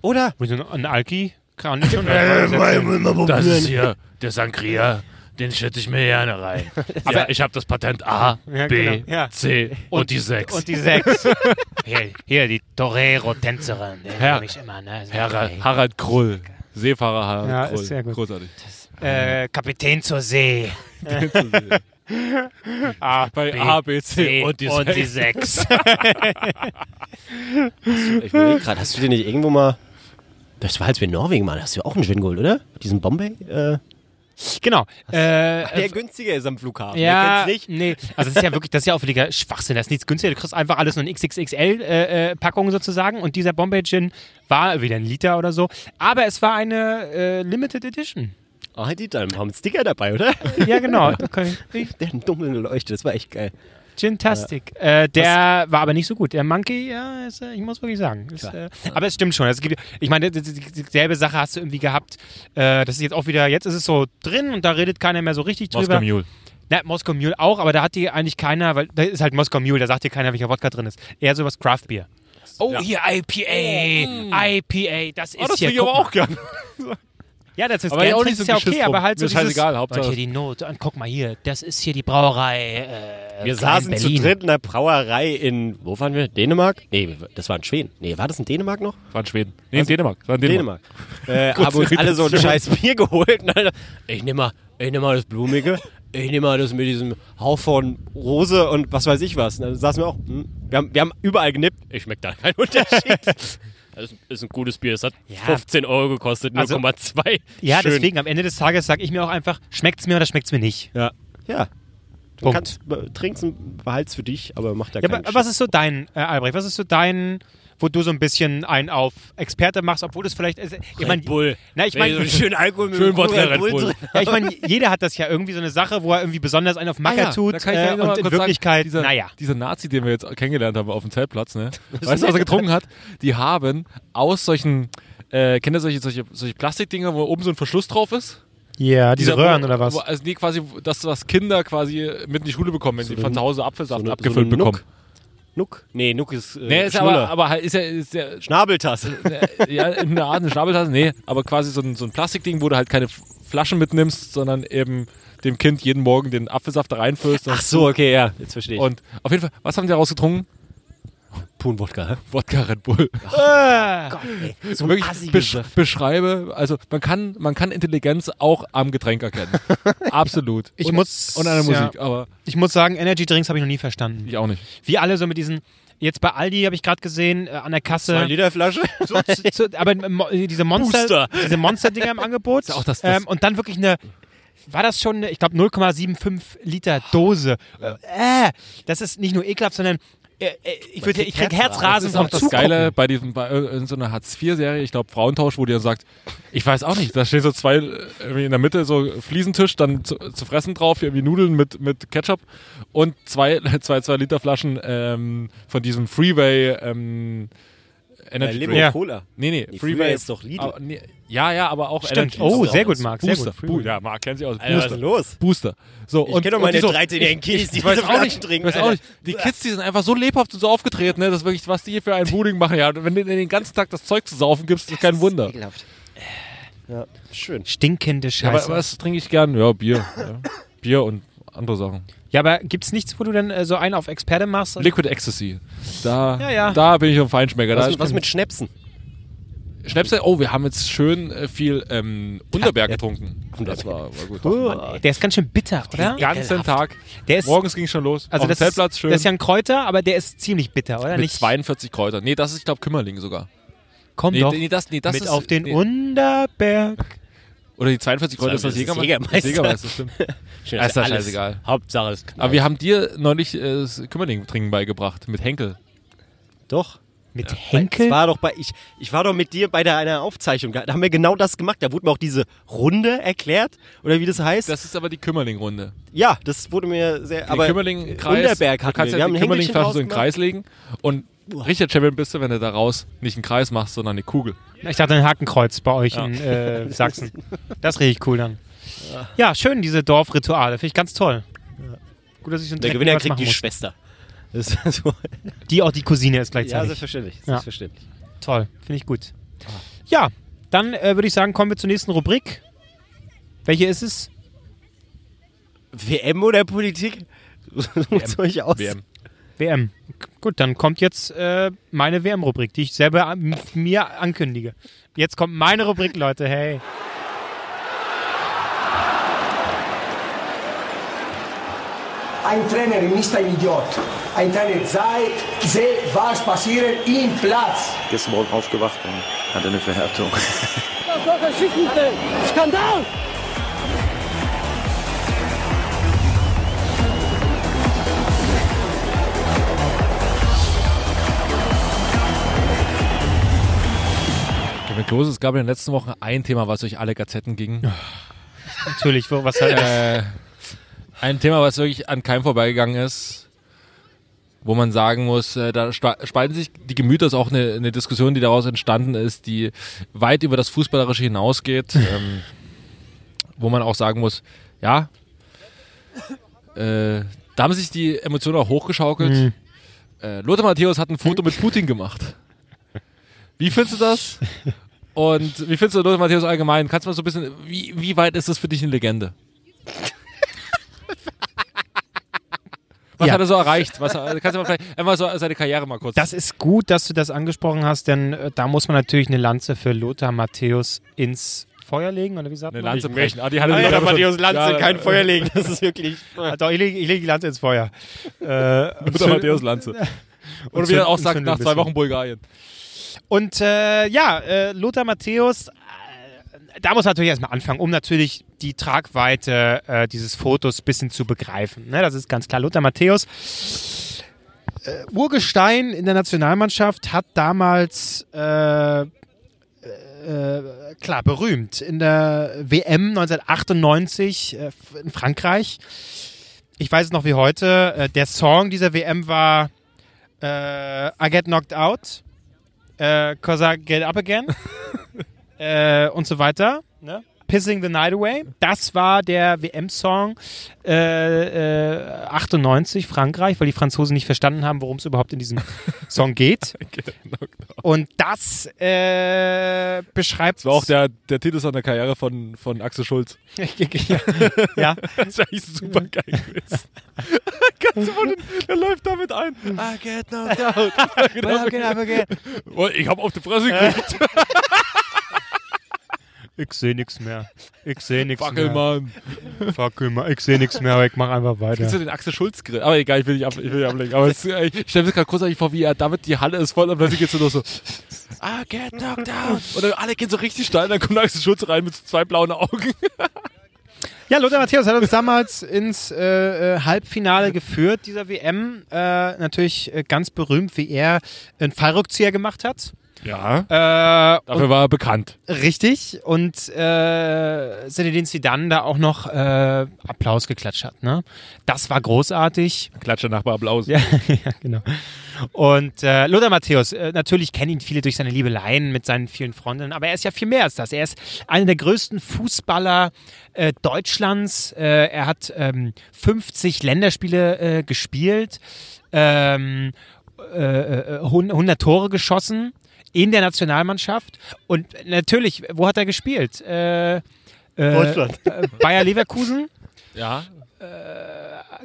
A: Oder?
B: Wo ist denn ein Alki? Kann ich (laughs) schon. Aber
H: Das ist hier der Sangria. Den schütte ich mir gerne rein. ja, ich habe das Patent A,
B: Ja,
H: B,
B: genau. Ja.
H: C und, die 6.
B: Und die sechs. (laughs) hier, hier, die Torero-Tänzerin. Die
C: Herr-
B: nehm ich immer, ne?
C: Harald, Harald Krull. Seefahrer Harald
B: Ja,
C: Krull.
B: ist sehr gut.
C: Großartig.
B: äh, Kapitän zur See.
C: A, Bei A, B, C und die
B: und (laughs) die
C: 6.
B: sechs.
A: (laughs) Ich überlege gerade, hast du den nicht irgendwo mal. Das war, als wir in Norwegen waren. Da hast du ja auch einen Gin geholt, oder? Diesen Bombay? Äh,
B: (laughs) Genau. Äh,
A: der günstiger ist am Flughafen.
B: ja,
A: Wer kennt's nicht?
B: nee. Also das ist ja wirklich, das ist ja auch völliger Schwachsinn. Das ist nichts günstiger. Du kriegst einfach alles nur in XXXL-Packung äh, sozusagen. Und dieser Bombay Gin war wieder ein Liter oder so. Aber es war eine äh, Limited Edition.
A: Oh, die da haben einen Sticker dabei, oder?
B: Ja, (laughs) genau. Okay.
A: Der hat eine dunkle Leuchte, das war echt geil.
B: Gintastic. Äh, der war aber nicht so gut. Der Monkey, ja, ist, äh, ich muss wirklich sagen. Ist, äh, aber es stimmt schon. Es gibt, ich meine, die- die- die- dieselbe Sache hast du irgendwie gehabt. Äh, das ist jetzt auch wieder, jetzt ist es so drin und da redet keiner mehr so richtig drüber.
C: Moskau Mule.
B: Na, Moskau Mule auch, aber da hat die eigentlich keiner, weil da ist halt Moskau Mule, da sagt dir keiner, welcher Wodka drin ist. Eher sowas Craft Beer. Mm. Oh, hier IPA, IPA, das ist hier.
C: trinke
B: guck mal.
C: Oh, Ah, ich aber auch gern.
B: Ja, das ist
C: Aber ja auch nicht
B: ist
C: so
B: ja
C: ein Geschiss
B: okay,
C: drum.
B: aber halt so
C: Mir
B: dieses,
C: scheißegal, Hauptsache-
B: Leute, hier die Note, und guck mal hier, das ist hier die Brauerei. Äh,
A: Wir
B: Klein
A: saßen
B: Berlin.
A: zu dritt in der Brauerei in, wo waren wir? Dänemark? Nee, das war in Schweden. Nee, war das in Dänemark noch?
C: War in Schweden. Nee,
B: Also
C: in Dänemark. War in
A: Dänemark.
C: Dänemark.
A: (laughs) Äh, haben uns alle (laughs) so ein scheiß Bier geholt. ne? Und alle, ich nehme mal, ich nehm mal das Blumige, ich nehme mal das mit diesem Hauch von Rose und was weiß ich was. Und dann saßen wir auch, hm, wir, haben, wir haben überall genippt. Ich schmecke da keinen (laughs) Unterschied.
I: Das ist ein gutes Bier. Es hat
B: Ja.
I: 15 Euro gekostet,
B: Also-
I: 0,2.
B: Ja,
A: Schön.
B: deswegen am Ende des Tages sage ich mir auch einfach, schmeckt's mir oder schmeckt's mir nicht.
A: ja. Ja. Du
B: Punkt.
A: kannst, be- trinkst und behalt's für dich, aber mach da
B: Ja,
A: keinen
B: aber was ist so dein, äh, Albrecht, was ist so dein, wo du so ein bisschen einen auf Experte machst, obwohl es vielleicht, ist, ich meine,
I: Bull.
B: na, ich meine, (laughs)
I: schön Alkohol mit
C: Schön Wodka Red Bull.
B: ja, ich mein, jeder hat das ja irgendwie so eine Sache, wo er irgendwie besonders einen auf
C: Ah
B: Macker
C: ja,
B: tut
C: da kann ich ja
B: äh,
C: noch mal
B: und in
C: kurz sagen,
B: Wirklichkeit,
C: dieser,
B: naja.
C: Dieser Nazi, den wir jetzt kennengelernt haben auf dem Zeltplatz, ne? Weißt du, was er getrunken hat? Die haben aus solchen, äh, kennt ihr solche, solche, solche Plastikdinger, wo oben so ein Verschluss drauf ist?
B: Ja,
C: Dieser- wo- Wo, also nee, quasi, dass das Kinder quasi mit in die Schule bekommen, wenn sie von zu Hause Apfelsaft
A: so eine-
C: abgefüllt
A: so eine
C: bekommen.
A: Nuck? Nee, Nuck ist, äh,
C: Nee, ist
A: Schnuller.
C: aber, aber halt- ist ja, ist ja (laughs)
A: Schnabeltasse.
C: Äh, ja, in der Art eine Schnabeltasse, nee, aber quasi so ein, so ein Plastikding, wo du halt keine F- Flaschen mitnimmst, sondern eben dem Kind jeden Morgen den Apfelsaft da reinfüllst.
A: Ach so, okay, ja, jetzt verstehe ich.
C: Und auf jeden Fall, was haben die daraus getrunken?
A: Puhn-Wodka, hä?
C: Wodka Red Bull. (laughs)
B: Äh,
C: Oh
A: So ein
C: Wirklich besch beschreibe, also man kann, man kann Intelligenz auch am Getränk erkennen. Absolut.
B: Ich
C: und,
B: muss-
C: und an der
B: ja.
C: Musik, aber
B: Ich muss sagen, Energy Drinks habe ich noch nie verstanden.
C: ich auch nicht.
B: Wie alle so mit diesen, jetzt bei Aldi habe ich gerade gesehen, äh, an der Kasse.
A: Liter
C: (laughs)
A: Flasche.
B: So,
A: (laughs)
B: so, so, aber mo- diese Monster,
I: Booster.
B: diese Monster-Dinger im
C: (laughs)
B: Angebot.
C: auch das- das-
B: ähm, und dann wirklich eine, war das schon, eine, ich glaube 0,75 Liter Dose. Äh, das ist nicht nur ekelhaft, sondern äh, äh, ich, würd, ich krieg Herzrasen
C: Das ist auch
B: vom
C: das
B: Zugucken.
C: Geile bei, diesem, bei irgendeiner so einer Hartz-IV-Serie, ich glaube Frauentausch, wo die dann sagt, ich weiß auch nicht, da stehen so zwei äh, irgendwie in der Mitte, so Fliesentisch, dann zu, zu fressen drauf, irgendwie Nudeln mit, mit Ketchup und zwei, (laughs) zwei, zwei Liter Flaschen ähm, von diesem Freeway ähm,
A: Äh,
C: Energy Drink.
B: Ja.
A: Cola.
C: Nee, nee,
A: Nee,
C: Freeway,
A: Freeway ist doch Lidl.
C: Aber, nee, ja, ja, aber auch
B: Stimmt.
C: Energy.
B: Oh,
C: Booster.
B: sehr gut, Marc, sehr
C: Booster.
B: gut. Cool.
C: Ja, Marc kennt sich aus.
A: Alter, was ist denn
C: Booster.
A: los?
C: Booster. So,
A: Ich
C: und,
A: kenn doch
C: und
A: meine
C: die so,
A: drei Teenagen Kids, die
C: ich weiß
A: diese
C: auch
A: Flaschen
C: nicht,
A: trinken,
C: weiß auch
A: Alter.
C: nicht. Die Kids, die sind einfach so lebhaft und so aufgetreten, ne, dass wirklich, was die hier für einen Buding machen, ja. Und wenn du denen den ganzen Tag das Zeug zu saufen gibst, ist kein Wunder.
A: Ekelhaft. Ja, schön.
B: Stinkende
C: Ja,
B: Scheiße.
C: aber was trinke ich gern? Ja, Bier.
B: (laughs)
C: Ja. Bier und andere Sachen.
B: Ja, aber gibt's nichts, wo du dann äh, so einen auf Experte machst?
C: Liquid Ecstasy. Da,
B: Ja, ja.
C: da bin ich ein Feinschmecker.
A: Was,
C: da
A: mit- was mit Schnäpsen?
C: Schnäpse? Oh, wir haben jetzt schön äh, viel ähm, Unterberg getrunken. Das war, war
A: Oh,
C: gut.
B: Oh, Der ist ganz schön bitter, oder?
C: Den ganzen Tag.
B: Der ist,
C: Morgens ging schon los.
B: also
C: Auf dem
B: das,
C: Zeltplatz
B: ist,
C: schön.
B: das ist ja ein Kräuter, aber der ist ziemlich bitter, oder?
C: mit
B: nicht?
C: 42 Kräutern. Nee, das ist, ich glaube, Kümmerling sogar.
B: Komm
C: Nee,
B: doch.
C: nee, das, nee, das
B: mit
C: ist,
B: auf den
C: nee.
B: Unterberg.
C: Oder die 42 Kräuter ist das
A: Das ist Jägermeister.
C: Jägermeister. Das Jägermeister, stimmt.
A: Schön,
C: Ah, ist doch scheißegal.
A: Hauptsache es knallt.
C: Aber wir haben dir neulich äh, das Kümmerling trinken beigebracht mit Henkel.
A: Doch.
B: Mit
A: Ich
B: Henkel?
A: war doch bei ich, ich war doch mit dir bei der einer Aufzeichnung. Da, da haben wir genau das gemacht. Da wurde mir auch diese Runde erklärt oder wie das heißt.
C: Das ist aber die Kümmerling-Runde.
A: ja, das wurde mir sehr.
C: Den
A: aber
C: Kümmerling-Kreis.
A: Unterberg
C: du
A: hatten
C: kannst
A: wir. Wir
C: ja
A: haben
C: die
A: ein Henkelchen
C: Kümmerling-Flaschen so in den
A: draus
C: Kreis legen. Und richtiger Champion bist du, wenn du daraus nicht einen Kreis machst, sondern eine Kugel.
B: Ich dachte ein Hakenkreuz bei euch in
A: (laughs)
B: äh, Sachsen. Das riecht cool dann. Ja, schön, diese Dorfrituale. Finde ich ganz toll. Gut, dass ich so einen
A: Der
B: Dreck
A: Gewinner
B: niemals
A: kriegt
B: machen
A: die
B: muss.
A: Schwester. Das ist so.
B: Die auch die Cousine ist
A: Ja, also
B: gleichzeitig.
A: selbstverständlich.
B: Ja.
A: selbstverständlich.
B: toll, finde ich gut. Ja, dann äh, würde ich sagen, kommen wir zur nächsten Rubrik. Welche ist es?
A: WM oder Politik? (laughs) Sucht euch aus.
C: WM.
B: WM. Gut, dann kommt jetzt äh, meine WM-Rubrik, die ich selber an, mir ankündige. Jetzt kommt meine Rubrik, Leute. Hey.
J: Ein Trainer ist ein Idiot. Ein Trainer zeigt, seht, was passiert im Platz.
K: gestern Morgen aufgewacht und hat eine Verhärtung.
D: Das war Faschismus, Skandal!
C: Kevin Klose, es gab in den letzten Wochen ein Thema, was durch alle Gazetten ging.
B: Natürlich, wo- was halt-
C: Äh, ein Thema, was wirklich an keinem vorbeigegangen ist, wo man sagen muss, äh, da sta- spalten sich die Gemüter. ist auch eine, eine Diskussion, die daraus entstanden ist, die weit über das Fußballerische (laughs) hinausgeht. ähm, wo man auch sagen muss, ja, äh, da haben sich die Emotionen auch hochgeschaukelt.
B: Mhm.
C: Äh, Lothar Matthäus hat ein Foto mit Putin gemacht. Wie findest du das? Und wie findest du Lothar Matthäus allgemein? Kannst du mal so ein bisschen, wie, wie weit ist das für dich eine Legende? Was
B: Ja.
C: hat er so erreicht? Was, kannst du mal vielleicht einmal so seine Karriere mal kurz.
B: Das ist gut, dass du das angesprochen hast, denn äh, da muss man natürlich eine Lanze für Lothar Matthäus ins Feuer legen, oder wie sagt
C: Eine
B: man?
C: Lanze brechen. Ah, die hatte Lothar Matthäus Lanze, kein Feuer legen. Das ist (laughs) wirklich-
B: Ah, Doch, ich lege ich leg die Lanze ins
C: (laughs)
B: Feuer. Äh, und
C: Lothar
B: zünd-
C: Matthäus Lanze. Oder wie er
B: (laughs)
C: auch
B: und
C: sagt,
B: zünde
C: nach
B: ein
C: zwei
B: bisschen.
C: Wochen Bulgarien.
B: Und äh, ja, äh, Lothar Matthäus, äh, da muss man natürlich erstmal anfangen, um natürlich die Tragweite äh, dieses Fotos ein bisschen zu begreifen. Ne, das ist ganz klar. Lothar Matthäus, äh, Urgestein in der Nationalmannschaft, hat damals äh, äh, klar, berühmt. In der WM 1998 äh, f- in Frankreich. Ich weiß es noch wie heute. Äh, der Song dieser WM war äh, I Get Knocked Out, äh, Cause I Get Up
C: (laughs)
B: Again äh, und so weiter. Ne? Pissing the Night Away. Das war der WM-Song äh, äh, 98 Frankreich, weil die Franzosen nicht verstanden haben, worum es überhaupt in
C: (laughs)
B: diesem Song geht. Und das äh, beschreibt. Das
C: war auch der, der Titel seiner Karriere von, von Axel Schulz. (laughs)
B: ja. (laughs) ja.
C: Das ist eigentlich super geil gewesen. Ganz unten, er läuft damit ein. I get (laughs) knocked out.
B: Well, I get up again.
C: Oh, genau. Ich hab auf die Fresse gekriegt.
B: Ich sehe nichts mehr. Ich sehe nichts mehr.
C: Fackelmann.
B: Fackelmann. Ich sehe nichts mehr, aber ich mache einfach weiter.
C: Kennst du den Axel Schulz-Grill? Aber egal, ich will nicht, ab, ich will nicht ablenken. Aber es, ich stelle mir gerade großartig vor, wie er damit die Halle ist voll und plötzlich geht's nur noch so. I get knocked out. Und dann alle gehen so richtig steil, dann kommt Axel Schulz rein mit so zwei blauen Augen.
B: Ja, Lothar Matthäus hat uns damals ins äh, äh, Halbfinale geführt, dieser WM. Äh, natürlich äh, ganz berühmt, wie er einen Fallrückzieher gemacht hat.
C: Ja.
B: Äh,
C: Dafür war er bekannt.
B: Richtig. Und äh, Zinedine Zidane da auch noch äh, Applaus geklatscht hat. Ne? Das war großartig.
C: Klatsche Nachbar Applaus.
B: Ja, ja (laughs) genau. Und äh, Lothar Matthäus, äh, natürlich kennen ihn viele durch seine Liebeleien mit seinen vielen Freundinnen, aber er ist ja viel mehr als das. Er ist einer der größten Fußballer äh, Deutschlands. Äh, er hat ähm, 50 Länderspiele äh, gespielt, ähm, äh, äh, 100 Tore geschossen in der Nationalmannschaft. Und natürlich, wo hat er gespielt? Äh, äh,
A: Deutschland.
B: Bayer Leverkusen. Äh,
C: Ja.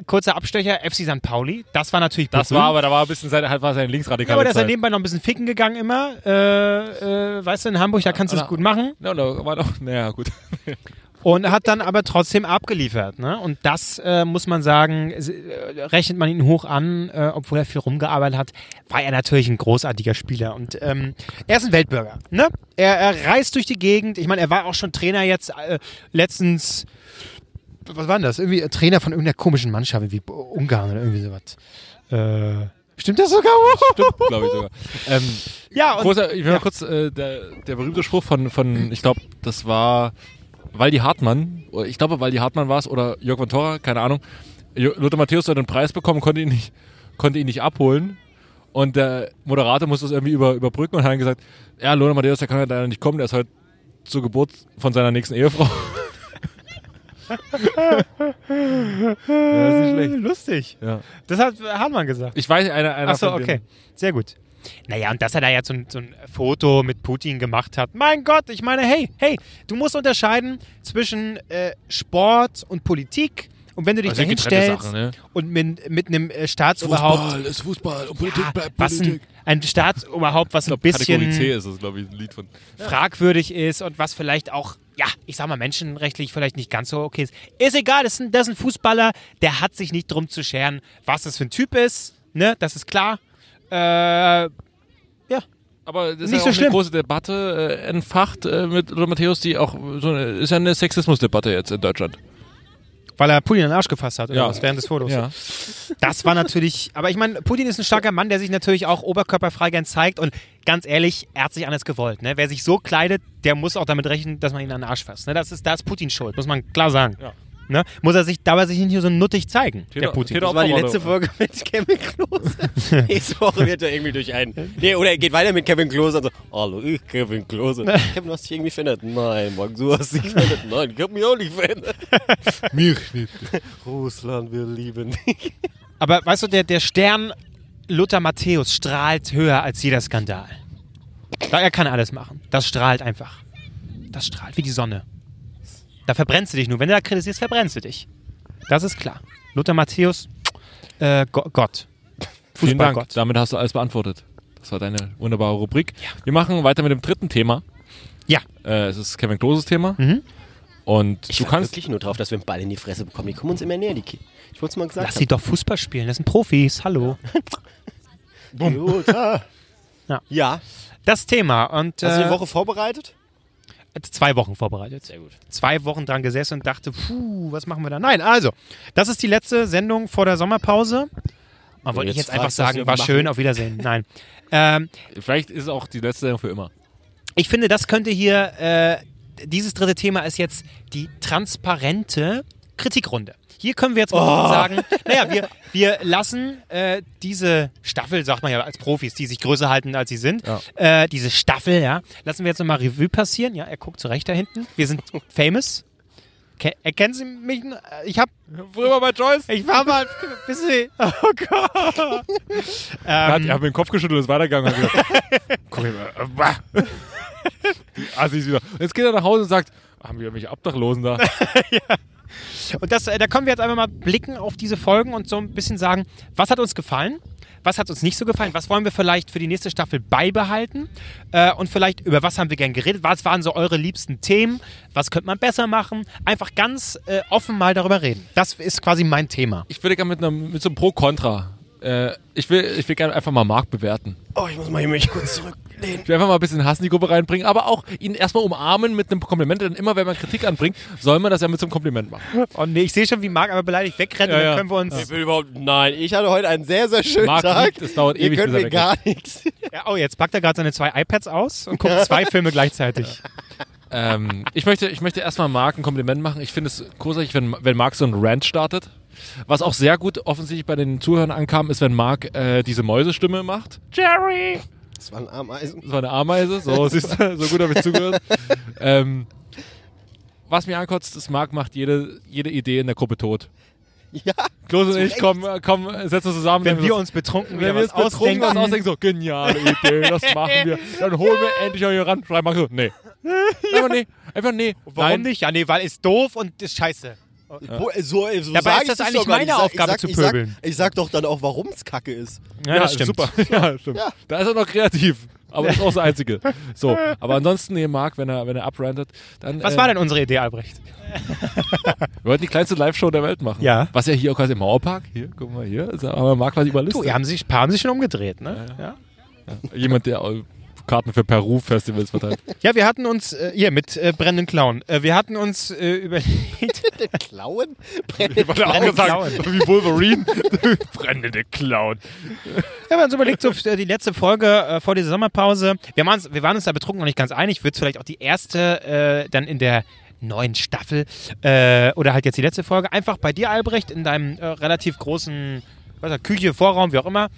B: Kurzer Abstecher, FC St. Pauli. Das war natürlich
C: Das
B: berühmt.
C: war aber, da war ein bisschen sein, halt war sein linksradikaler.
B: Ja, aber der ist ja nebenbei noch ein bisschen ficken gegangen immer. Äh, äh, weißt du, in Hamburg, da kannst du es gut machen.
C: No, no, war doch, naja, gut. (laughs)
B: Und hat dann aber trotzdem abgeliefert. Ne? Und das äh, muss man sagen, s- äh, rechnet man ihn hoch an, äh, obwohl er viel rumgearbeitet hat, war er natürlich ein großartiger Spieler. Und ähm, er ist ein Weltbürger. Ne? Er, er reist durch die Gegend. Ich meine, er war auch schon Trainer jetzt äh, letztens. Was war denn das? Irgendwie äh, Trainer von irgendeiner komischen Mannschaft, irgendwie Ungarn oder irgendwie sowas. Äh, stimmt das sogar? Stimmt,
C: glaube ich sogar. Ähm,
B: (laughs) Ja, und-
C: großer, ich
B: ja.
C: will mal kurz, äh, der, der berühmte Spruch von, von ich glaube, das war Waldi Hartmann, oder ich glaube, Waldi Hartmann war es, oder Jörg von Torra, keine Ahnung. Jo- Lothar Matthäus sollte einen Preis bekommen, konnte ihn nicht, konnte ihn nicht abholen. Und der Moderator musste es irgendwie über, überbrücken und hat dann gesagt, ja, Lothar Matthäus, der kann ja leider nicht kommen, der ist heute zur Geburt von seiner nächsten Ehefrau.
B: das
C: ist nicht schlecht.
B: Lustig.
C: Ja.
B: Das hat Hartmann gesagt.
C: Ich weiß, einer, einer
B: Achso,
C: von denen.
B: okay. Sehr gut. Naja, und dass er da jetzt so ein, so ein Foto mit Putin gemacht hat. Mein Gott, ich meine, hey, hey, du musst unterscheiden zwischen äh, Sport und Politik. Und wenn du dich
C: Das sind
B: da
C: getrennte
B: hinstellst
C: Sachen, ne?
B: und mit, mit einem äh, Staatsoberhaupt. Ah,
C: Fußball ist Fußball und Politik bleibt
B: was ein,
C: Politik.
B: ein Staatsoberhaupt, was ein bisschen
C: Kategorie C ist das, glaube ich, ein Lied von.
B: fragwürdig ist und was vielleicht auch, ja, ich sag mal, menschenrechtlich vielleicht nicht ganz so okay ist. Ist egal, das ist ein, das ist ein Fußballer, der hat sich nicht drum zu scheren, was das für ein Typ ist, ne, das ist klar. Äh, ja,
C: Aber das ist
B: Nicht
C: ja
B: so
C: auch
B: schlimm.
C: eine große Debatte äh, entfacht äh, mit Lothar Matthäus, die auch so eine, ist ja eine Sexismusdebatte jetzt in Deutschland.
B: Weil er Putin in den Arsch gefasst hat, oder
C: Ja.
B: was, während des Fotos.
C: Ja.
B: Das war natürlich, aber ich meine, Putin ist ein starker Mann, der sich natürlich auch oberkörperfrei gern zeigt und ganz ehrlich, er hat sich anders gewollt. Ne? Wer sich so kleidet, der muss auch damit rechnen, dass man ihn an den Arsch fasst. Ne? Das ist, da ist Putin schuld, muss man klar sagen.
C: Ja.
B: Ne? Muss er sich dabei sich nicht hier so nuttig zeigen,
C: Täter-
B: der Putin.
C: Täter-
A: Das war die
C: Opferrolle.
A: letzte Folge (laughs) mit Kevin Klose. Nächste Woche wird er irgendwie durch einen. Nee, oder er geht weiter mit Kevin Klose und so, hallo, ich Kevin Klose. Kevin, du hast dich irgendwie verändert. Nein, Max, du hast dich verändert. Nein, ich hab mich auch nicht verändert.
C: Mich nicht.
A: (laughs) Russland, wir lieben dich.
B: Aber weißt du, der, der Stern Luther Matthäus strahlt höher als jeder Skandal. Da- Er kann alles machen. Das strahlt einfach. Das strahlt wie die Sonne. Da verbrennst du dich nur. Wenn du da kritisierst, verbrennst du dich. Das ist klar. Luther Matthäus, äh, Go Gott.
C: Vielen Dank.
B: Fußballgott.
C: Damit hast du alles beantwortet. Das war deine wunderbare Rubrik. Wir machen weiter mit dem dritten Thema.
B: Ja.
C: Äh, es ist Kevin Kloses Thema.
B: Mhm.
C: Und
A: Ich
C: du
A: war
C: kannst
A: wirklich nur drauf, dass wir einen Ball in die Fresse bekommen. Die kommen uns immer näher, die Kinder. Ich wollte es mal gesagt
B: Lass sie doch Fußball spielen. Das sind Profis. Hallo.
A: haben. Gut.
B: Ja.
A: ja.
B: Das Thema. Und,
A: Hast du die
B: äh,
A: Woche vorbereitet?
B: zwei Wochen vorbereitet.
A: Sehr gut.
B: zwei Wochen dran gesessen und dachte, puh, was machen wir da? Nein, also, das ist die letzte Sendung vor der Sommerpause. Man wollte ich
A: jetzt
B: jetzt einfach
A: fragst, was
B: sagen,
A: wir
B: war
A: machen.
B: schön, auf Wiedersehen. Nein. ähm,
C: Vielleicht ist es auch die letzte Sendung für immer.
B: ich finde, das könnte hier, äh, dieses dritte Thema ist jetzt die transparente Kritikrunde. Hier können wir jetzt mal sagen, naja, wir, wir lassen äh, diese Staffel, sagt man ja als Profis, die sich größer halten, als sie sind, äh, diese Staffel, ja, lassen wir jetzt nochmal Revue passieren. Ja, er guckt zu Recht da hinten. Wir sind famous. Ke erkennen Sie mich? noch? Ich habe
C: Früher bei Joyce.
A: Ähm.
B: ich war mal ein bisschen. Oh Gott.
C: Er hat, er hat mir den Kopf geschüttelt und
A: (laughs)
C: ist weitergegangen. Und hat gesagt, Guck mal, äh, bah. (laughs) Die Assis wieder. Und Jetzt geht er nach Hause und sagt, haben wir irgendwelche Obdachlosen da?
B: Und das, äh, da können wir jetzt einfach mal blicken auf diese Folgen und so ein bisschen sagen, was hat uns gefallen, was hat uns nicht so gefallen, was wollen wir vielleicht für die nächste Staffel beibehalten äh, und vielleicht über was haben wir gern geredet, was waren so eure liebsten Themen, was könnte man besser machen, einfach ganz äh, offen mal darüber reden. Das ist quasi mein Thema.
C: Ich würde gerne mit, einem- mit so einem Pro-Contra. Äh, ich will, ich will gerne einfach mal Marc bewerten.
A: Oh, ich muss mal hier mich kurz zurücklehnen.
C: Ich will einfach mal ein bisschen Hass in die Gruppe reinbringen, aber auch ihn erstmal umarmen mit einem Kompliment. Denn immer, wenn man Kritik anbringt, soll man das ja mit so einem Kompliment machen.
B: Oh nee, ich sehe schon, wie Marc aber beleidigt wegrennt,
C: Ja,
B: und dann
C: ja.
B: können wir uns.
A: Ich will überhaupt. Nein, ich hatte heute einen sehr, sehr schönen
C: Marc
A: Tag.
C: liegt, es dauert
A: Ihr
C: ewig,
A: könnt
C: bis er
A: mir
C: weg ist.
A: gar nichts.
B: Ja, oh, jetzt packt er gerade seine zwei iPads aus und guckt zwei Filme gleichzeitig.
C: ähm, ich möchte, ich möchte erstmal Marc ein Kompliment machen. Ich finde es großartig, wenn, wenn Marc so einen Rant startet. Was auch sehr gut offensichtlich bei den Zuhörern ankam, ist, wenn Marc äh, diese Mäusestimme macht. Jerry!
A: Das war ein Ameisen.
C: Das war eine Ameise. So, (laughs) siehst du, so gut habe ich zugehört. ähm, was mir ankotzt, ist, Marc macht jede, jede Idee in der Gruppe tot.
A: Ja.
C: Klose und ich, komm, äh, komm, äh, setz uns zusammen.
B: Wenn
C: dann-
B: wir uns betrunken wieder
C: wenn wir
B: was
C: uns betrunken
B: ausdenken.
C: was ausdenken, so, geniale Idee, das machen
B: (laughs)
C: wir. Dann holen wir endlich mal hier ran. Schreib mal so, nee. Einfach nee, einfach nee.
B: Warum
C: Nein.
B: nicht? Ja, nee, weil ist doof und ist scheiße.
A: Wo- So, äh, so
B: Dabei
A: sag
B: ist
A: ich es
B: das eigentlich
A: doch gar nicht. Ich
B: meine
A: sag-
B: Aufgabe
A: ich
B: zu
A: sag, ich,
B: pöbeln.
A: sag, ich sag doch dann auch, warum es kacke ist.
B: Ja, das stimmt.
C: Super. Ja, stimmt. Da ist er noch kreativ. Aber das ist auch
B: (laughs)
C: das Einzige. So, aber ansonsten, nee, Marc, wenn er, wenn er abrantet, dann.
B: Was
C: äh,
B: war denn unsere Idee, Albrecht?
C: Wir wollten die kleinste Live-Show der Welt machen.
B: Ja.
C: Was ja hier auch quasi im Mauerpark. Hier, guck mal hier. Da haben wir Marc quasi
B: Du,
C: überlistet.
B: ihr haben sich, paar haben sich schon umgedreht, ne? Ja,
C: Jemand, der äh, Karten für
A: (laughs)
C: Peru-Festivals verteilt.
B: ja wir hatten uns, äh, hier mit äh, brennenden Clown, äh, wir hatten uns äh, überlegt,
A: Den (laughs) Klauen?
C: Wollte auch
B: Brennende gesagt,
C: wie Wolverine.
H: Brennende Clown.
B: wir haben uns überlegt, so äh, die letzte Folge äh, vor dieser Sommerpause, wir, waren uns, wir waren uns da betrunken noch nicht ganz einig, wird es vielleicht auch die erste äh, dann in der neuen Staffel äh, oder halt jetzt die letzte Folge, einfach bei dir, Albrecht, in deinem äh, relativ großen was ist das, Küche, Vorraum, wie auch immer,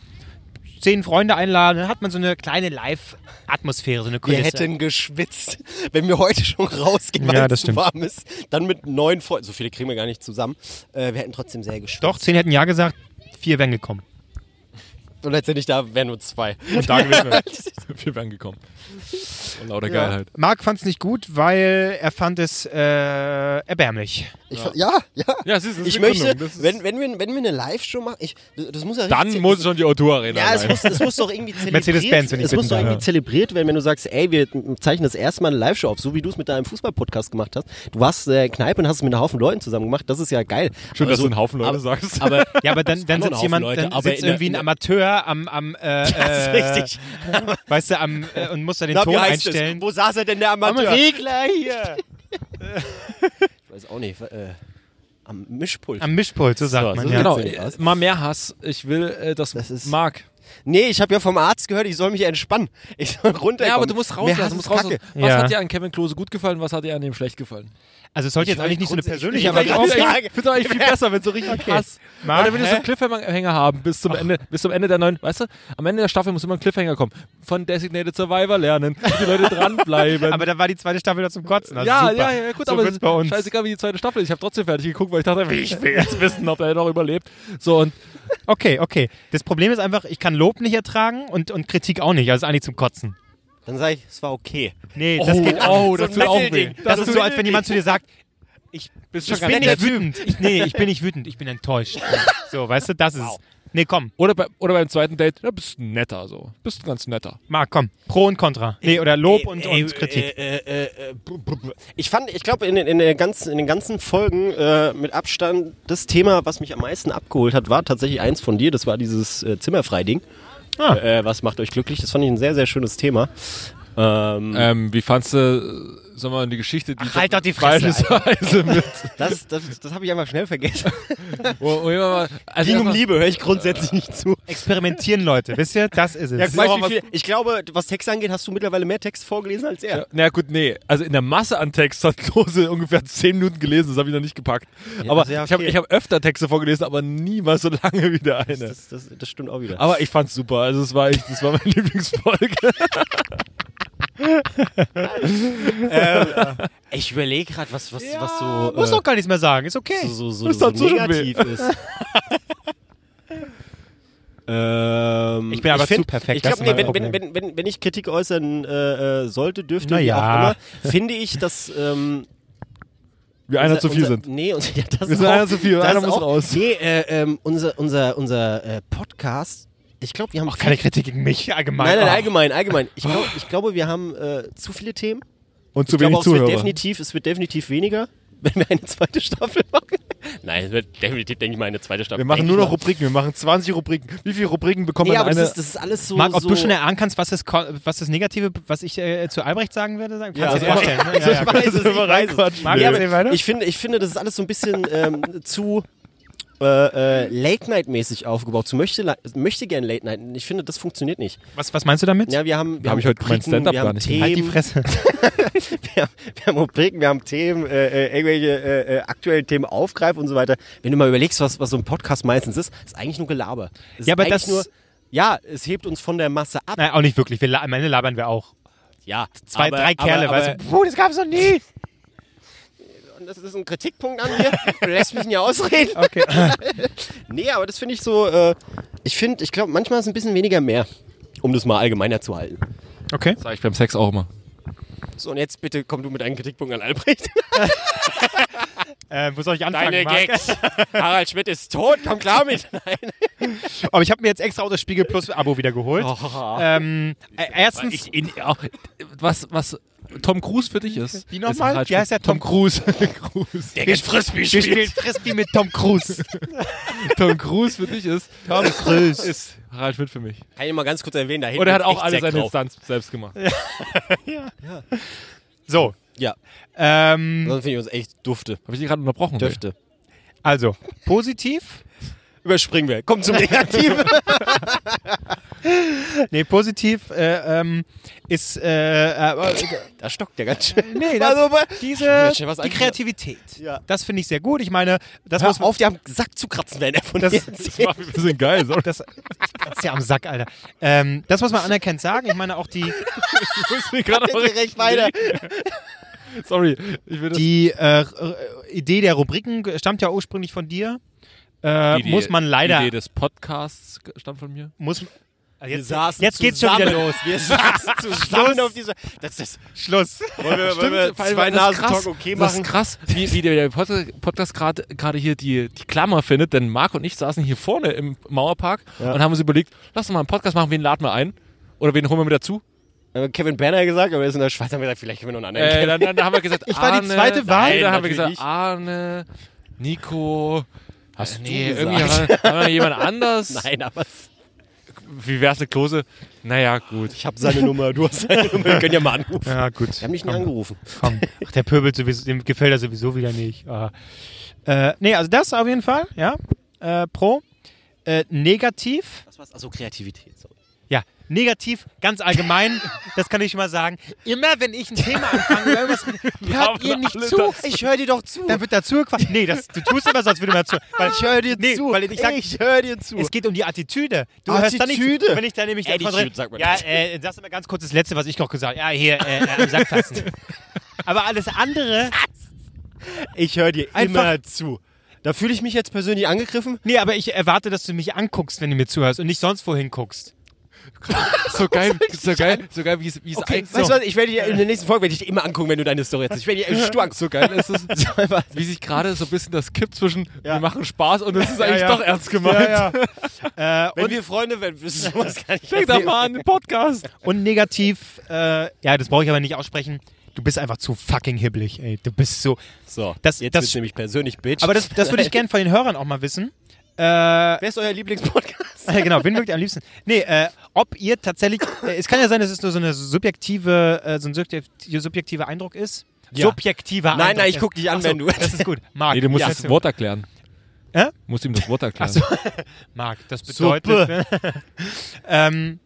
B: zehn Freunde einladen, dann hat man so eine kleine Live-Atmosphäre, so eine
A: Wir
B: Kulisse.
A: hätten geschwitzt. Wenn wir heute schon rausgehen, weil
B: Ja, das
A: es
B: stimmt.
A: zu warm ist, dann mit neun Freunden. So viele kriegen wir gar nicht zusammen. Äh, wir hätten trotzdem sehr geschwitzt.
B: Doch, zehn hätten ja gesagt, vier wären gekommen.
A: Und letztendlich da wären nur (laughs) zwei.
C: Und da gewesen (laughs) wir. Wir wären gekommen. Und lauter Geilheit.
B: Marc fand es nicht gut, weil er fand es äh, erbärmlich.
A: Ich fa- ja, ja.
C: Ja, siehst du, das ist
A: Ich
C: eine
A: möchte,
C: Gründung, das ist-
A: wenn, wenn, wir, wenn wir eine Live-Show machen, ich, das muss ja richtig
C: Dann muss schon die O2-Arena
A: Ja, es
C: sein.
A: muss, es muss doch irgendwie zelebriert
B: (laughs) Mercedes-Benz, wenn ich
A: Es muss
B: bitten
A: doch
B: darf.
A: irgendwie zelebriert werden, wenn du sagst, ey, wir zeichnen das erste Mal eine Live-Show auf, so wie du es mit deinem Fußball-Podcast gemacht hast. Du warst äh, Kneipe und hast es mit einem Haufen Leuten zusammen gemacht. Das ist ja geil.
C: Schön, dass
A: so,
C: du einen Haufen Leute
A: Also, aber- (laughs)
B: (laughs)
C: sagst.
A: Aber
B: Ja, aber dann, dann
A: waren nur
B: sitzt
A: ein
B: jemand,
A: Haufen Leute,
B: dann
A: aber
B: sitzt
A: in der-
B: irgendwie ein
A: in
B: Amateur am, am äh,
A: das
B: äh,
A: ist richtig.
B: weißt du, am, äh, und muss da den
A: Na,
B: Ton
A: wie heißt
B: einstellen.
A: Es? Wo saß er denn der Amateur?
B: Am Regler hier.
A: (laughs) ich weiß auch nicht. Äh, am Mischpult.
B: Am Mischpult, so sagt
A: So,
B: man
A: so
B: ja.
A: sieht's
C: (laughs) Genau,
A: Erzähl
C: äh,
A: was.
C: mal mehr Hass. Ich will, äh, dass
A: Das ist-
C: Marc.
A: Nee, ich habe ja vom Arzt gehört, ich soll mich entspannen. Ich soll runterkommen.
C: Ja, aber du musst
A: Mehr
C: rauslassen. Du
A: Hass
C: musst
A: ist
C: rauslassen.
A: Kacke.
C: Was
B: Ja.
C: hat dir an Kevin Klose gut gefallen? Was hat dir an ihm schlecht gefallen?
B: Also es sollte jetzt eigentlich nicht so eine persönliche,
A: ich-
B: aber
A: ich-
B: auch
A: ich-
B: sagen,
A: Frage.
C: Ich finde es eigentlich
A: (laughs)
C: viel besser, wenn so richtig Hass.
B: Marc,
C: Oder wenn wir so
B: hä?
C: einen Cliffhanger haben bis zum, Ende, bis zum Ende der neuen, weißt du, am Ende der Staffel muss immer ein Cliffhanger kommen. Von Designated Survivor lernen, dass die Leute (laughs) dranbleiben.
B: aber da war die zweite Staffel da zum Kotzen. Also
C: ja,
B: super.
C: ja, ja, gut,
B: so
C: aber
B: wird's bei uns.
C: scheißegal, wie die zweite Staffel ist. Ich habe trotzdem fertig geguckt, weil ich dachte, ich (laughs) will jetzt wissen, ob er noch überlebt. So, und
B: Okay, okay. Das Problem ist einfach, ich kann Lob nicht ertragen und, und Kritik auch nicht. Also ist eigentlich zum Kotzen.
A: Dann sage ich, es war okay.
B: Nee,
C: oh,
B: das geht auch.
C: oh, das tut auch weh.
A: Mittelding.
B: Das, ist so, als wenn jemand zu dir sagt,
C: Bist
B: ich bin nicht wütend. Ich, nee, ich bin nicht wütend, ich bin
A: (laughs)
B: enttäuscht. So, weißt du, das ist es. Nee, komm,
C: Oder, bei, oder beim zweiten Date, da bist du netter so. Bist du ganz netter.
B: Marc, komm. Pro und Contra. Nee, oder Lob und,
A: Ey,
B: und Kritik.
A: Äh, äh, äh, äh, bu- bu- bu- ich fand, ich glaube, in, den- in, den ganzen- in den ganzen Folgen äh, mit Abstand, das Thema, was mich am meisten abgeholt hat, war tatsächlich eins von dir. Das war dieses äh, Zimmerfrei-Ding.
B: Ah.
A: Äh, was macht euch glücklich? Das fand ich ein sehr, sehr schönes Thema. Ähm,
C: Ähm, wie fandst du, äh, sag mal, die Geschichte, die
B: halt doch die Fresse,
C: beispielsweise mit.
A: (laughs)
C: (laughs)
A: Das, das, das habe ich einfach schnell vergessen.
C: Wo, wo immer mal,
A: (laughs)
C: also
A: Ging um
C: erstmal-
A: Liebe, höre ich grundsätzlich nicht zu.
B: Experimentieren, Leute, wisst ihr? Das ist es.
A: Das ist auch
C: wie
A: was- ich glaube, was Text angeht, hast du mittlerweile mehr Text vorgelesen als er.
C: Ja, na gut, nee. Also in der Masse an Text hat Klose (laughs) ungefähr 10 Minuten gelesen, das habe ich noch nicht gepackt. aber
A: sehr
C: ich habe
A: okay.
C: ich hab öfter Texte vorgelesen, aber niemals so (laughs) lange wie der eine.
A: Das, das, das stimmt auch wieder.
C: Aber ich fand's super. Also es war echt, das war meine (laughs) Lieblingsfolge.
A: ich überlege gerade, was, was, was
B: Muss
A: so,
B: doch gar nichts mehr sagen, ist okay.
A: so, so,
C: Das
A: so
C: tat so schon
A: negativ ist. (laughs) Ähm,
B: Ich bin aber
A: find-
B: zu perfekt,
A: Ähm, Ich
B: das
A: glaube,
B: ist
A: nee, wenn,
B: mein
A: wenn,
B: Problem.
A: wenn, wenn, wenn ich Kritik äußern äh, äh, sollte, dürfte,
B: Na
A: wie
B: ja.
A: auch immer, finde ich, dass ähm,
C: Wie einer
A: unser-
C: zu viel
A: unser,
C: sind.
A: Nee, unser, (laughs) ja, das
C: Wir sind
A: auch,
C: einer zu viel,
A: das
C: einer muss
A: auch,
C: raus.
A: Nee, äh, ähm, unser, unser, unser äh, Podcast, ich glaube, wir haben
B: Auch keine Kritik gegen mich allgemein.
A: Nein, nein,
B: Oh.
A: allgemein, allgemein. Ich, glaub, ich glaube, wir haben äh, zu viele Themen.
C: Und zu
A: ich glaube,
C: wenig
A: auch, es, wird
C: Zuhörer.
A: definitiv, es wird definitiv weniger, (laughs) wenn wir eine zweite Staffel machen.
I: Nein, es wird definitiv, denke ich mal, eine zweite Staffel.
C: Wir machen
I: Denke
C: nur
I: ich
C: noch Rubriken, wir machen 20 Rubriken. Wie viele Rubriken bekommen
A: Nee,
C: wir
A: aber
C: in eine?
A: das ist, das ist alles so.
B: Marc, ob
A: so
B: du schon erahnen kannst, was das, Ko- was das Negative, was ich äh, zu Albrecht sagen werde, sagen?
A: Ja,
B: kannst du dir
A: also- (laughs)
B: vorstellen. ne? Ja, ja,
A: ich weiß es, ich weiß es.
B: Marc,
A: Nee,
B: erzähl
A: aber
B: weiter.
A: ich, finde, ich finde, das ist alles so ein bisschen ähm, zu äh, äh, Late-Night-mäßig aufgebaut. Zu möchte, möchte gern Late-Night. Ich finde, das funktioniert nicht.
B: Was, was meinst du damit?
A: Ja, wir haben, wir
C: Hab
A: haben
C: ich heute mein
A: Rubriken,
C: Stand-up
A: wir
C: gar
A: haben
C: nicht
A: Themen,
B: halt die Fresse.
A: wir, haben, wir haben Rubriken, wir haben Themen, äh, äh, irgendwelche äh, äh, aktuellen Themen aufgreifen und so weiter. Wenn du mal überlegst, was, was so ein Podcast meistens ist, ist eigentlich nur Gelaber. Es
B: Ja,
A: ist
B: aber das-
A: eigentlich nur, ja, es hebt uns von der Masse ab.
B: Nein, auch nicht wirklich. Wir, la- am Ende labern wir auch.
I: mal. Ja,
B: Zwei,
I: aber-
B: drei
I: aber-
B: Kerle,
I: aber-
B: weißt du? Puh, das gab's noch nie.
A: Und das ist ein Kritikpunkt an mir. Du lässt mich nicht
I: (laughs)
A: ausreden.
B: Okay.
A: Nee, aber das finde ich so, äh, ich finde, ich glaube, manchmal ist ein bisschen weniger mehr, um das mal allgemeiner zu halten.
B: (laughs) Okay.
C: das sag ich beim Sex auch immer.
A: So, und jetzt bitte komm du mit einem Kritikpunkt
I: (laughs)
A: an Albrecht.
B: Äh, wo soll ich anfangen?
I: Deine
B: Marc?
I: Gags. Harald Schmidt ist tot, komm klar mit.
B: Aber Oh, ich habe mir jetzt extra auch das Spiegel Plus Abo wieder geholt. Ähm, äh, erstens,
C: Ich, in, auch, was, was Tom Cruise für dich ist.
B: wie
C: ist
B: nochmal?
C: halt
B: Wie heißt der Tom Cruise? Cruise.
I: Der geht Frisbee
B: (laughs) Wir spielen Frisbee mit Tom Cruise.
C: Tom Cruise für dich ist.
B: (laughs)
C: Tom Cruise ist Harald Schmidt für mich.
A: Kann ich mal ganz kurz erwähnen, da hinten
C: Und er hat
A: ist
C: auch
A: echt
C: alle
A: Sekt
C: seine
A: drauf.
C: Stunts selbst gemacht.
B: So.
A: Ja,
B: Ähm,
A: sonst finde ich uns echt dufte.
C: Habe ich dich gerade unterbrochen?
A: Döfte.
B: also, positiv.
A: Überspringen wir. Komm (laughs) zum Negativen.
B: Nee, positiv äh, ähm, ist. Äh, äh,
A: da stockt der ganz schön.
B: nee,
A: Also,
B: das, diese,
A: schnell was
B: die
A: einfügen.
B: Kreativität.
A: Ja.
B: Das finde ich sehr gut. Ich meine, das
A: Hör
B: muss man.
A: auf, die haben Sack zu kratzen, wenn er von
B: Das-
A: das,
B: (laughs)
C: Das war ein bisschen geil, so.
B: Das, das ist ja am Sack, Alter. Ähm, das muss man anerkennt sagen. Ich meine auch die,
A: (laughs) direkt weiter.
C: Sorry, ich will das.
B: die äh, r- Idee der Rubriken stammt ja ursprünglich von dir. Äh,
C: Die Idee-
B: muss man leider.
C: Die Idee des Podcasts stammt von mir.
B: muss, also
A: Wir
B: jetzt
A: saßen
B: jetzt geht's schon
A: zusammen.
B: wieder los.
A: (laughs) Wir saßen zusammen auf dieser. Das ist.
B: Schluss.
A: Wollen wir,
C: Stimmt, weil
A: Äh, zwei
C: das ist
A: Nasen
C: krass,
A: Talk okay
C: Das ist
A: machen?
C: krass, wie, wie der Pod- Podcast gerade gerade hier die, die Klammer findet, denn Marc und ich saßen hier vorne im Mauerpark und haben uns überlegt, lass uns mal einen Podcast machen, wen laden wir ein? Oder wen holen wir mit dazu?
A: Haben wir Äh, Kevin Berner gesagt, aber er ist in der Schweiz. Haben wir gesagt, vielleicht können wir noch einen anderen.
C: Äh,
A: Kevin.
C: dann, dann haben wir (laughs) gesagt,
B: Ich war die
C: Arne,
B: zweite Wahl.
C: Nein, dann haben wir
A: Natürlich
C: gesagt,
A: nicht.
C: Arne, Nico. Hast
A: du gesagt? (laughs)
C: irgendwie haben wir- haben wir jemand anders.
A: Nein, aber es-
C: wie wär's eine Klose? Naja, gut.
A: Ich habe seine Nummer, du hast seine Nummer. Wir können ja mal anrufen.
B: Ja, gut.
A: Wir haben nicht nie angerufen.
B: Komm, ach, der pöbelt sowieso, dem gefällt er sowieso wieder nicht. Ah. Äh, nee, also das auf jeden Fall, ja. Äh, pro. Äh, negativ.
A: Das war's. Also Kreativität. So.
B: Ja, negativ, ganz (laughs) allgemein, das kann ich mal sagen. Immer wenn ich ein Thema anfange, oder irgendwas, hört ihr nicht zu. Ich höre dir doch zu. Dann wird dazu gequatscht. Nee, das, du tust immer so, als würde man zu. Weil ich höre dir
A: zu.
B: Weil ich sag,
A: höre dir zu.
B: es geht um die Attitüde. Du hörst da nicht
A: Attitüde.
B: Wenn ich da nämlich
A: Attitude,
B: davon rede-
A: sagt man
B: Ja,
A: dazu.
B: äh, das ist mal ganz kurz das Letzte, was ich noch gesagt habe. Ja, hier, äh, am Sack fassen. Aber alles andere.
A: Ich höre dir
B: Einfach-
A: immer zu. Da fühle ich mich jetzt persönlich angegriffen.
B: Nee, aber ich erwarte, dass du mich anguckst, wenn du mir zuhörst und nicht sonst wohin guckst.
C: So geil, so geil, so geil, wie es wie es
A: Okay,
C: eigentlich
A: weißt du was? Ich werde dir in der nächsten Folge werde ich dir immer angucken, wenn du deine Story erzählst. Ich werde dir stur angucken.
C: (laughs) so geil ist es,
A: So einfach-
C: wie sich gerade so ein bisschen das kippt zwischen
A: Ja.
C: wir machen Spaß und es ist eigentlich
B: ja.
C: doch ernst gemeint.
B: ja. äh,
A: Wenn wir Freunde werden, wissen wir sowas gar nicht.
C: Denk doch
B: (laughs)
C: mal an den Podcast.
B: Und negativ, äh, ja, das brauche ich aber nicht aussprechen. Du bist einfach zu fucking hibbelig, ey. Du bist so.
A: So,
B: Das-
A: jetzt
B: das-
A: wird's nämlich persönlich, Bitch.
B: Aber das, das würde
A: (laughs)
B: ich gerne von den Hörern auch mal wissen. Äh,
A: Wer ist euer Lieblingspodcast?
B: (laughs) äh, genau, wen mögt ihr am liebsten? Nee, äh, ob ihr tatsächlich. Äh, es kann ja sein, dass es nur so eine subjektive, äh, so ein subjektiv, subjektiver Eindruck ist.
A: Ja.
B: Subjektiver
A: Nein,
B: Eindruck.
A: nein, ich
B: ist.
A: guck dich an,
B: Ach so,
A: wenn du-
B: Das ist gut. Marc.
C: Nee, du musst
B: ja,
C: das Wort erklären.
B: Hä?
C: Musst ihm das Wort erklären.
B: Marc, das bedeutet. ne? (laughs) ähm,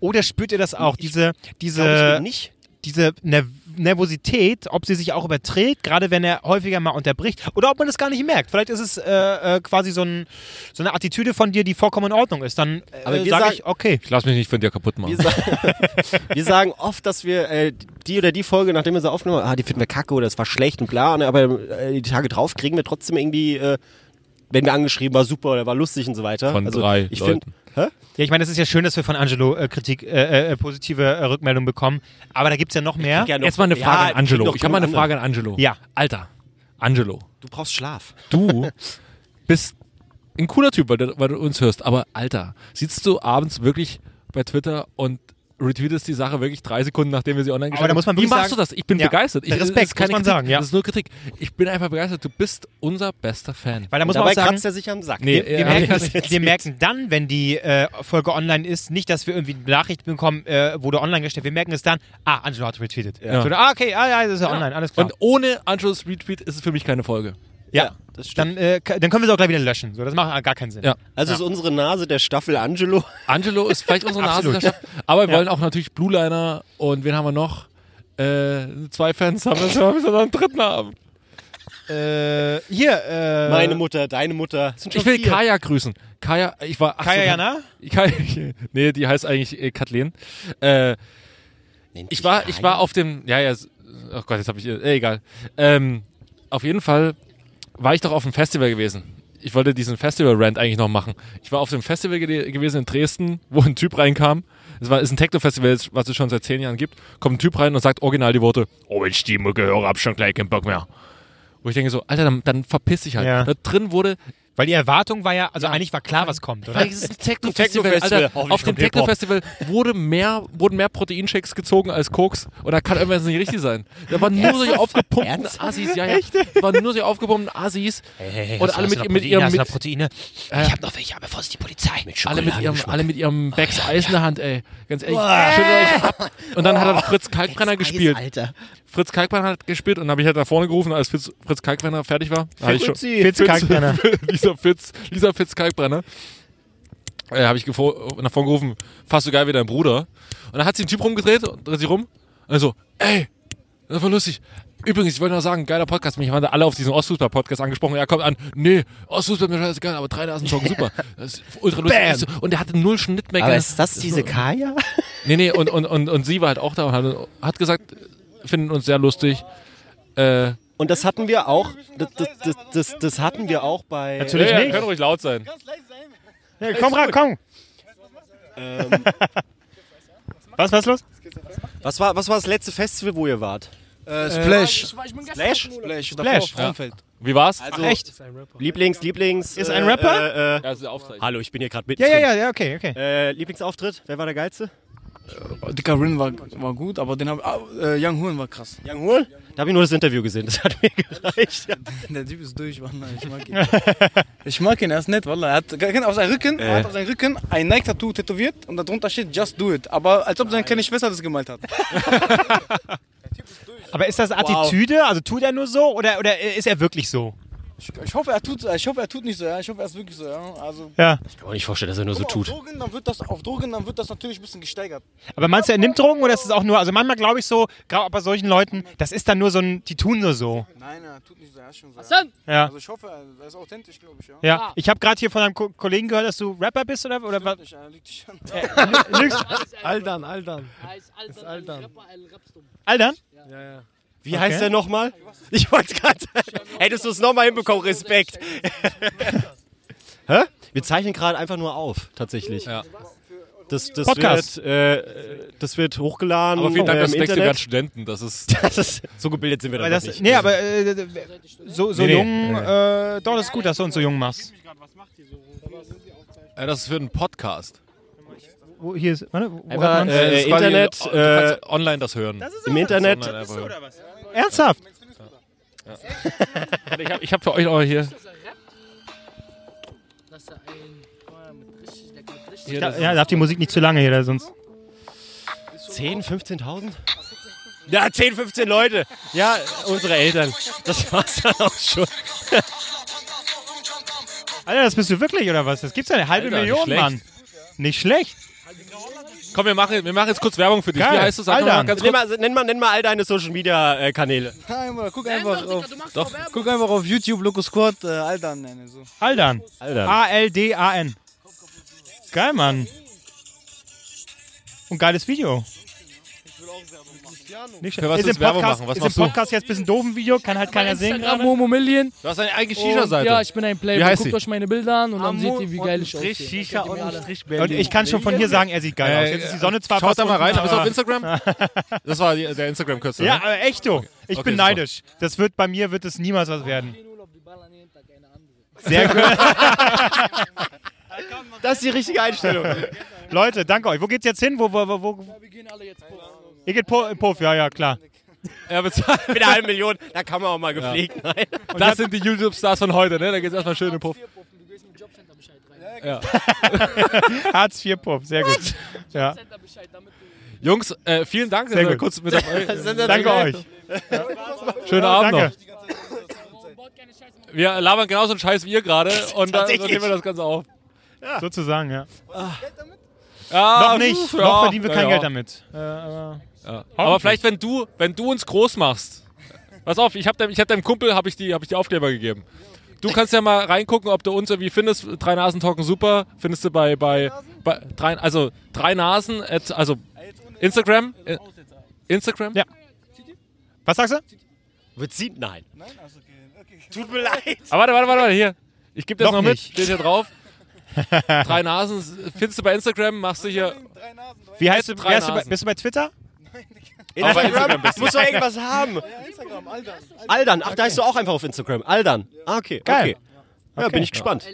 B: oder spürt ihr das auch? Diese,
A: (laughs) Glaub
B: diese,
A: ich nicht.
B: diese Nerv Nervosität, ob sie sich auch überträgt, gerade wenn er häufiger mal unterbricht, oder ob man das gar nicht merkt. Vielleicht ist es äh, äh, quasi so, ein, so eine Attitüde von dir, die vollkommen in Ordnung ist. Dann äh,
A: Aber wir
B: sage
A: sagen-
B: ich, okay.
C: Ich lass mich nicht von dir kaputt
A: Wir,
C: machen.
A: sa- (laughs) wir sagen oft, dass wir äh, die oder die Folge, nachdem wir sie aufgenommen haben, ah, die finden wir kacke oder es war schlecht und bla, ne, aber äh, die Tage drauf kriegen wir trotzdem irgendwie, äh, wenn wir angeschrieben, war super oder war lustig und so weiter. Also
C: Von drei
A: ich
C: Leuten.
A: Find, hä?
B: Ja, ich meine, es ist ja schön, dass wir von Angelo äh, Kritik, äh, äh, positive äh, Rückmeldungen bekommen, aber da gibt es ja noch mehr.
A: Ja, noch-
C: Jetzt mal eine
A: ja,
C: Frage an
A: noch
C: Angelo. Ich habe mal eine
A: genug
C: Frage an Angelo.
B: Ja.
C: Alter, Angelo,
A: Du brauchst Schlaf.
B: (laughs)
C: du bist ein cooler Typ, weil du, weil du uns hörst, aber Alter, sitzt du abends wirklich bei Twitter und retweetest die Sache wirklich drei Sekunden, nachdem wir sie online gestellt
B: da muss man
C: haben? Wie
B: wirklich
C: machst
B: sagen-
C: du das? Ich bin
B: Ja,
C: begeistert. Ich,
B: der
C: das ist
B: Respekt,
C: keine
B: muss man
C: Kritik,
B: sagen, ja.
C: Das ist nur Kritik. Ich bin einfach begeistert. Du bist unser bester Fan.
B: Weil da muss man
A: Dabei
B: auch sagen,
A: kratzt er sich am Sack.
C: Nee,
B: wir,
C: ja,
B: merken,
C: das
B: wir merken dann, wenn die äh, Folge online ist, nicht, dass wir irgendwie eine Nachricht bekommen, äh, wurde online gestellt. Wir merken es dann, ah, Angelo hat retweetet.
C: Ja.
B: Oder, ah, okay, ah, ja, das ist ja, online, alles klar.
C: Und ohne Angelos Retweet ist es für mich keine Folge.
B: Ja,
A: Ja, das stimmt.
B: Dann, äh, k- dann können wir es auch gleich wieder löschen. So, das macht ah, gar keinen Sinn.
C: Ja.
A: Also ist unsere Nase der Staffel Angelo.
C: Angelo ist vielleicht (laughs) unsere Nase. der Stadt. Aber wir wollen auch natürlich Blue Liner und wen haben wir noch? Äh, zwei Fans haben wir, wir müssen noch einen dritten haben.
B: Äh, hier, äh,
A: Meine Mutter, deine Mutter. Es sind schon
C: Ich will
A: vier.
C: Kaya grüßen. Kaya, ich war. ach so,
B: Kaya Jana?
C: Kaya, nee, die heißt eigentlich äh, Kathleen. Äh,
A: Nennt
C: ich
A: sich
C: war, ich
A: Kaya?
C: war auf dem, ja, ja, s- oh Gott, jetzt habe ich, äh, egal. Ähm, auf jeden Fall war ich doch auf dem Festival gewesen. Ich wollte diesen Festival-Rant eigentlich noch machen. Ich war auf dem Festival ge gewesen in Dresden, (laughs) wo ein Typ reinkam. Es war, ist ein Techno-Festival, was es schon seit zehn Jahren gibt. Kommt ein Typ rein und sagt original die Worte, oh, wenn ich die Mucke höre, hab schon gleich keinen Bock mehr. Wo ich denke so, Alter, dann, dann verpiss dich halt.
B: Ja.
C: Da drin wurde,
B: Weil die Erwartung war ja, also eigentlich war klar, was kommt, oder?
C: weil es ist ein
A: (laughs)
C: Techno-Festival.
A: Techno-Festival.
C: Alter,
A: Hoffentlich
C: auf dem
A: kommt Hip-Hop.
C: Techno-Festival wurde mehr, wurden mehr Proteinshakes gezogen als Koks. Und da kann irgendwas nicht richtig sein. Da waren nur solche aufgepumpten Assis. Ja, ja. Da waren nur solche aufgepumpten Assis. und alle mit, mit ihrem, mit,
B: Proteine. ich hab noch welche, aber bevor ist die Polizei.
C: alle mit ihrem, alle mit ihrem Becks Eis in der Hand, ey. Ganz ehrlich. schüttelt euch ab. Und dann hat er Fritz Kalkbrenner gespielt.
A: Alter.
C: Fritz Kalkbrenner hat gespielt und dann habe ich halt nach vorne gerufen, als Fritz, Fritz Kalkbrenner fertig war. Da hatte ich schon,
B: Fritz Kalkbrenner.
C: (laughs) Lisa Fitz, Lisa Fitz Kalkbrenner. Äh, habe ich gefo- nach vorne gerufen, fast so geil wie dein Bruder. Und dann hat sie den Typ rumgedreht und dreht sich rum. Und dann so, ey, das war lustig. Übrigens, ich wollte noch sagen, geiler Podcast. Mich haben da alle auf diesen Ostfußball-Podcast angesprochen. Er kommt an, nee, Ostfußball ist mir scheißegal, aber drei Nasen
A: (laughs)
C: zocken, super. Das ist ultra lustig. Und er hatte null Schnittmecker.
A: Aber ist das diese Kaya?
C: Nee, nee, und, und, und, und sie war halt auch da und hat, hat gesagt, finden uns sehr lustig. Äh,
A: Und das hatten wir auch. Das, das, das, das, das hatten wir auch bei.
B: Natürlich
C: ja,
B: nicht.
C: Können ruhig laut sein.
B: Ja, Äh, komm ran, komm. was, was los?
A: Was war, was war das letzte Festival, wo ihr wart?
K: Äh, Splash.
A: Flash?
K: Splash.
B: Flash,
K: Davor Frauenfeld.
C: Wie war's?
A: Also,
B: echt?
A: Lieblings, Lieblings.
B: Ist ein Rapper?
A: Äh, äh,
C: Ja, das ist der Aufzeichnung.
A: hallo, ich bin hier gerade mit.
B: Ja, ja, ja, ja, okay, okay.
A: Äh, Lieblingsauftritt? Wer war der geilste?
K: Dicker Rin war, war gut, aber den hab, ah, äh, Young Hoon war krass.
A: Young Hoon? Da habe ich nur das Interview gesehen, das hat mir (laughs) gereicht.
K: Der Typ ist durch, Mann. Ich (laughs) mag ihn. ich mag ihn, er ist nett, Wallah. Er hat gar keinen- auf seinem Rücken, er
A: Äh.
K: hat auf seinem Rücken ein Nike-Tattoo tätowiert und darunter steht Just Do It. Aber als ob seine kleine Schwester das gemalt hat.
B: Aber ist das
K: Wow.
B: Attitüde? Also tut er nur so oder, oder ist er wirklich so?
K: Ich hoffe, er tut, ich hoffe, er tut nicht so, ja. Ich hoffe, er ist wirklich so, ja. Also,
B: Ja.
A: Ich kann mir nicht vorstellen, dass er nur so
K: Guck mal,
A: tut.
K: Auf Drogen, dann wird das, auf Drogen, dann wird das natürlich ein bisschen gesteigert.
B: Aber meinst du, er nimmt Drogen oder ist es auch nur, also manchmal glaube ich so, gerade bei solchen Leuten, das ist dann nur so ein, die tun nur so.
K: Nein, er tut nicht so, er ist schon so.
B: Hassan! Ja.
K: Also ich hoffe, er ist authentisch, glaube ich, ja.
B: Ja, ich habe gerade hier von einem Ko Kollegen gehört, dass du Rapper bist oder, oder was?
K: Ich, äh, lieg dich an.
B: Äh, lügst-
L: Aldan, Aldan.
M: Heißt Aldan,
L: Ist Aldan.
B: Aldan?
L: Ja, ja.
A: Wie heißt der nochmal? Ich wollte gerade sagen. Hättest du es nochmal hinbekommen, Respekt. Hä? Wir zeichnen gerade einfach nur auf, tatsächlich. Das, das,
C: Podcast.
A: Wird, äh, das wird hochgeladen.
C: Aber vielen Dank,
A: äh,
C: dass
A: im
C: du denkst, wir
A: Internet.
C: werden Studenten. Das ist-
A: (laughs) das ist. So gebildet sind wir
B: Aber
A: dann
B: das,
A: nicht.
B: nee, aber äh, so, so
C: Nee, nee.
B: jung, äh, doch, das ist gut, dass du uns so jung machst.
C: Äh, das ist für einen Podcast.
B: Wo, hier ist, warte, wo
C: Einfach,
B: hat man's?
C: äh, Das ist quasi- Internet, du kannst äh, online das hören.
A: Das ist
C: Im
A: aber-
C: Internet.
A: Das ist so, ne, oder was?
B: äh, Ernsthaft?
C: Warte, Ich habe ich hab für euch auch hier.
M: Dass er ein. Guck mal, mit richtig, der kommt richtig.
B: Ja, ja, darf die Musik nicht zu lange hier, da sonst.
A: 10, 15.000? Ja, 10, 15 Leute. Ja, unsere Eltern. Das war's dann auch schon.
B: Alter, das bist du wirklich oder was? Das gibt's ja eine halbe
C: Alter, nicht
B: Million,
C: schlecht.
B: Mann. Nicht schlecht.
C: Komm, wir machen, wir machen jetzt kurz Werbung für dich.
A: Geil.
C: Wie heißt das? Sag
A: Alter.
C: mal ganz
A: nenn,
C: kurz.
A: mal, nenn, mal, nenn mal all deine Social Media äh, Kanäle.
K: Nein, Bruder, guck einfach auf, doch, guck einfach auf YouTube, Loco Squad, äh, Aldan nennen. So.
B: Aldan.
A: Aldan.
B: A-L-D-A-N. Geil, Mann. Und geiles Video. Nicht
C: Für was
B: ist
C: willst
B: im
C: du Werbung
B: Podcast,
C: machen? Was
B: ist
C: machst
B: im
C: du?
B: Podcast jetzt ein bisschen doofen Video, kann halt keiner sehen.
L: Instagram
B: gerade.
L: Momo Million.
C: Du hast eine eigene
L: Und Ja, ich bin ein
B: Wie
L: Player.
B: heißt
L: Guckt
B: sie?
L: euch meine Bilder an und dann
B: Amun
L: seht ihr, wie
B: und
L: geil
B: ein
L: ich
B: Strich
L: aussehe.
B: Shisha
L: Kennt ihr
B: und
L: alle.
B: ein Strich Berlin. Und ich kann schon von hier sagen, er sieht geil aus. Jetzt ist die Sonne zwar
C: Schaut
B: fast
C: da mal
B: unten,
C: rein, bist du auf
B: aber-
C: Instagram? Das war die, der Instagram-Kürzel.
B: Ja,
C: ne?
B: aber echt du. Ich
C: Okay,
B: bin
C: super.
B: neidisch. Das wird bei mir wird es niemals was werden. Sehr
C: (laughs)
B: gut.
A: Das ist die richtige (laughs) Einstellung.
B: Leute, danke euch. Wo geht's jetzt hin? Wo, wo, wo, wo? wir gehen alle jetzt Puff. Ihr geht Pu- Puff, ja, ja, klar.
C: Ja, bezahlt.
A: Mit einer halben Million, da kann man auch mal gepflegt. Nein.
C: Das sind die YouTube-Stars von heute, ne? Da geht's erstmal schön in den Puff. Ja.
B: Hartz IV Puff, sehr gut. Ja.
C: Jungs, äh, vielen Dank,
B: Sehr
C: dass wir
B: gut.
C: kurz mit dabei
B: Danke euch.
C: Schönen Abend
B: Danke.
C: noch. Wir labern genauso einen Scheiß wie ihr gerade und dann
B: Tatsächlich.
C: nehmen wir das Ganze auf.
B: Sozusagen, ja.
C: Ah, Ja,
B: Noch nicht.
C: pf,
B: Noch verdienen wir kein Geld damit. Äh, aber-
C: Ja. Aber
B: Hoffentlich.
C: vielleicht, wenn du, wenn du uns groß machst. Pass auf, ich habe deinem, ich hab deinem Kumpel hab ich die, hab ich die Aufkleber gegeben. Du kannst ja mal reingucken, ob du uns irgendwie findest. Drei Nasen talken super. Findest du bei, bei, bei drei, also drei Nasen, at, also Instagram. äh, Instagram?
B: Ja. Was sagst du?
A: Wird sie? Nein.
K: also
A: Tut mir leid.
C: Aber Ah, warte, warte, warte, warte, hier. Ich gebe das
B: Noch
C: noch, mit.
B: nicht.
C: Steht hier drauf.
A: (laughs)
C: drei Nasen findest du bei Instagram, machst du hier.
B: Wie heißt du?
C: Drei
B: Wärst du bei,
C: Nasen.
B: bist du bei Twitter?
C: Aber Instagram bist du.
A: muss doch irgendwas haben.
K: Instagram, Aldan.
A: Aldan, ach, da bist du auch einfach auf Instagram. Aldan. Ah, okay.
B: Geil.
A: Okay. Ja, bin ich gespannt.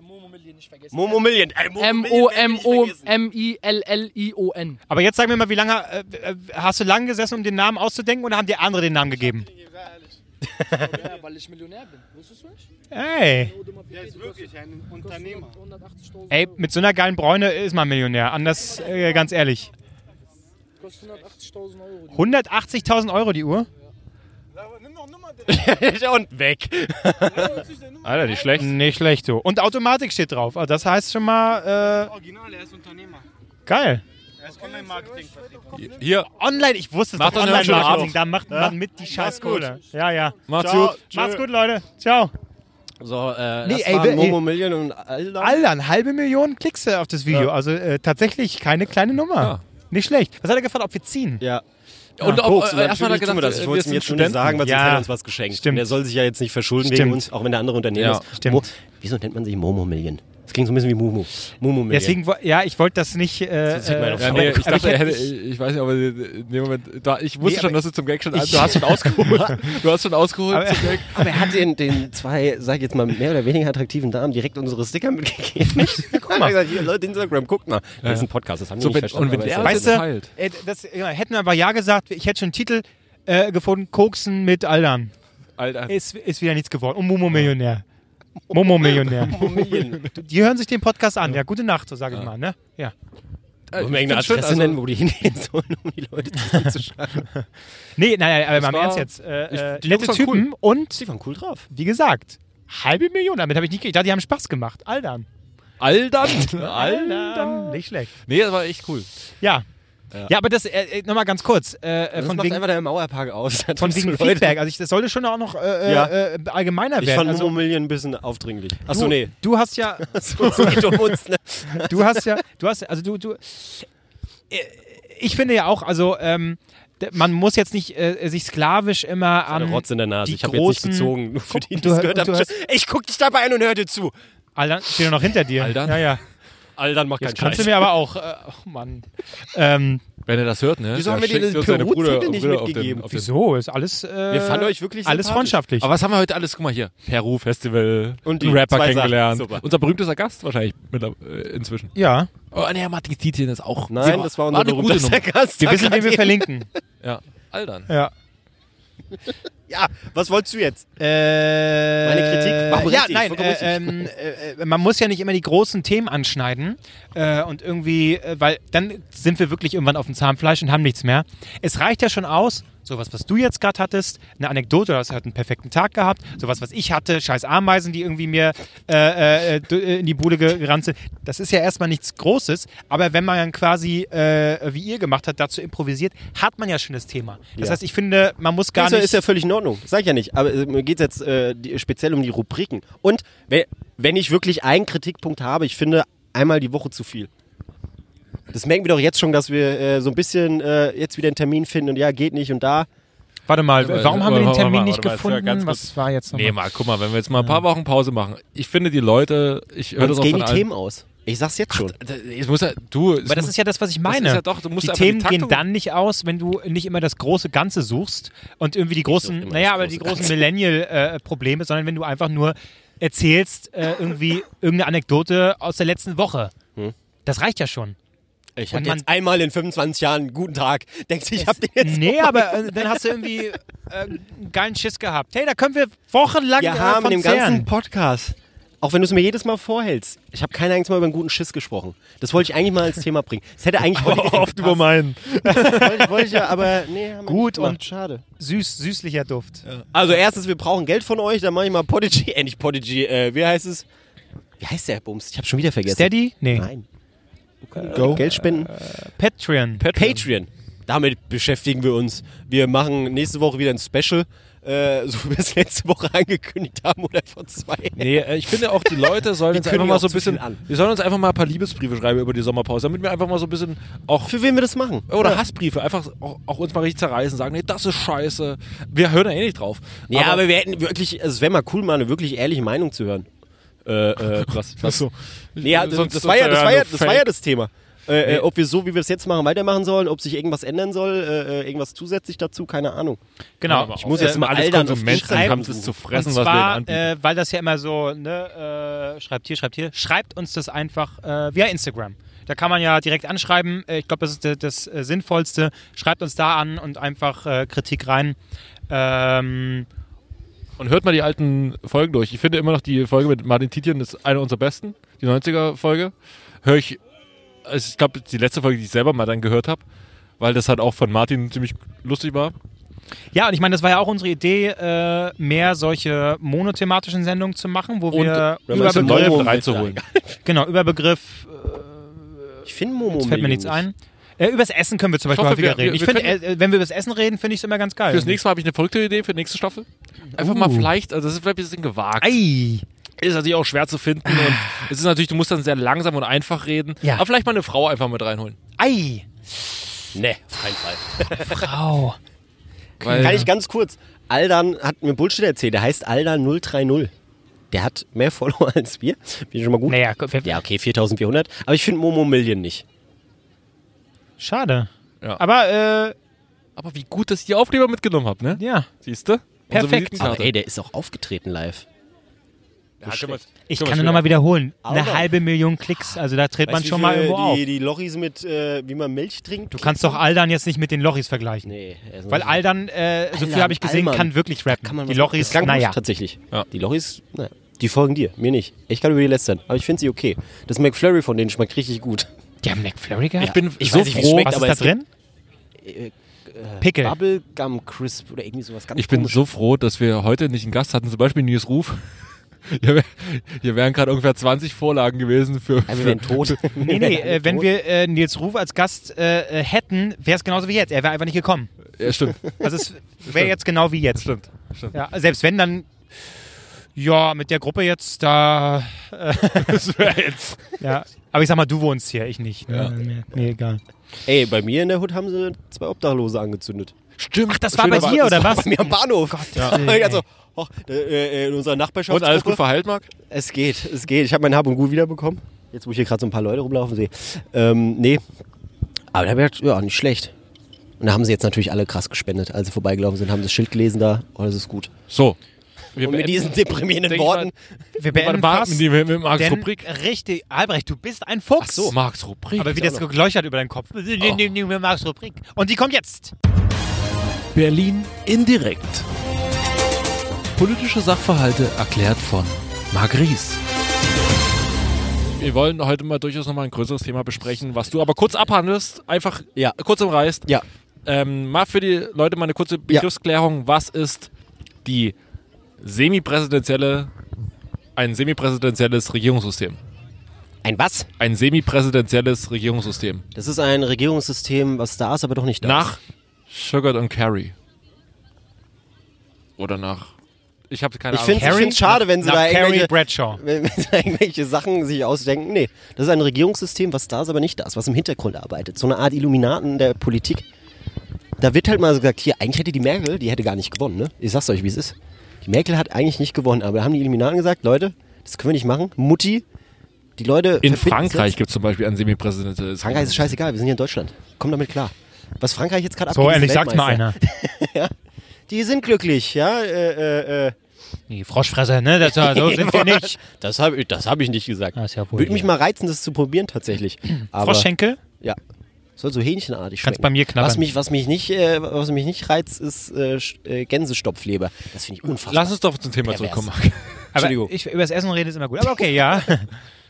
A: Momo Million. Ey, Momo Million werd ich nicht vergessen.
L: M-O-M-O-M-I-L-L-I-O-N.
B: Aber jetzt sag mir mal, wie lange äh, äh, hast du lang gesessen, um den Namen auszudenken oder haben dir andere den Namen gegeben?
L: ja, weil ich Millionär bin. Wusstest du nicht?
B: Ey.
L: Der ist wirklich ein Unternehmer.
B: Ey, mit so einer geilen Bräune ist man Millionär. Anders, äh, ganz ehrlich.
L: Kostet 180.000 Euro.
B: 180.000 Euro die Uhr?
A: (laughs) Und
B: (laughs)
A: weg.
C: Alter, nicht schlecht.
B: Nicht schlecht, du. Und Automatik steht drauf. Also das heißt schon mal, äh,
L: Original, er ist Unternehmer.
B: geil.
L: Er ist Online-Marketing.
C: Hier.
B: Online, ich wusste es
C: Macht
B: doch,
C: euch noch einen schönen
B: Online-Marketing,
C: Abend.
B: da macht
A: Ja.
B: man mit die scheiß Kohle. Ja, ja.
C: Macht's
B: Ciao.
C: gut.
B: Macht's
C: Tschö.
B: gut, Leute. Ciao.
A: So, äh,
B: Nee,
A: das
B: ey,
A: waren
B: ey.
A: Momo Million und Aldan.
B: Alter, eine halbe Million Klicks äh, auf das Video.
A: Ja.
B: Also äh, tatsächlich keine kleine Nummer.
A: Ja.
B: Nicht schlecht. Was hat er gefragt, ob wir ziehen?
A: Ja.
C: Und
A: Ja,
C: auch,
A: Koks,
C: äh,
A: und natürlich
C: erstmal hat er
A: tun wir
C: gedacht,
A: das.
C: äh,
A: Ich
C: wir
A: wollte es ihm
C: sind
A: jetzt schon nicht
C: Studenten.
A: sagen, weil sonst
B: Ja.
A: hat er uns was geschenkt.
B: Stimmt.
A: Und er soll sich ja jetzt nicht verschulden wegen
B: Stimmt.
A: uns, auch wenn der andere Unternehmen
B: Ja.
A: ist. Auch wenn der andere Unternehmen ist. Mo- Wieso nennt man sich Momo Million? Es ging so ein bisschen wie Mumu. Mumu -Million.
B: Deswegen, wo- ja, ich wollte das nicht. Äh,
A: Das sieht man auf
B: äh,
C: Ja,
B: aber-
C: nee, ich
B: aber
C: dachte, er
B: hätte-
C: hätte, ich weiß nicht, aber in dem Moment, da, ich wusste
A: Nee,
C: schon,
A: aber-
C: dass du zum Gag schon,
A: Ich- (laughs)
C: du hast schon ausgeholt. Du hast schon ausgeholt
A: Aber, (laughs)
B: (laughs)
C: zum Gag.
A: aber er hat den, den zwei, sag ich jetzt mal, mehr oder weniger attraktiven Damen direkt unsere Sticker mitgegeben. (laughs) Guck mal. Gesagt, hier, Leute, Instagram, guckt mal. Das ist ein Podcast, das haben
C: So,
A: die
C: wenn-
A: nicht verstanden.
C: und wenn
A: aber
C: der
A: ist
C: das
A: ja-
B: Weißt du, äh, das, ja, hätten wir aber ja gesagt, ich hätte schon einen Titel äh, gefunden: Koksen mit Aldern.
C: Aldern.
B: Ist, ist wieder nichts geworden. Und Momo Millionär. Momo Millionär. die hören sich den Podcast an. Ja, gute Nacht, so sage ich mal. Ne? Ja.
A: Wollen wir um irgendeine Adresse
B: also-
A: nennen, wo die (laughs) hingehen sollen, um die Leute zusammenzuschreiben?
B: Nee, nein, nein, aber
A: Das
B: mal im
A: war-
B: Ernst jetzt. Äh,
A: Ich-
B: äh,
A: die
B: nette
A: Jungs waren
B: Typen
A: cool.
B: und.
A: Die waren cool drauf.
B: (laughs) Wie gesagt, halbe Million. Damit habe ich nicht gekriegt. Ich dachte, Die haben Spaß gemacht. Aldern.
A: (laughs)
C: Aldern?
B: Aldern. Nicht schlecht.
C: Nee, das war echt cool.
B: Ja.
C: Ja.
B: Ja, aber das, äh, nochmal ganz kurz. Äh, äh,
A: Das
B: von
A: macht
B: wegen,
A: einfach der Mauerpark aus. Da
B: von
A: triffst
B: wegen
A: du (laughs) Leute.
B: Feedback. Also ich, das sollte schon auch noch äh,
A: Ja.
B: äh, äh, allgemeiner
A: Ich
B: werden.
A: fand
B: also,
A: Mumu Million ein bisschen aufdringlich. Achso,
B: du,
A: nee.
B: Du hast ja.
A: (laughs) So- so geht um
B: (laughs)
A: uns, ne?
B: Du hast ja. Du hast also du du. Äh, Ich finde ja auch, also ähm, d- man muss jetzt nicht äh, sich sklavisch immer an.
A: eine Rotz in der Nase.
B: die
A: Ich hab jetzt nicht
B: großen-
A: gezogen, nur für die,
B: Und
A: die es
B: hör-
A: gehört
B: und du
A: haben.
B: hörst-
A: Ich guck dich dabei an und hör dir zu.
B: Aldern steht doch noch hinter dir.
C: Aldern?
B: Ja, ja.
A: Aldern macht
B: Jetzt
A: keinen
B: kannst
A: Scheiß.
B: du mir aber auch. Äh, oh Mann. Ähm,
C: Wenn er das hört, ne?
A: Wieso
C: der
A: haben wir dir
C: schlägt
A: den
C: uns seine Bruder-
A: Peru-Zettel nicht
C: Brüder auf den-
A: mitgegeben?
C: auf den-
B: wieso? Ist alles. Äh,
A: Wir fanden euch wirklich
B: Alles
A: sympathisch.
B: freundschaftlich.
C: Aber was haben wir heute alles? Guck mal hier. Peru-Festival.
A: Und die
C: einen Rapper
A: zwei Sachen.
C: kennengelernt.
A: Super.
C: Unser berühmtester Gast wahrscheinlich mit, äh, inzwischen.
B: Ja.
C: Oh, nee, Martin Tietjen ist auch.
A: Nein,
C: sehr-
A: das war unser
C: eine gute
A: berühmtester
C: Nummer.
A: Gast.
B: Wir wissen, wen
A: (laughs)
B: wir verlinken.
C: Ja. Aldern.
B: Ja.
A: Ja, was wolltest du jetzt?
B: Meine
A: Kritik? Warum
B: Äh, ja,
A: richtig?
B: nein,
A: Vollkommen
B: äh,
A: richtig.
B: ähm, äh, man muss ja nicht immer die großen Themen anschneiden äh, und irgendwie, äh, weil dann sind wir wirklich irgendwann auf dem Zahnfleisch und haben nichts mehr. Es reicht ja schon aus, sowas, was du jetzt gerade hattest, eine Anekdote, du hast halt einen perfekten Tag gehabt, sowas, was ich hatte, scheiß Ameisen, die irgendwie mir äh, äh, d- äh, in die Bude ge- gerannt sind. Das ist ja erstmal nichts Großes, aber wenn man dann quasi, äh, wie ihr gemacht habt, dazu improvisiert, hat man ja schon das Thema. Das
A: Ja.
B: heißt, ich finde, man muss gar
A: ist, ja-
B: nicht...
A: ist ja völlig in Ordnung, sag ich ja nicht. Aber äh, mir geht es jetzt äh, die, speziell um die Rubriken. Und we- wenn ich wirklich einen Kritikpunkt habe, ich finde einmal die Woche zu viel. Das merken wir doch jetzt schon, dass wir äh, so ein bisschen äh, jetzt wieder einen Termin finden und ja, geht nicht und da.
B: Warte mal,
C: Aber-
B: Äh,
C: äh,
B: warum haben wir den
C: warte mal,
B: Termin
C: warte
B: nicht
C: mal, jetzt mal
B: gefunden?
C: ganz kurz.
B: Was war jetzt
C: Nee,
B: nochmal?
C: mal, guck mal, wenn wir jetzt mal ein paar Wochen Pause machen. Ich finde, die Leute, ich höre das
A: Uns
C: auch
A: gehen
C: von
A: die
C: allen.
A: Themen aus. Ich sag's jetzt schon.
C: Ich muss ja, du, es
B: Aber das
C: muss-
B: ist ja das, was ich
C: das
B: meine.
C: ist ja doch, du musst
B: die
C: einfach die
B: Themen gehen
C: Taktung-
B: dann nicht aus, wenn du nicht immer das große Ganze suchst und irgendwie die
A: such
B: großen,
A: immer
B: naja,
A: das
B: aber
A: große
B: die großen
A: Ganze.
B: Millennial-Probleme, sondern wenn du einfach nur erzählst äh, irgendwie irgendeine Anekdote aus der letzten Woche.
A: Hm.
B: Das reicht ja schon.
A: Ich
B: Und
A: hatte
B: man-
A: jetzt einmal in 25 Jahren einen guten (laughs) Tag. Denkst du, ich hab den jetzt.
B: Nee, aber äh, dann hast du irgendwie äh, einen geilen Schiss gehabt. Hey, da können wir wochenlang
A: Wir
B: äh,
A: haben
B: von
A: im
B: zehren.
A: ganzen Podcast, auch wenn du es mir jedes Mal vorhältst, ich habe kein einziges Mal über einen guten Schiss gesprochen. Das wollte ich eigentlich mal als Thema bringen. Das hätte (laughs) eigentlich heute
C: oft über meinen.
A: wollte, wollte ich ja, aber nee, haben wir
B: Gut
A: nicht gemacht.
B: und-
A: schade.
B: süß, süßlicher Duft.
A: Also erstens, wir brauchen Geld von euch, dann mache ich mal Podigy, (laughs) äh nicht Podigy, äh, wie heißt es? Wie heißt der Bums? Ich habe schon wieder vergessen.
B: Steady? Nee. Äh,
A: Nein. Äh, Go. Geld spenden.
B: Patreon.
A: Patreon. Damit beschäftigen wir uns. Wir machen nächste Woche wieder ein Special, äh, so wie wir es letzte Woche (laughs) angekündigt haben oder vor zwei.
C: Nee, äh, ich finde auch, die Leute sollen
A: Die
C: uns einfach
A: kündigen
C: mal
A: auch
C: so ein
A: zu
C: bisschen,
A: viel an.
C: die sollen uns einfach mal ein paar Liebesbriefe schreiben über die Sommerpause, damit wir einfach mal so ein bisschen auch,
A: Für wen wir das machen.
C: oder Hassbriefe, einfach auch, auch uns mal richtig zerreißen, sagen, nee, das ist scheiße. Wir hören ja eh nicht drauf.
A: Ja, aber, wir hätten wirklich, also es wäre mal cool, mal eine wirklich ehrliche Meinung zu hören. Äh, äh, was, was?
C: so.
A: Nee, ja, das,
C: Sonst-
A: das,
C: sonst
A: war ja,
C: wäre
A: das,
C: ja
A: war ja,
C: nur
A: das war ja
C: Fake.
A: das Thema. Äh,
C: Nee.
A: äh, ob wir so, wie wir es jetzt machen, weitermachen sollen, ob sich irgendwas ändern soll, äh, äh, irgendwas zusätzlich dazu, keine Ahnung.
B: Genau.
A: Ich muss jetzt mal
C: alles
A: Aldern auf
C: Konsumenten
A: Instagram
C: haben es
A: suchen.
C: zu fressen,
B: und
C: was wir ihnen
B: zwar,
C: anbieten.
B: äh, weil das ja immer so, ne, äh, schreibt hier, schreibt hier, schreibt uns das einfach äh, via Instagram. Da kann man ja direkt anschreiben. Äh, Ich glaube, das ist de- das äh, Sinnvollste. Schreibt uns da an und einfach äh, Kritik rein. Ähm,
C: Und hört mal die alten Folgen durch. Ich finde immer noch die Folge mit Martin Titien ist eine unserer besten, die 90er-Folge. Höre ich, also ich glaube, die letzte Folge, die ich selber mal dann gehört habe, weil das halt auch von Martin ziemlich lustig war.
B: ja, und ich meine, das war ja auch unsere Idee, äh, mehr solche monothematischen Sendungen zu machen, wo
C: Und
B: wir
A: Wenn man es
B: über
A: im
B: Begriff,
A: Neuen-
C: reinzuholen.
B: genau, über Begriff,
A: Ich finde Momo.
B: jetzt fällt mir
A: Million
B: nichts ein. Äh, übers Essen können wir zum Beispiel
C: hoffe,
B: häufiger
C: wir- wir-
B: reden. Ich
C: wir
B: finde,
C: können-
B: äh, wenn wir über das Essen reden, finde ich es immer ganz geil.
C: Fürs nächste Mal habe ich eine verrückte Idee für die nächste Staffel. Einfach mal vielleicht, also das ist vielleicht ein bisschen gewagt.
B: Uh. Ei. Ah.
C: Ist natürlich auch schwer zu finden und es ist natürlich, du musst dann sehr langsam und einfach reden.
B: Ja.
C: Aber vielleicht mal eine Frau einfach mit reinholen.
B: Ei.
A: Nee, auf keinen Fall.
B: Frau.
C: Weil, Äh.
A: Kann ich ganz kurz. Aldan hat mir Bullshit erzählt. Der heißt Aldan 030. Der hat mehr (laughs) Follower als wir. Finde ich schon mal gut.
B: Naja,
A: ja, okay, 4400. Aber ich finde Momo Million nicht.
B: Schade. Aber, äh,
C: aber wie gut, dass ich die Aufkleber mitgenommen habe, ne?
B: Ja.
C: Siehst du?
B: Perfekt.
A: Aber ey, der ist auch aufgetreten live.
C: Ja, schon mal-
B: Ich
C: schon
B: kann
C: schwer.
B: nur nochmal wiederholen.
A: Auch noch.
B: Eine halbe Million Klicks, also da tritt man
A: Weißt du,
B: schon
A: wie
B: mal
A: viel
B: irgendwo auf.
A: die, die Lochis mit, äh, wie man Milch trinkt.
B: Du kannst doch Aldan jetzt nicht mit den Lochis vergleichen.
A: Nee, er ist
B: Weil
A: noch-
B: Aldan, äh, so viel
A: Aldan,
B: habe ich gesehen,
A: Alman.
B: kann wirklich rappen.
A: Kann man
B: die
A: was-
B: Lochis,
A: ist ganz
B: naja.
A: gut, tatsächlich. Die Lochis, naja. Die folgen dir, mir nicht. Ich kann über die lästern, aber ich finde sie okay. Das McFlurry von denen schmeckt richtig gut.
B: Die haben McFlurry gehabt?
A: Ich bin
B: Ich
A: so
B: weiß nicht, wie es
A: froh,
B: schmeckt,
A: was
B: aber
A: ist
B: es
A: da drin? Äh, Pickel. Bubblegum Crisp oder irgendwie sowas ganz
C: Ich bin
A: komisch.
C: so froh, dass wir heute nicht einen Gast hatten, zum Beispiel Nils Ruf. (laughs) Hier, wär- hier wären gerade ungefähr 20 Vorlagen gewesen für.
A: wir
C: für-
A: wären tot.
B: (laughs)
A: (laughs)
B: Nee, nee, äh, wenn wir äh, Nils Ruf als Gast äh, äh, hätten, wäre es genauso wie jetzt. Er wäre einfach nicht gekommen.
C: Ja, stimmt.
A: (laughs)
B: Also es wäre
C: Stimmt.
B: jetzt genau wie jetzt.
C: Stimmt, stimmt.
B: Ja, selbst wenn dann, ja, mit der Gruppe jetzt da.
A: (laughs)
B: Äh,
C: Das wär jetzt.
B: (laughs) Ja, aber ich sag mal, du wohnst hier, ich nicht. Ja. Nee, nee, egal.
A: Ey, bei mir in der Hut haben sie zwei Obdachlose angezündet.
C: Stimmt.
B: Ach, das war bei dir, oder
A: das war
B: was? Oh
A: Bei mir am Bahnhof.
B: Ja.
A: Ey, (laughs) also, och, äh, äh, in unserer Nachbarschaft.
C: Und alles gut verheilt, Marc?
A: Es geht, es geht. Ich habe mein Hab und Gut wiederbekommen. Jetzt, wo ich hier gerade so ein paar Leute rumlaufen sehe. Ähm, nee. Aber da habe ich gedacht, ja, nicht schlecht. Und da haben sie jetzt natürlich alle krass gespendet. Als sie vorbeigelaufen sind, haben sie das Schild gelesen da. Oh, das ist gut.
C: So.
A: und mit diesen
C: Denk
A: deprimierenden
C: ich mal-
A: Worten.
B: Wir beenden
C: warten
B: fast,
C: die mit- mit Marks
B: denn
C: Rubrik?
B: Richtig, Albrecht, du bist ein Fuchs.
C: So, Marks Rubrik.
B: Aber wie das gegleuchert über deinen Kopf. Nee,
A: Oh.
B: nee, nee, wir machen's Rubrik. Und die kommt jetzt.
E: Berlin indirekt. Politische Sachverhalte erklärt von Marc Ries.
C: Wir wollen heute mal durchaus nochmal ein größeres Thema besprechen, was du aber kurz abhandelst, einfach
A: Ja.
C: kurz umreißt.
A: Ja.
C: Ähm, mal für die Leute mal eine kurze Begriffsklärung. Was ist die semipräsidentielle, ein semipräsidentielles Regierungssystem?
A: Ein was?
C: Ein semipräsidentielles Regierungssystem.
A: Das ist ein Regierungssystem, was da ist, aber doch nicht da.
C: Nach Sugar und Carey. Oder nach. Ich habe keine
A: ich
C: Ahnung.
A: finde es schade, wenn sie,
B: Nach
A: da
B: Carrie
A: irgendwelche,
B: Bradshaw.
A: wenn, (laughs) wenn sie da irgendwelche Sachen sich ausdenken. Nee, das ist ein Regierungssystem, was da ist, aber nicht da ist, was im Hintergrund arbeitet. So eine Art Illuminaten der Politik. Da wird halt mal so gesagt, hier, eigentlich hätte die Merkel, die hätte gar nicht gewonnen. Ne? Ich sag's euch, wie es ist. Die Merkel hat eigentlich nicht gewonnen, aber da haben die Illuminaten gesagt, Leute, das können wir nicht machen. Mutti, die Leute... verbinden
C: In
A: sich
C: Frankreich
A: jetzt.
C: gibt es zum Beispiel ein semipräsidentielles
A: Frankreich ist scheißegal, wir sind hier in Deutschland. Komm damit klar. Was Frankreich jetzt gerade
B: So,
A: abgeht, ist
B: ehrlich, sag's mal
A: Weltmeister. ja, die sind glücklich, ja. Äh, äh, äh.
B: Nee, Froschfresser, ne? Das,
A: (laughs)
B: so sind wir nicht.
A: Das habe das hab ich nicht gesagt.
B: Das Ah, ist ja wohl
A: Würde mich
B: hier.
A: mal reizen, das zu probieren tatsächlich.
B: (clears throat)
A: Aber,
B: Froschschenkel?
A: Ja. Soll so hähnchenartig
B: Kannst
A: schmecken.
B: bei mir knabbern.
A: Was mich, was mich, nicht, äh, was mich nicht reizt, ist äh, Sch- äh, Gänsestopfleber. Das finde ich unfassbar.
C: Lass uns doch zum Thema
A: Pervers.
C: zurückkommen, Marc.
B: Aber
A: Entschuldigung.
B: ich, über das Essen reden ist immer gut. Aber okay,
C: (laughs)
B: ja.
C: Äh,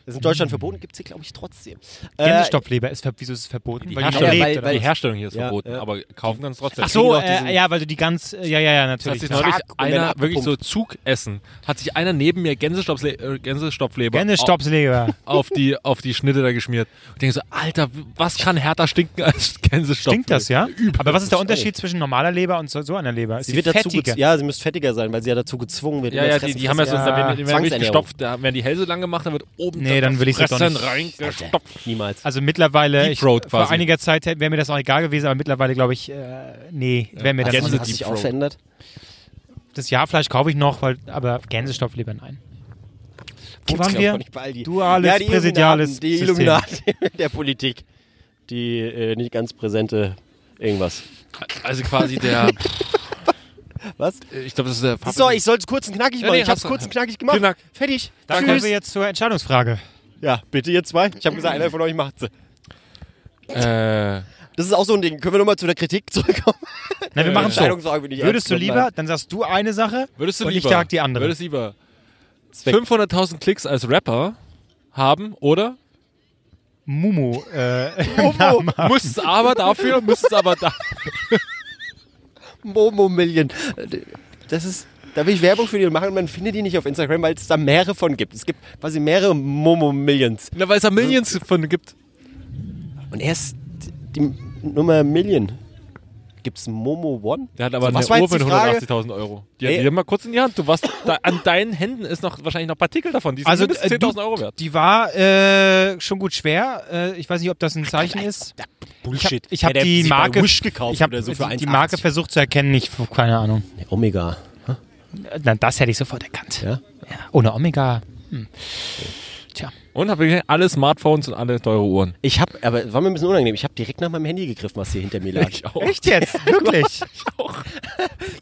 A: Das ist in Deutschland verboten, gibt es hier, glaube ich, trotzdem. Äh,
B: Gänsestopfleber ist, ver- wieso ist es verboten?
C: Die
B: Weil die
C: Herstellung-
B: lebt,
A: weil-
B: oder
A: weil-
C: Die
B: was?
C: Herstellung hier ist
A: Ja,
C: verboten,
A: ja.
C: aber kaufen kannst trotzdem.
B: Ach so,
A: kriegen doch
B: äh,
A: diesen-
B: ja, weil du die ganz, äh, ja, ja, ja,
C: Das hat
B: natürlich.
C: sich neulich
A: Zack, und dann
C: einer
A: abgepumpt.
C: wirklich so Zugessen, hat sich einer neben mir Gänsestopfle äh, Gänsestopfleber (laughs)
B: Gänsestopfleber.
C: au- auf die, auf die Schnitte da geschmiert. Und denke so, Alter, w- was kann härter stinken als Gänsestopfleber?
B: Stinkt das, ja? Aber was ist der
A: Das ist
B: Unterschied zwischen normaler Leber und so, so einer Leber? Ist
A: Sie wird dazu
B: fettiger?
A: gez- ja, sie müsste fettiger sein, weil sie ja dazu gezwungen wird.
C: Ja,
A: Immer
C: ja, die,
A: fressen,
C: die haben ja
A: fressen,
C: so, da werden- die werden wirklich
A: Zwangsernährung.
C: gestopft, da werden die Hälse lang gemacht, dann wird oben
B: Nee, dann will ich's jetzt doch
C: Fressen
B: nicht.
C: reingestopft.
A: Niemals.
B: Also mittlerweile,
C: Deep
B: ich,
C: Throat
B: vor
C: quasi.
B: einiger Zeit wäre mir das auch egal gewesen, aber mittlerweile glaube ich, äh, nee, wäre mir
A: Hat sich-
B: das auch
C: Gänse-
B: nicht.
A: hat sich
C: Deep
A: auch
C: Throat.
A: verändert.
B: Das Jahrfleisch kaufe ich noch, weil, aber Gänsestopfleber nein. Wo
A: Gibt's, glaub
B: waren
A: ich, auch
B: wir?
A: nicht bei Aldi.
B: Duales,
A: ja, die
B: präsidiales
A: Illuminaten, Die
B: System.
A: Illuminaten (laughs) der Politik. Die äh, nicht ganz präsente irgendwas.
C: Also
B: (laughs)
C: quasi der,
A: Was?
C: ich glaube, das ist der Papa.
A: So, ich sollte es kurz und knackig machen. ich
C: nee,
A: habe es
C: hab's-
A: kurz und knackig gemacht.
C: Knack.
A: Fertig.
B: Dann kommen
A: Tschüss.
B: wir jetzt zur Entscheidungsfrage.
A: Ja, bitte ihr zwei. Ich habe gesagt, einer von euch macht's.
C: äh,
A: Das ist auch so ein Ding. Können wir nochmal zu der Kritik zurückkommen?
B: Nein,
C: Äh,
B: wir machen so.
A: Entscheidungsfrage bin ich
B: Würdest du
A: ernst genommen,
B: lieber, dann sagst du eine Sache
C: würdest du
B: und
C: lieber,
B: ich sag die andere.
C: Würdest du lieber
A: weg.
C: 500.000 Klicks als Rapper haben oder
B: Mumu. Äh,
C: Muss es aber dafür, muss es aber da.
A: nein. Momo Million. Das ist. Da will ich Werbung für die machen. Man findet die nicht auf Instagram, weil es da mehrere von gibt. Es gibt quasi mehrere Momo Millions.
C: Na, weil es da Millions von gibt.
A: Und erst die Nummer Million. Gibt's Momo One?
C: Der hat aber
A: So, was war
C: eine Uhr
A: jetzt
C: mit
A: die Frage?
C: 180.000 Euro. Die
A: Ey.
C: hat die mal kurz in die Hand. Du warst da, an deinen Händen ist noch wahrscheinlich noch Partikel davon. Die sind
B: also,
C: mindestens
B: äh,
C: 10.000
B: du-
C: Euro wert.
B: die war äh, schon gut schwer. Äh, ich weiß nicht, ob das ein Zeichen ist.
A: Bullshit.
B: Ich habe
A: Hätte er
B: die
A: sich bei
B: Marke
A: Wish gekauft
B: ich hab
A: oder so für
B: die- die Marke
A: 1,80.
B: versucht zu erkennen, ich keine Ahnung.
A: Omega.
B: Na, das hätte ich sofort erkannt. Ja? Ohne Omega. Hm. Tja.
C: Und habe ich alle Smartphones und alle teure Uhren.
A: (laughs) Ich habe, aber war mir ein bisschen unangenehm. Ich habe direkt nach meinem Handy gegriffen, was hier hinter mir lag. Ich auch.
B: Echt
A: (laughs)
B: jetzt? Wirklich?
A: ich auch.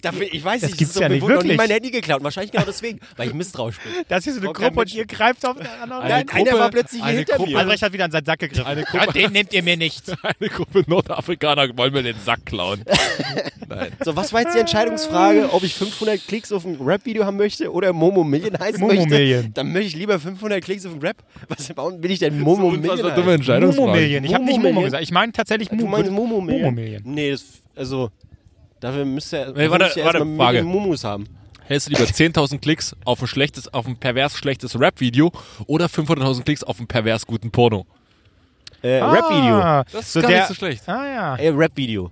A: Dafür, ich weiß
B: Das
A: nicht,
B: gibt's
A: so,
B: ja
A: mir
B: nicht,
A: wurde noch
B: wirklich.
A: mein Handy geklaut. Wahrscheinlich genau deswegen, weil ich misstrauisch bin.
B: Das hier so eine
A: Braucht
B: Gruppe
A: kein
B: und ihr greift auf den anderen.
A: Eine Nein, einer Gruppe- war plötzlich hier eine hinter Gruppe- mir.
B: Albrecht hat Also wieder an seinen Sack gegriffen.
C: Eine
B: Ja, den nehmt ihr
A: (laughs)
B: mir nicht.
C: Eine Gruppe Nordafrikaner wollen mir den Sack klauen. Nein.
A: So, was war jetzt die Entscheidungsfrage, ob ich 500 Klicks auf ein Rap-Video haben möchte oder Momo Million heißen
B: Momo
A: möchte?
B: Million.
A: Dann möchte ich lieber 500 Klicks auf ein Rap. Was warum will ich denn Momo Million?
C: also dumme
A: heißen?
C: Entscheidungsfrage.
B: Momo Million. Ich habe nicht Momo
A: Million.
B: gesagt. Ich meine tatsächlich
A: Du meinst Momo Million?
B: Momo Million.
A: Nee, das, also dafür müsste er
C: Nee, warte,
A: müsst ihr
C: warte,
A: erstmal
C: Frage.
A: Million Mumus haben.
C: Hältst du lieber 10.000 Klicks auf ein schlechtes, auf ein pervers schlechtes Rap-Video oder 500.000 Klicks auf ein pervers guten Porno?
A: Äh,
B: Ah,
A: Rap-Video.
C: Das ist
B: So
C: gar
B: der-
C: nicht so schlecht.
B: Ah ja.
A: Äh, Rap-Video.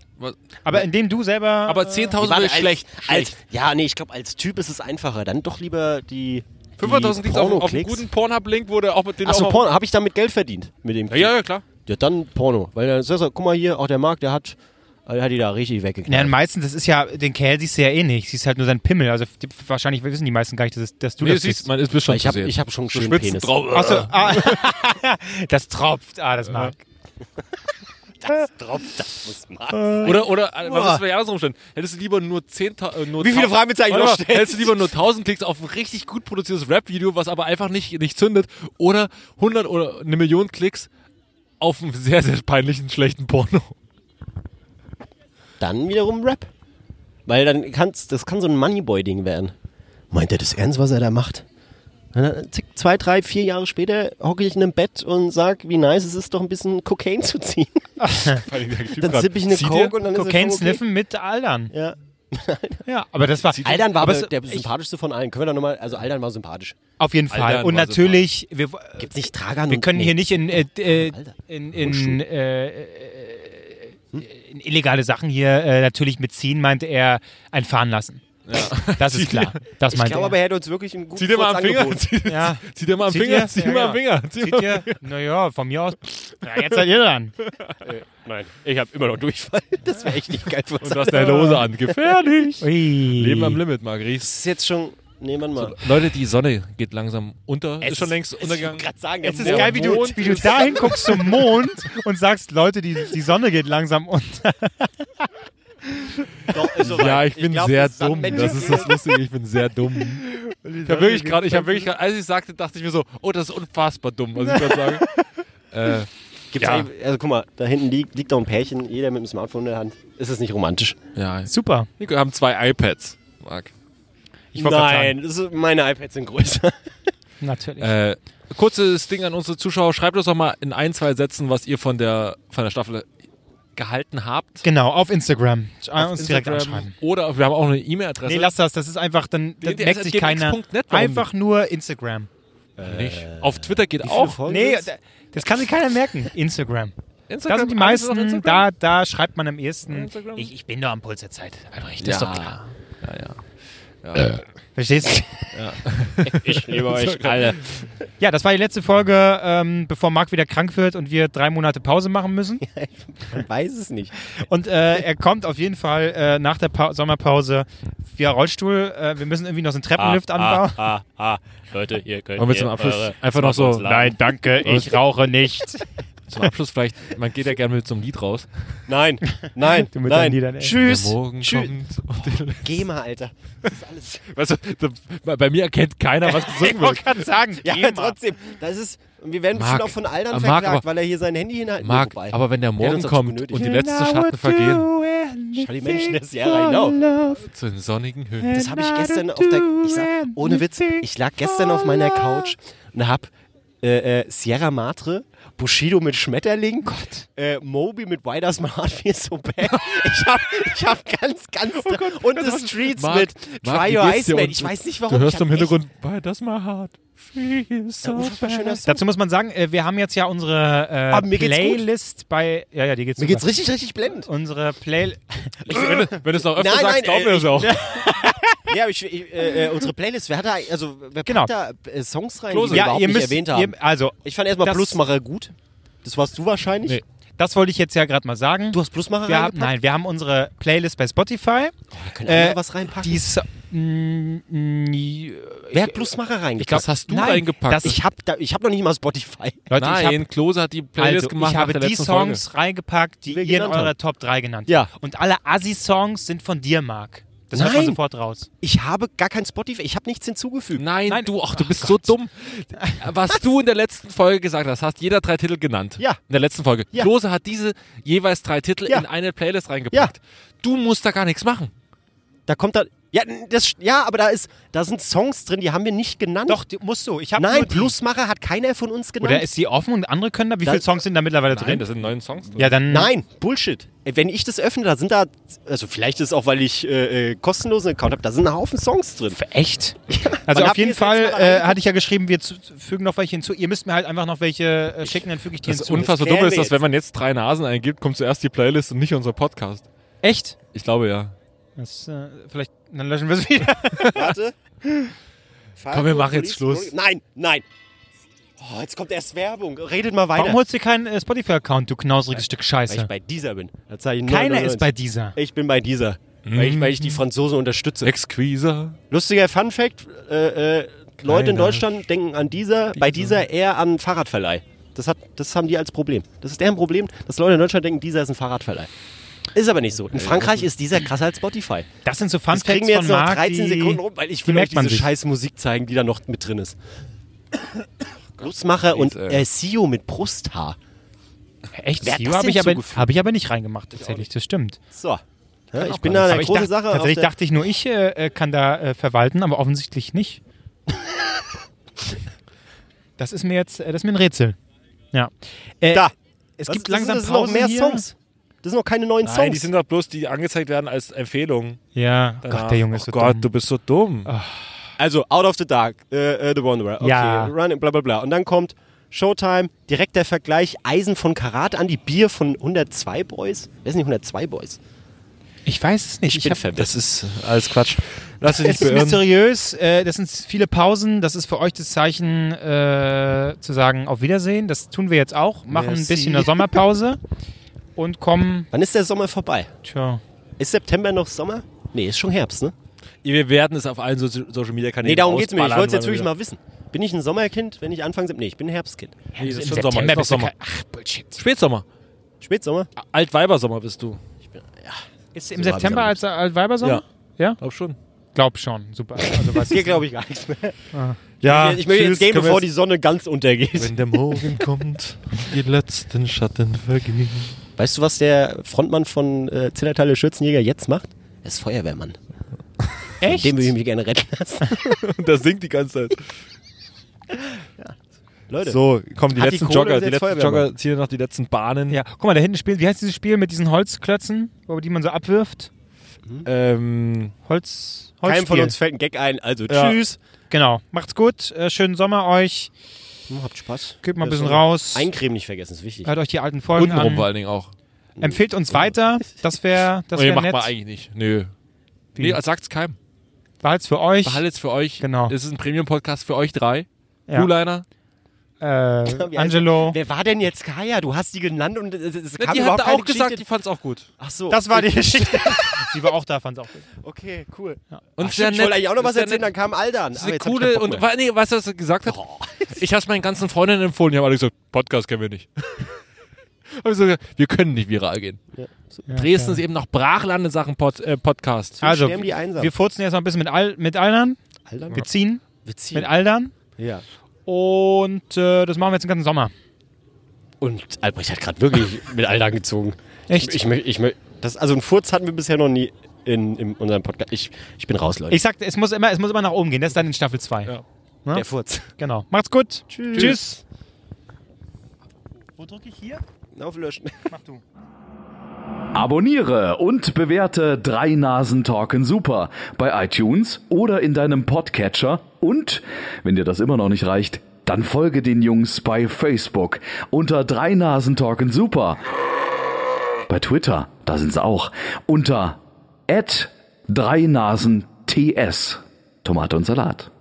B: Aber indem du selber.
C: Aber
A: Die
C: 10.000
A: waren
C: ist schlecht.
A: Als, als, ja, nee, ich glaube, als Typ ist es einfacher. Dann doch lieber die. die
C: 500.000 Klicks auf, auf einen
A: Porno-Klicks.
C: guten Pornhub-Link wurde auch mit den
A: Achso,
C: auch
A: Porno. Habe ich damit Geld verdient? Mit dem
C: Ja, ja, ja, klar.
A: Ja, dann Porno. Weil dann ist das, so, guck mal hier, auch der Marc, der hat, der hat die da richtig
B: Ja,
A: weggeknallt.
B: und meistens, das ist ja, den Kerl siehst du ja eh nicht. Siehst halt nur seinen Pimmel. Also die, wahrscheinlich wissen die meisten gar nicht, dass, es- dass du
C: Nee,
B: das
C: siehst-
B: bist.
C: man Äh. ist bist schon
A: Ich
C: zu
A: hab-
C: sehen.
A: ich hab schon einen
C: So
A: schönen
C: Spitzen
A: Penis.
C: drauf.
B: Achso, ah, (laughs) das tropft. Ah, das mag.
A: Das tropft, das muss man.
C: Oder, oder, äh, man
A: Boah.
C: muss es mal andersrum stellen. Hättest du lieber nur 10 Ta- äh, nur
A: Wie viele
C: tau-
A: Fragen willst du eigentlich
C: Warte
A: noch
C: mal,
A: stellen?
C: Hättest du lieber nur 1000 Klicks auf ein richtig gut produziertes Rap-Video, was aber einfach nicht, nicht zündet, oder 100 oder eine Million Klicks auf einen sehr, sehr peinlichen, schlechten Porno? (laughs)
A: Dann wiederum Rap. Weil dann kann's, das kann so ein Moneyboy-Ding werden. Meint er das ernst, was er da macht? Dann, zick, Zwei, drei, vier Jahre später hocke ich in einem Bett und sag, wie nice es ist, doch ein bisschen Cocaine zu ziehen.
B: Oh
A: Dann zipp ich eine Coke und dann
B: Cocaine
A: ist es schon okay.
B: sniffen mit Aldern.
A: Ja. (laughs)
B: Ja, aber das war.
A: Aldan war
B: aber
A: aber
B: es-
A: der sympathischste von allen. Können wir da nochmal, also Aldan war sympathisch.
B: Auf jeden Fall.
A: Aldan
B: und
A: war
B: natürlich, wir,
A: Gibt's nicht Tragan
B: wir
A: und-
B: können
A: nee.
B: hier nicht in, äh, äh,
A: Alter.
B: in, in, äh, äh, in illegale Sachen hier äh, natürlich mitziehen, meinte er, einfahren lassen. Das ist
C: (laughs)
B: klar. Das
A: Ich
B: meinte
A: glaube
B: er.
A: aber, er hätte uns wirklich einen guten
C: Zieh dir mal
A: Furz
C: am Finger.
A: angeboten.
C: Zieh,
B: Ja.
C: zieh dir mal am
B: Zieht
C: Finger.
B: ihr?
C: Zieh
B: Ja,
C: dir mal am
B: genau.
C: Finger. Zieh
B: Zieht
C: mal am
B: ihr?
C: Finger.
B: Naja, von mir aus. Na, jetzt seid ihr dran.
I: Nein, ich habe immer noch Durchfall.
A: (laughs) Das wäre echt nicht geil für uns.
C: Und du hast deine Hose an. Gefährlich. Leben am Limit, Margris.
A: Das ist jetzt schon. Nee, Mann, mal.
C: Leute, die Sonne geht langsam unter. ist schon längst
A: Ich
C: untergegangen.
A: wollte gerade sagen,
B: Es ist
A: der
B: geil, wie du,
A: Mond
B: wie du
A: ist-
B: dahin guckst zum Mond und sagst, Leute, die, die Sonne geht langsam unter.
A: Doch, ist soweit.
C: Ja, ich bin
A: glaub,
C: sehr
A: das sagt
C: dumm.
A: Menschen
C: Das ist das
A: viele.
C: Lustige. Ich bin sehr dumm. (laughs) Ich habe wirklich gerade, ich habe wirklich gerade, als ich sagte, dachte ich mir so, oh, das ist unfassbar dumm, was ich (laughs) gerade sage. äh,
A: Gibt's
C: Ja.
A: eigentlich- Also guck mal, da hinten liegt, liegt doch ein Pärchen, jeder mit dem Smartphone in der Hand. Ist das nicht romantisch?
C: ja.
B: Super.
C: Wir haben zwei iPads, Marc.
B: Ich wollte gerade
A: Nein, das ist, meine iPads sind größer.
B: sagen, natürlich.
C: Äh, kurzes Ding an unsere Zuschauer. Schreibt uns doch mal in ein, zwei Sätzen, was ihr von der, von der Staffel gehalten habt.
B: Genau, auf Instagram. äh,
C: Auf
B: uns direkt
C: Instagram.
B: anschreiben.
C: Oder auf- wir haben auch eine E-Mail-Adresse.
B: Nee, lass das. Das ist einfach, dann, dann
C: DDS
B: merkt sich
C: at
B: keiner.
C: gmx.net, warum?
B: Einfach nur Instagram.
C: nicht. Äh, Auf Twitter geht
A: viele
C: auch.
A: Folgen
B: Nee,
A: gibt's?
B: da- das kann sich keiner merken. Instagram.
C: Instagram,
B: Da sind die
C: alles ist auf
B: meisten, da,
C: Instagram.
B: da schreibt man am ehesten.
C: Instagram.
B: Ich, ich bin doch am Puls der Zeit. Albrecht,
C: Ja.
B: das ist doch klar.
C: Ja, ja.
B: Verstehst du?
I: Ich liebe
A: (laughs)
I: euch alle.
B: Ja, das war die letzte Folge, ähm, bevor Marc wieder krank wird und wir drei Monate Pause
A: (laughs)
B: machen müssen.
A: Man weiß es nicht.
B: Und äh, er kommt auf jeden Fall äh, nach der pa Sommerpause via Rollstuhl. Äh, wir müssen irgendwie noch so einen Treppenlift anbauen.
I: Ah, ah, ah. Leute, ihr könnt
C: Wollen wir zum
I: hier
C: Abschluss
I: eure
C: einfach noch so-
I: Smartphones laden.
B: danke,
C: ich
B: rauche nicht.
C: Zum Abschluss vielleicht, man geht ja gerne mit so einem Lied raus.
A: Nein, nein,
B: Du mit
A: nein.
B: deinen Liedern, ey.
A: Tschüss.
C: Der Morgen
A: Tschüss. Oh.
C: kommt und der letzte-
A: Geh mal, Alter. Das ist alles.
C: (laughs) Weißt du, da- bei- bei mir erkennt
A: (laughs)
C: keiner, was
B: Ich
C: gesungen
B: wollte
C: wird.
B: gerade sagen,
A: Ja,
B: geh mal.
A: trotzdem. Das ist. Und wir werden
C: Marc,
A: bestimmt auch von Aldern
C: äh, Marc,
A: verklagt,
C: aber-
A: weil er hier sein Handy hinhalten
C: Marc,
A: wobei.
C: aber wenn der
A: hat
C: Morgen
A: uns dazu
C: kommt
A: benötigt.
C: und die
A: Genau,
C: letzten Schatten vergehen,
A: Schau die Menschen des Jahr rein.
C: zu den sonnigen Höhen.
A: Das habe ich gestern auf der. Ich sag, ohne Witz, ich lag gestern auf meiner Couch und hab äh, äh, Sierra Madre, Bushido mit Schmetterling, Gott. Äh, Moby mit Why Does My Heart Feel So Bad. Ich hab, ich hab ganz, ganz.
C: Oh
A: und The Streets
C: Marc,
A: mit
C: Marc,
A: Try
C: wie
A: Your
C: geht's
A: Eyes,
C: dir
A: Man.
C: und-
A: Ich weiß nicht
C: Du
A: warum. ich
C: hörst
A: hab
C: im
A: echt-
C: Hintergrund, bei das my heart feels
A: Ja,
C: so
A: unfassbar schöner
C: bad.
A: Song.
B: Dazu muss man sagen, äh, wir haben jetzt ja unsere äh,
A: mir geht's gut.
B: Playlist bei. Ja, ja, die geht's
A: Mir geht's
B: super.
A: richtig, richtig blendend.
B: Unsere Playlist.
C: Wenn, du- wenn du es noch öfter
A: Nein,
C: sagst,
A: nein,
C: glaub
A: äh,
C: mir das
A: ich-
C: auch.
A: Ja, aber ich, ich, äh, äh, unsere Playlist, wer hat da, also, wer
B: Genau.
A: packt da äh, Songs rein,
C: Klose.
A: die wir überhaupt nicht erwähnt haben?
B: Ihr, also,
A: ich fand erstmal
B: das-
A: Plusmacher gut. Das warst du wahrscheinlich.
C: Nee.
B: das wollte ich jetzt ja gerade mal sagen.
A: Du hast Plusmacher
B: wir haben,
A: reingepackt?
B: nein, wir haben unsere Playlist bei Spotify.
A: Da können andere
B: Äh,
A: was reinpacken.
B: Die so
A: Wer hat Plusmacher reingepackt?
C: Ich glaub, das hast du reingepackt.
A: Das, ich habe da, ich hab noch nicht mal Spotify.
C: Leute,
A: ich
C: Nein, Klose hat die Playlist
B: also,
C: gemacht.
B: ich
C: nach
B: habe
C: der
B: die
C: letzten
B: Songs
C: Folge.
B: reingepackt, die,
C: Die
B: ihr
C: wir
B: in
C: genannt haben.
B: eurer Top 3 genannt
A: Ja.
B: habt. Und alle Assi-Songs sind von dir, Marc. Das hört man
A: Nein.
B: sofort raus.
A: Ich habe gar kein Spotify, ich habe nichts hinzugefügt.
C: Nein, du, ach, du bist so
A: (laughs)
C: dumm. Was du in der letzten Folge gesagt hast, hast jeder drei Titel genannt.
A: Ja.
C: In der letzten Folge.
A: Ja.
C: Klose hat diese jeweils drei Titel
A: Ja.
C: in eine Playlist reingepackt. Du musst da gar nichts machen.
A: Da kommt da. Ja, n- das, ja, aber da, ist, da sind Songs drin, die haben wir nicht genannt.
B: Doch, die, musst du. Ich hab nur
A: Nein,
B: die.
A: Plusmacher hat keiner von uns genannt.
B: Oder ist die offen und andere können da? Wie
A: Das-
B: viele Songs sind da mittlerweile
C: Nein,
B: drin?
C: das sind neun Songs.
B: Ja, dann.
A: Nein, Bullshit. Ey, Wenn ich das öffne, da sind da, also vielleicht ist es auch, weil ich äh, äh, kostenlosen Account habe, da sind ein Haufen Songs drin.
B: Echt? Also
A: Wann
B: auf
A: habt ihr
B: jeden
A: das letzte
B: Fall
A: Mal
B: äh,
A: reingeguckt?
B: hatte ich ja geschrieben, wir zu, fügen noch welche hinzu. Ihr müsst mir halt einfach noch welche äh, schicken, dann füge ich die
C: Das
B: hinzu.
C: unfassbar
A: klären
C: dumme ist,
A: wir
C: dass
A: jetzt.
C: wenn man jetzt drei Nasen eingibt, kommt zuerst die Playlist und nicht unser Podcast.
B: Echt?
C: Ich glaube ja.
B: Das, äh, vielleicht, dann löschen wir es wieder. (laughs)
A: Warte.
C: Komm, wir machen jetzt Schluss.
A: Nein, nein. Oh, jetzt kommt erst Werbung. Redet mal weiter.
B: Warum holst du keinen äh, Spotify-Account, du knausriges Stück
A: weil ich
B: Scheiße?
A: bei dieser bin. Da zeig ich
B: Keiner
A: 99.
B: ist bei dieser.
A: Ich bin bei dieser. Weil, ich, weil ich die
B: Mhm.
A: Franzosen unterstütze.
C: Exquisa.
A: Lustiger Fun Fact: äh, äh, Leute in
C: Keiner
A: Deutschland denken an dieser, bei dieser eher an Fahrradverleih. Das, hat, das haben die als Problem. Das ist deren Problem, dass Leute in Deutschland denken, dieser ist ein Fahrradverleih. Ist aber nicht so. In Frankreich ist dieser krasser als Spotify.
B: Das sind so Fun
A: Das kriegen
B: Facts
A: wir
B: von
A: jetzt noch
B: Marc,
A: 13
B: die,
A: Sekunden rum, weil ich
B: die
A: will euch
B: merkt man
A: diese
B: sich.
A: scheiß Musik zeigen, die da noch mit drin ist. Lustmacher und äh, Sio mit Brusthaar.
B: Echt?
A: Wer hat
B: Sio
A: das
B: habe
A: denn
B: ich, aber-
A: zugefügt?
B: hab ich aber nicht reingemacht, tatsächlich. Das stimmt.
A: So. Ja, ich
B: auch
A: bin
B: gar
A: da eine
B: nicht. Aber ich
A: große
B: dacht-
A: Sache. auf
B: Tatsächlich
A: der-
B: dachte ich nur, ich äh, äh, kann da äh, verwalten, aber offensichtlich nicht. das ist mir jetzt, äh, das ist mir ein Rätsel. Ja. Äh,
A: Da.
B: Es
A: Was
B: gibt
A: ist-
B: langsam
A: das sind
B: Pause
A: noch mehr
B: hier.
A: Songs. Das sind noch keine neuen
C: Nein,
A: Songs.
C: die sind doch bloß, die angezeigt werden als Empfehlung.
B: Ja, oh
C: Danach.
B: Gott, der Junge ist
C: oh
B: so
C: Gott,
B: dumm.
C: du bist so dumm.
A: Also, Out of the Dark, äh, äh, The Wanderer, okay,
B: Ja.
A: Running, bla bla bla. Und dann kommt Showtime, direkt der Vergleich, Eisen von Karat an die Bier von 102 Boys. Wer sind die 102 Boys?
B: Ich weiß es nicht. Ich,
A: bin
B: hab-
A: verwirrt.
C: Das ist äh, alles Quatsch. Lass dich
B: Es
C: nicht
B: ist
C: beirren.
B: mysteriös, äh, das sind viele Pausen, das ist für euch das Zeichen äh, zu sagen auf Wiedersehen. Das tun wir jetzt auch, machen ein
A: Merci.
B: bisschen eine Sommerpause und kommen, Also
A: Wann ist der Sommer vorbei?
B: tja,
A: Ist September noch Sommer? Nee, ist schon Herbst, ne?
C: Wir werden es auf allen so Social Media Kanälen.
A: Nee, darum geht's mir. nicht. Ich
C: ausballern,
A: wollte es jetzt
C: weil
A: wirklich
C: wir-
A: mal wissen. Bin ich ein Sommerkind, wenn ich anfangen Nee, ich bin ein Herbstkind.
C: Nee, das ist
B: im
C: schon Sommer.
B: September
C: Ist noch
B: bist du
C: Sommer.
B: kein- Ach, Bullshit.
C: Spätsommer.
A: Spätsommer?
C: Altweibersommer bist du.
B: Ist im
A: So hab
B: September als
A: ich's
B: Altweibersommer? Ja.
C: Glaub schon.
B: Glaub schon, super. Also, was
C: (laughs)
A: Hier glaube ich gar nichts mehr.
C: Ja,
A: ich möchte jetzt gehen, bevor die Sonne ganz untergeht.
C: Wenn der Morgen kommt, die letzten Schatten vergehen.
A: Weißt du, was der Frontmann von äh, Zillertaler Schürzenjäger jetzt macht? Er ist Feuerwehrmann.
B: Echt?
A: Dem würde ich mich gerne retten lassen.
B: (laughs)
C: Und das singt die ganze Zeit.
A: Leute.
C: So, kommen die
A: Hat die
C: letzten
A: Kohle
C: Jogger.
A: jetzt
C: Die letzten
A: Feuerwehrmann?
C: Jogger ziehen noch die letzten Bahnen.
B: Ja, guck mal, da hinten spielt, wie heißt dieses Spiel mit diesen Holzklötzen, wo- die man so abwirft?
C: Ähm,
B: Holz, Holzspiel.
A: Keinem von uns fällt ein Gag ein, also
C: Ja.
A: tschüss.
B: Genau, macht's gut, äh, schönen Sommer euch,
A: Hm, habt Spaß.
B: geht mal ein
A: Das
B: bisschen
A: war-
B: raus,
A: Eincremen nicht vergessen, ist wichtig.
B: hört euch die alten Folgen
C: untenrum vor
B: an,
C: allen Dingen auch.
B: empfehlt uns weiter, das wäre das
C: nee,
B: wär
C: Oh, macht
B: nett.
C: man eigentlich nicht. Nö.
B: Wie?
C: Nee, sagt's keinem.
B: Behalt's für euch.
C: Behaltet's für euch.
B: Genau.
C: Es ist ein Premium-Podcast für euch drei.
B: Ja.
C: Blue-Liner.
B: Äh, (laughs)
A: heißt-
B: Angelo.
A: Wer war denn jetzt Kaya? Du hast die genannt und äh, es, es kam
C: Die hat
A: überhaupt keine
C: auch gesagt, die
A: Geschichte.
C: fand's auch gut.
A: Ach so.
B: Das (laughs) war die Geschichte. Sie war auch da, fand's auch gut.
A: Okay, cool.
C: Und
A: Ach, stimmt, ich wollte eigentlich auch noch was erzählen, dann kam Aldan. Ah,
C: Das ist eine coole und wa- nee, weißt du, was er gesagt hat?
A: Oh.
C: Ich hab's meinen ganzen Freunden empfohlen, die haben alle gesagt, Podcast kennen wir nicht. (laughs) Hab ich so gesagt, wir können nicht viral gehen. Dresden ist eben noch Brachland in Sachen Pod, äh, Podcast.
B: Also,
A: sterben die einsam.
B: wir furzen jetzt noch ein bisschen mit, Al mit Aldern.
A: Aldan?
B: Wir ziehen
A: Wir ziehen.
B: mit Aldern.
A: Ja.
B: Und äh, das machen wir jetzt den ganzen Sommer.
A: Und Albrecht hat gerade
B: (laughs)
A: wirklich mit Aldan gezogen.
B: Echt?
A: Ich, ich, mö- ich, mö- das, also einen Furz hatten wir bisher noch nie in, in unserem Podcast. Ich, ich bin raus, Leute.
B: Ich sagte, es muss immer, es muss immer nach oben gehen. Das ist dann in Staffel 2.
C: Ja.
B: ne?
A: Der Furz.
B: Genau. Macht's gut.
A: Tschüss.
B: Tschüss. Wo drücke ich hier?
A: Auflöschen.
B: Mach du.
N: Abonniere und bewerte Drei Nasen Talken Super bei iTunes oder in deinem Podcatcher und, wenn dir das immer noch nicht reicht, dann folge den Jungs bei Facebook unter Drei Nasen Talken Super. Bei Twitter, da sind sie auch, unter @dreinasen_ts Tomate und Salat.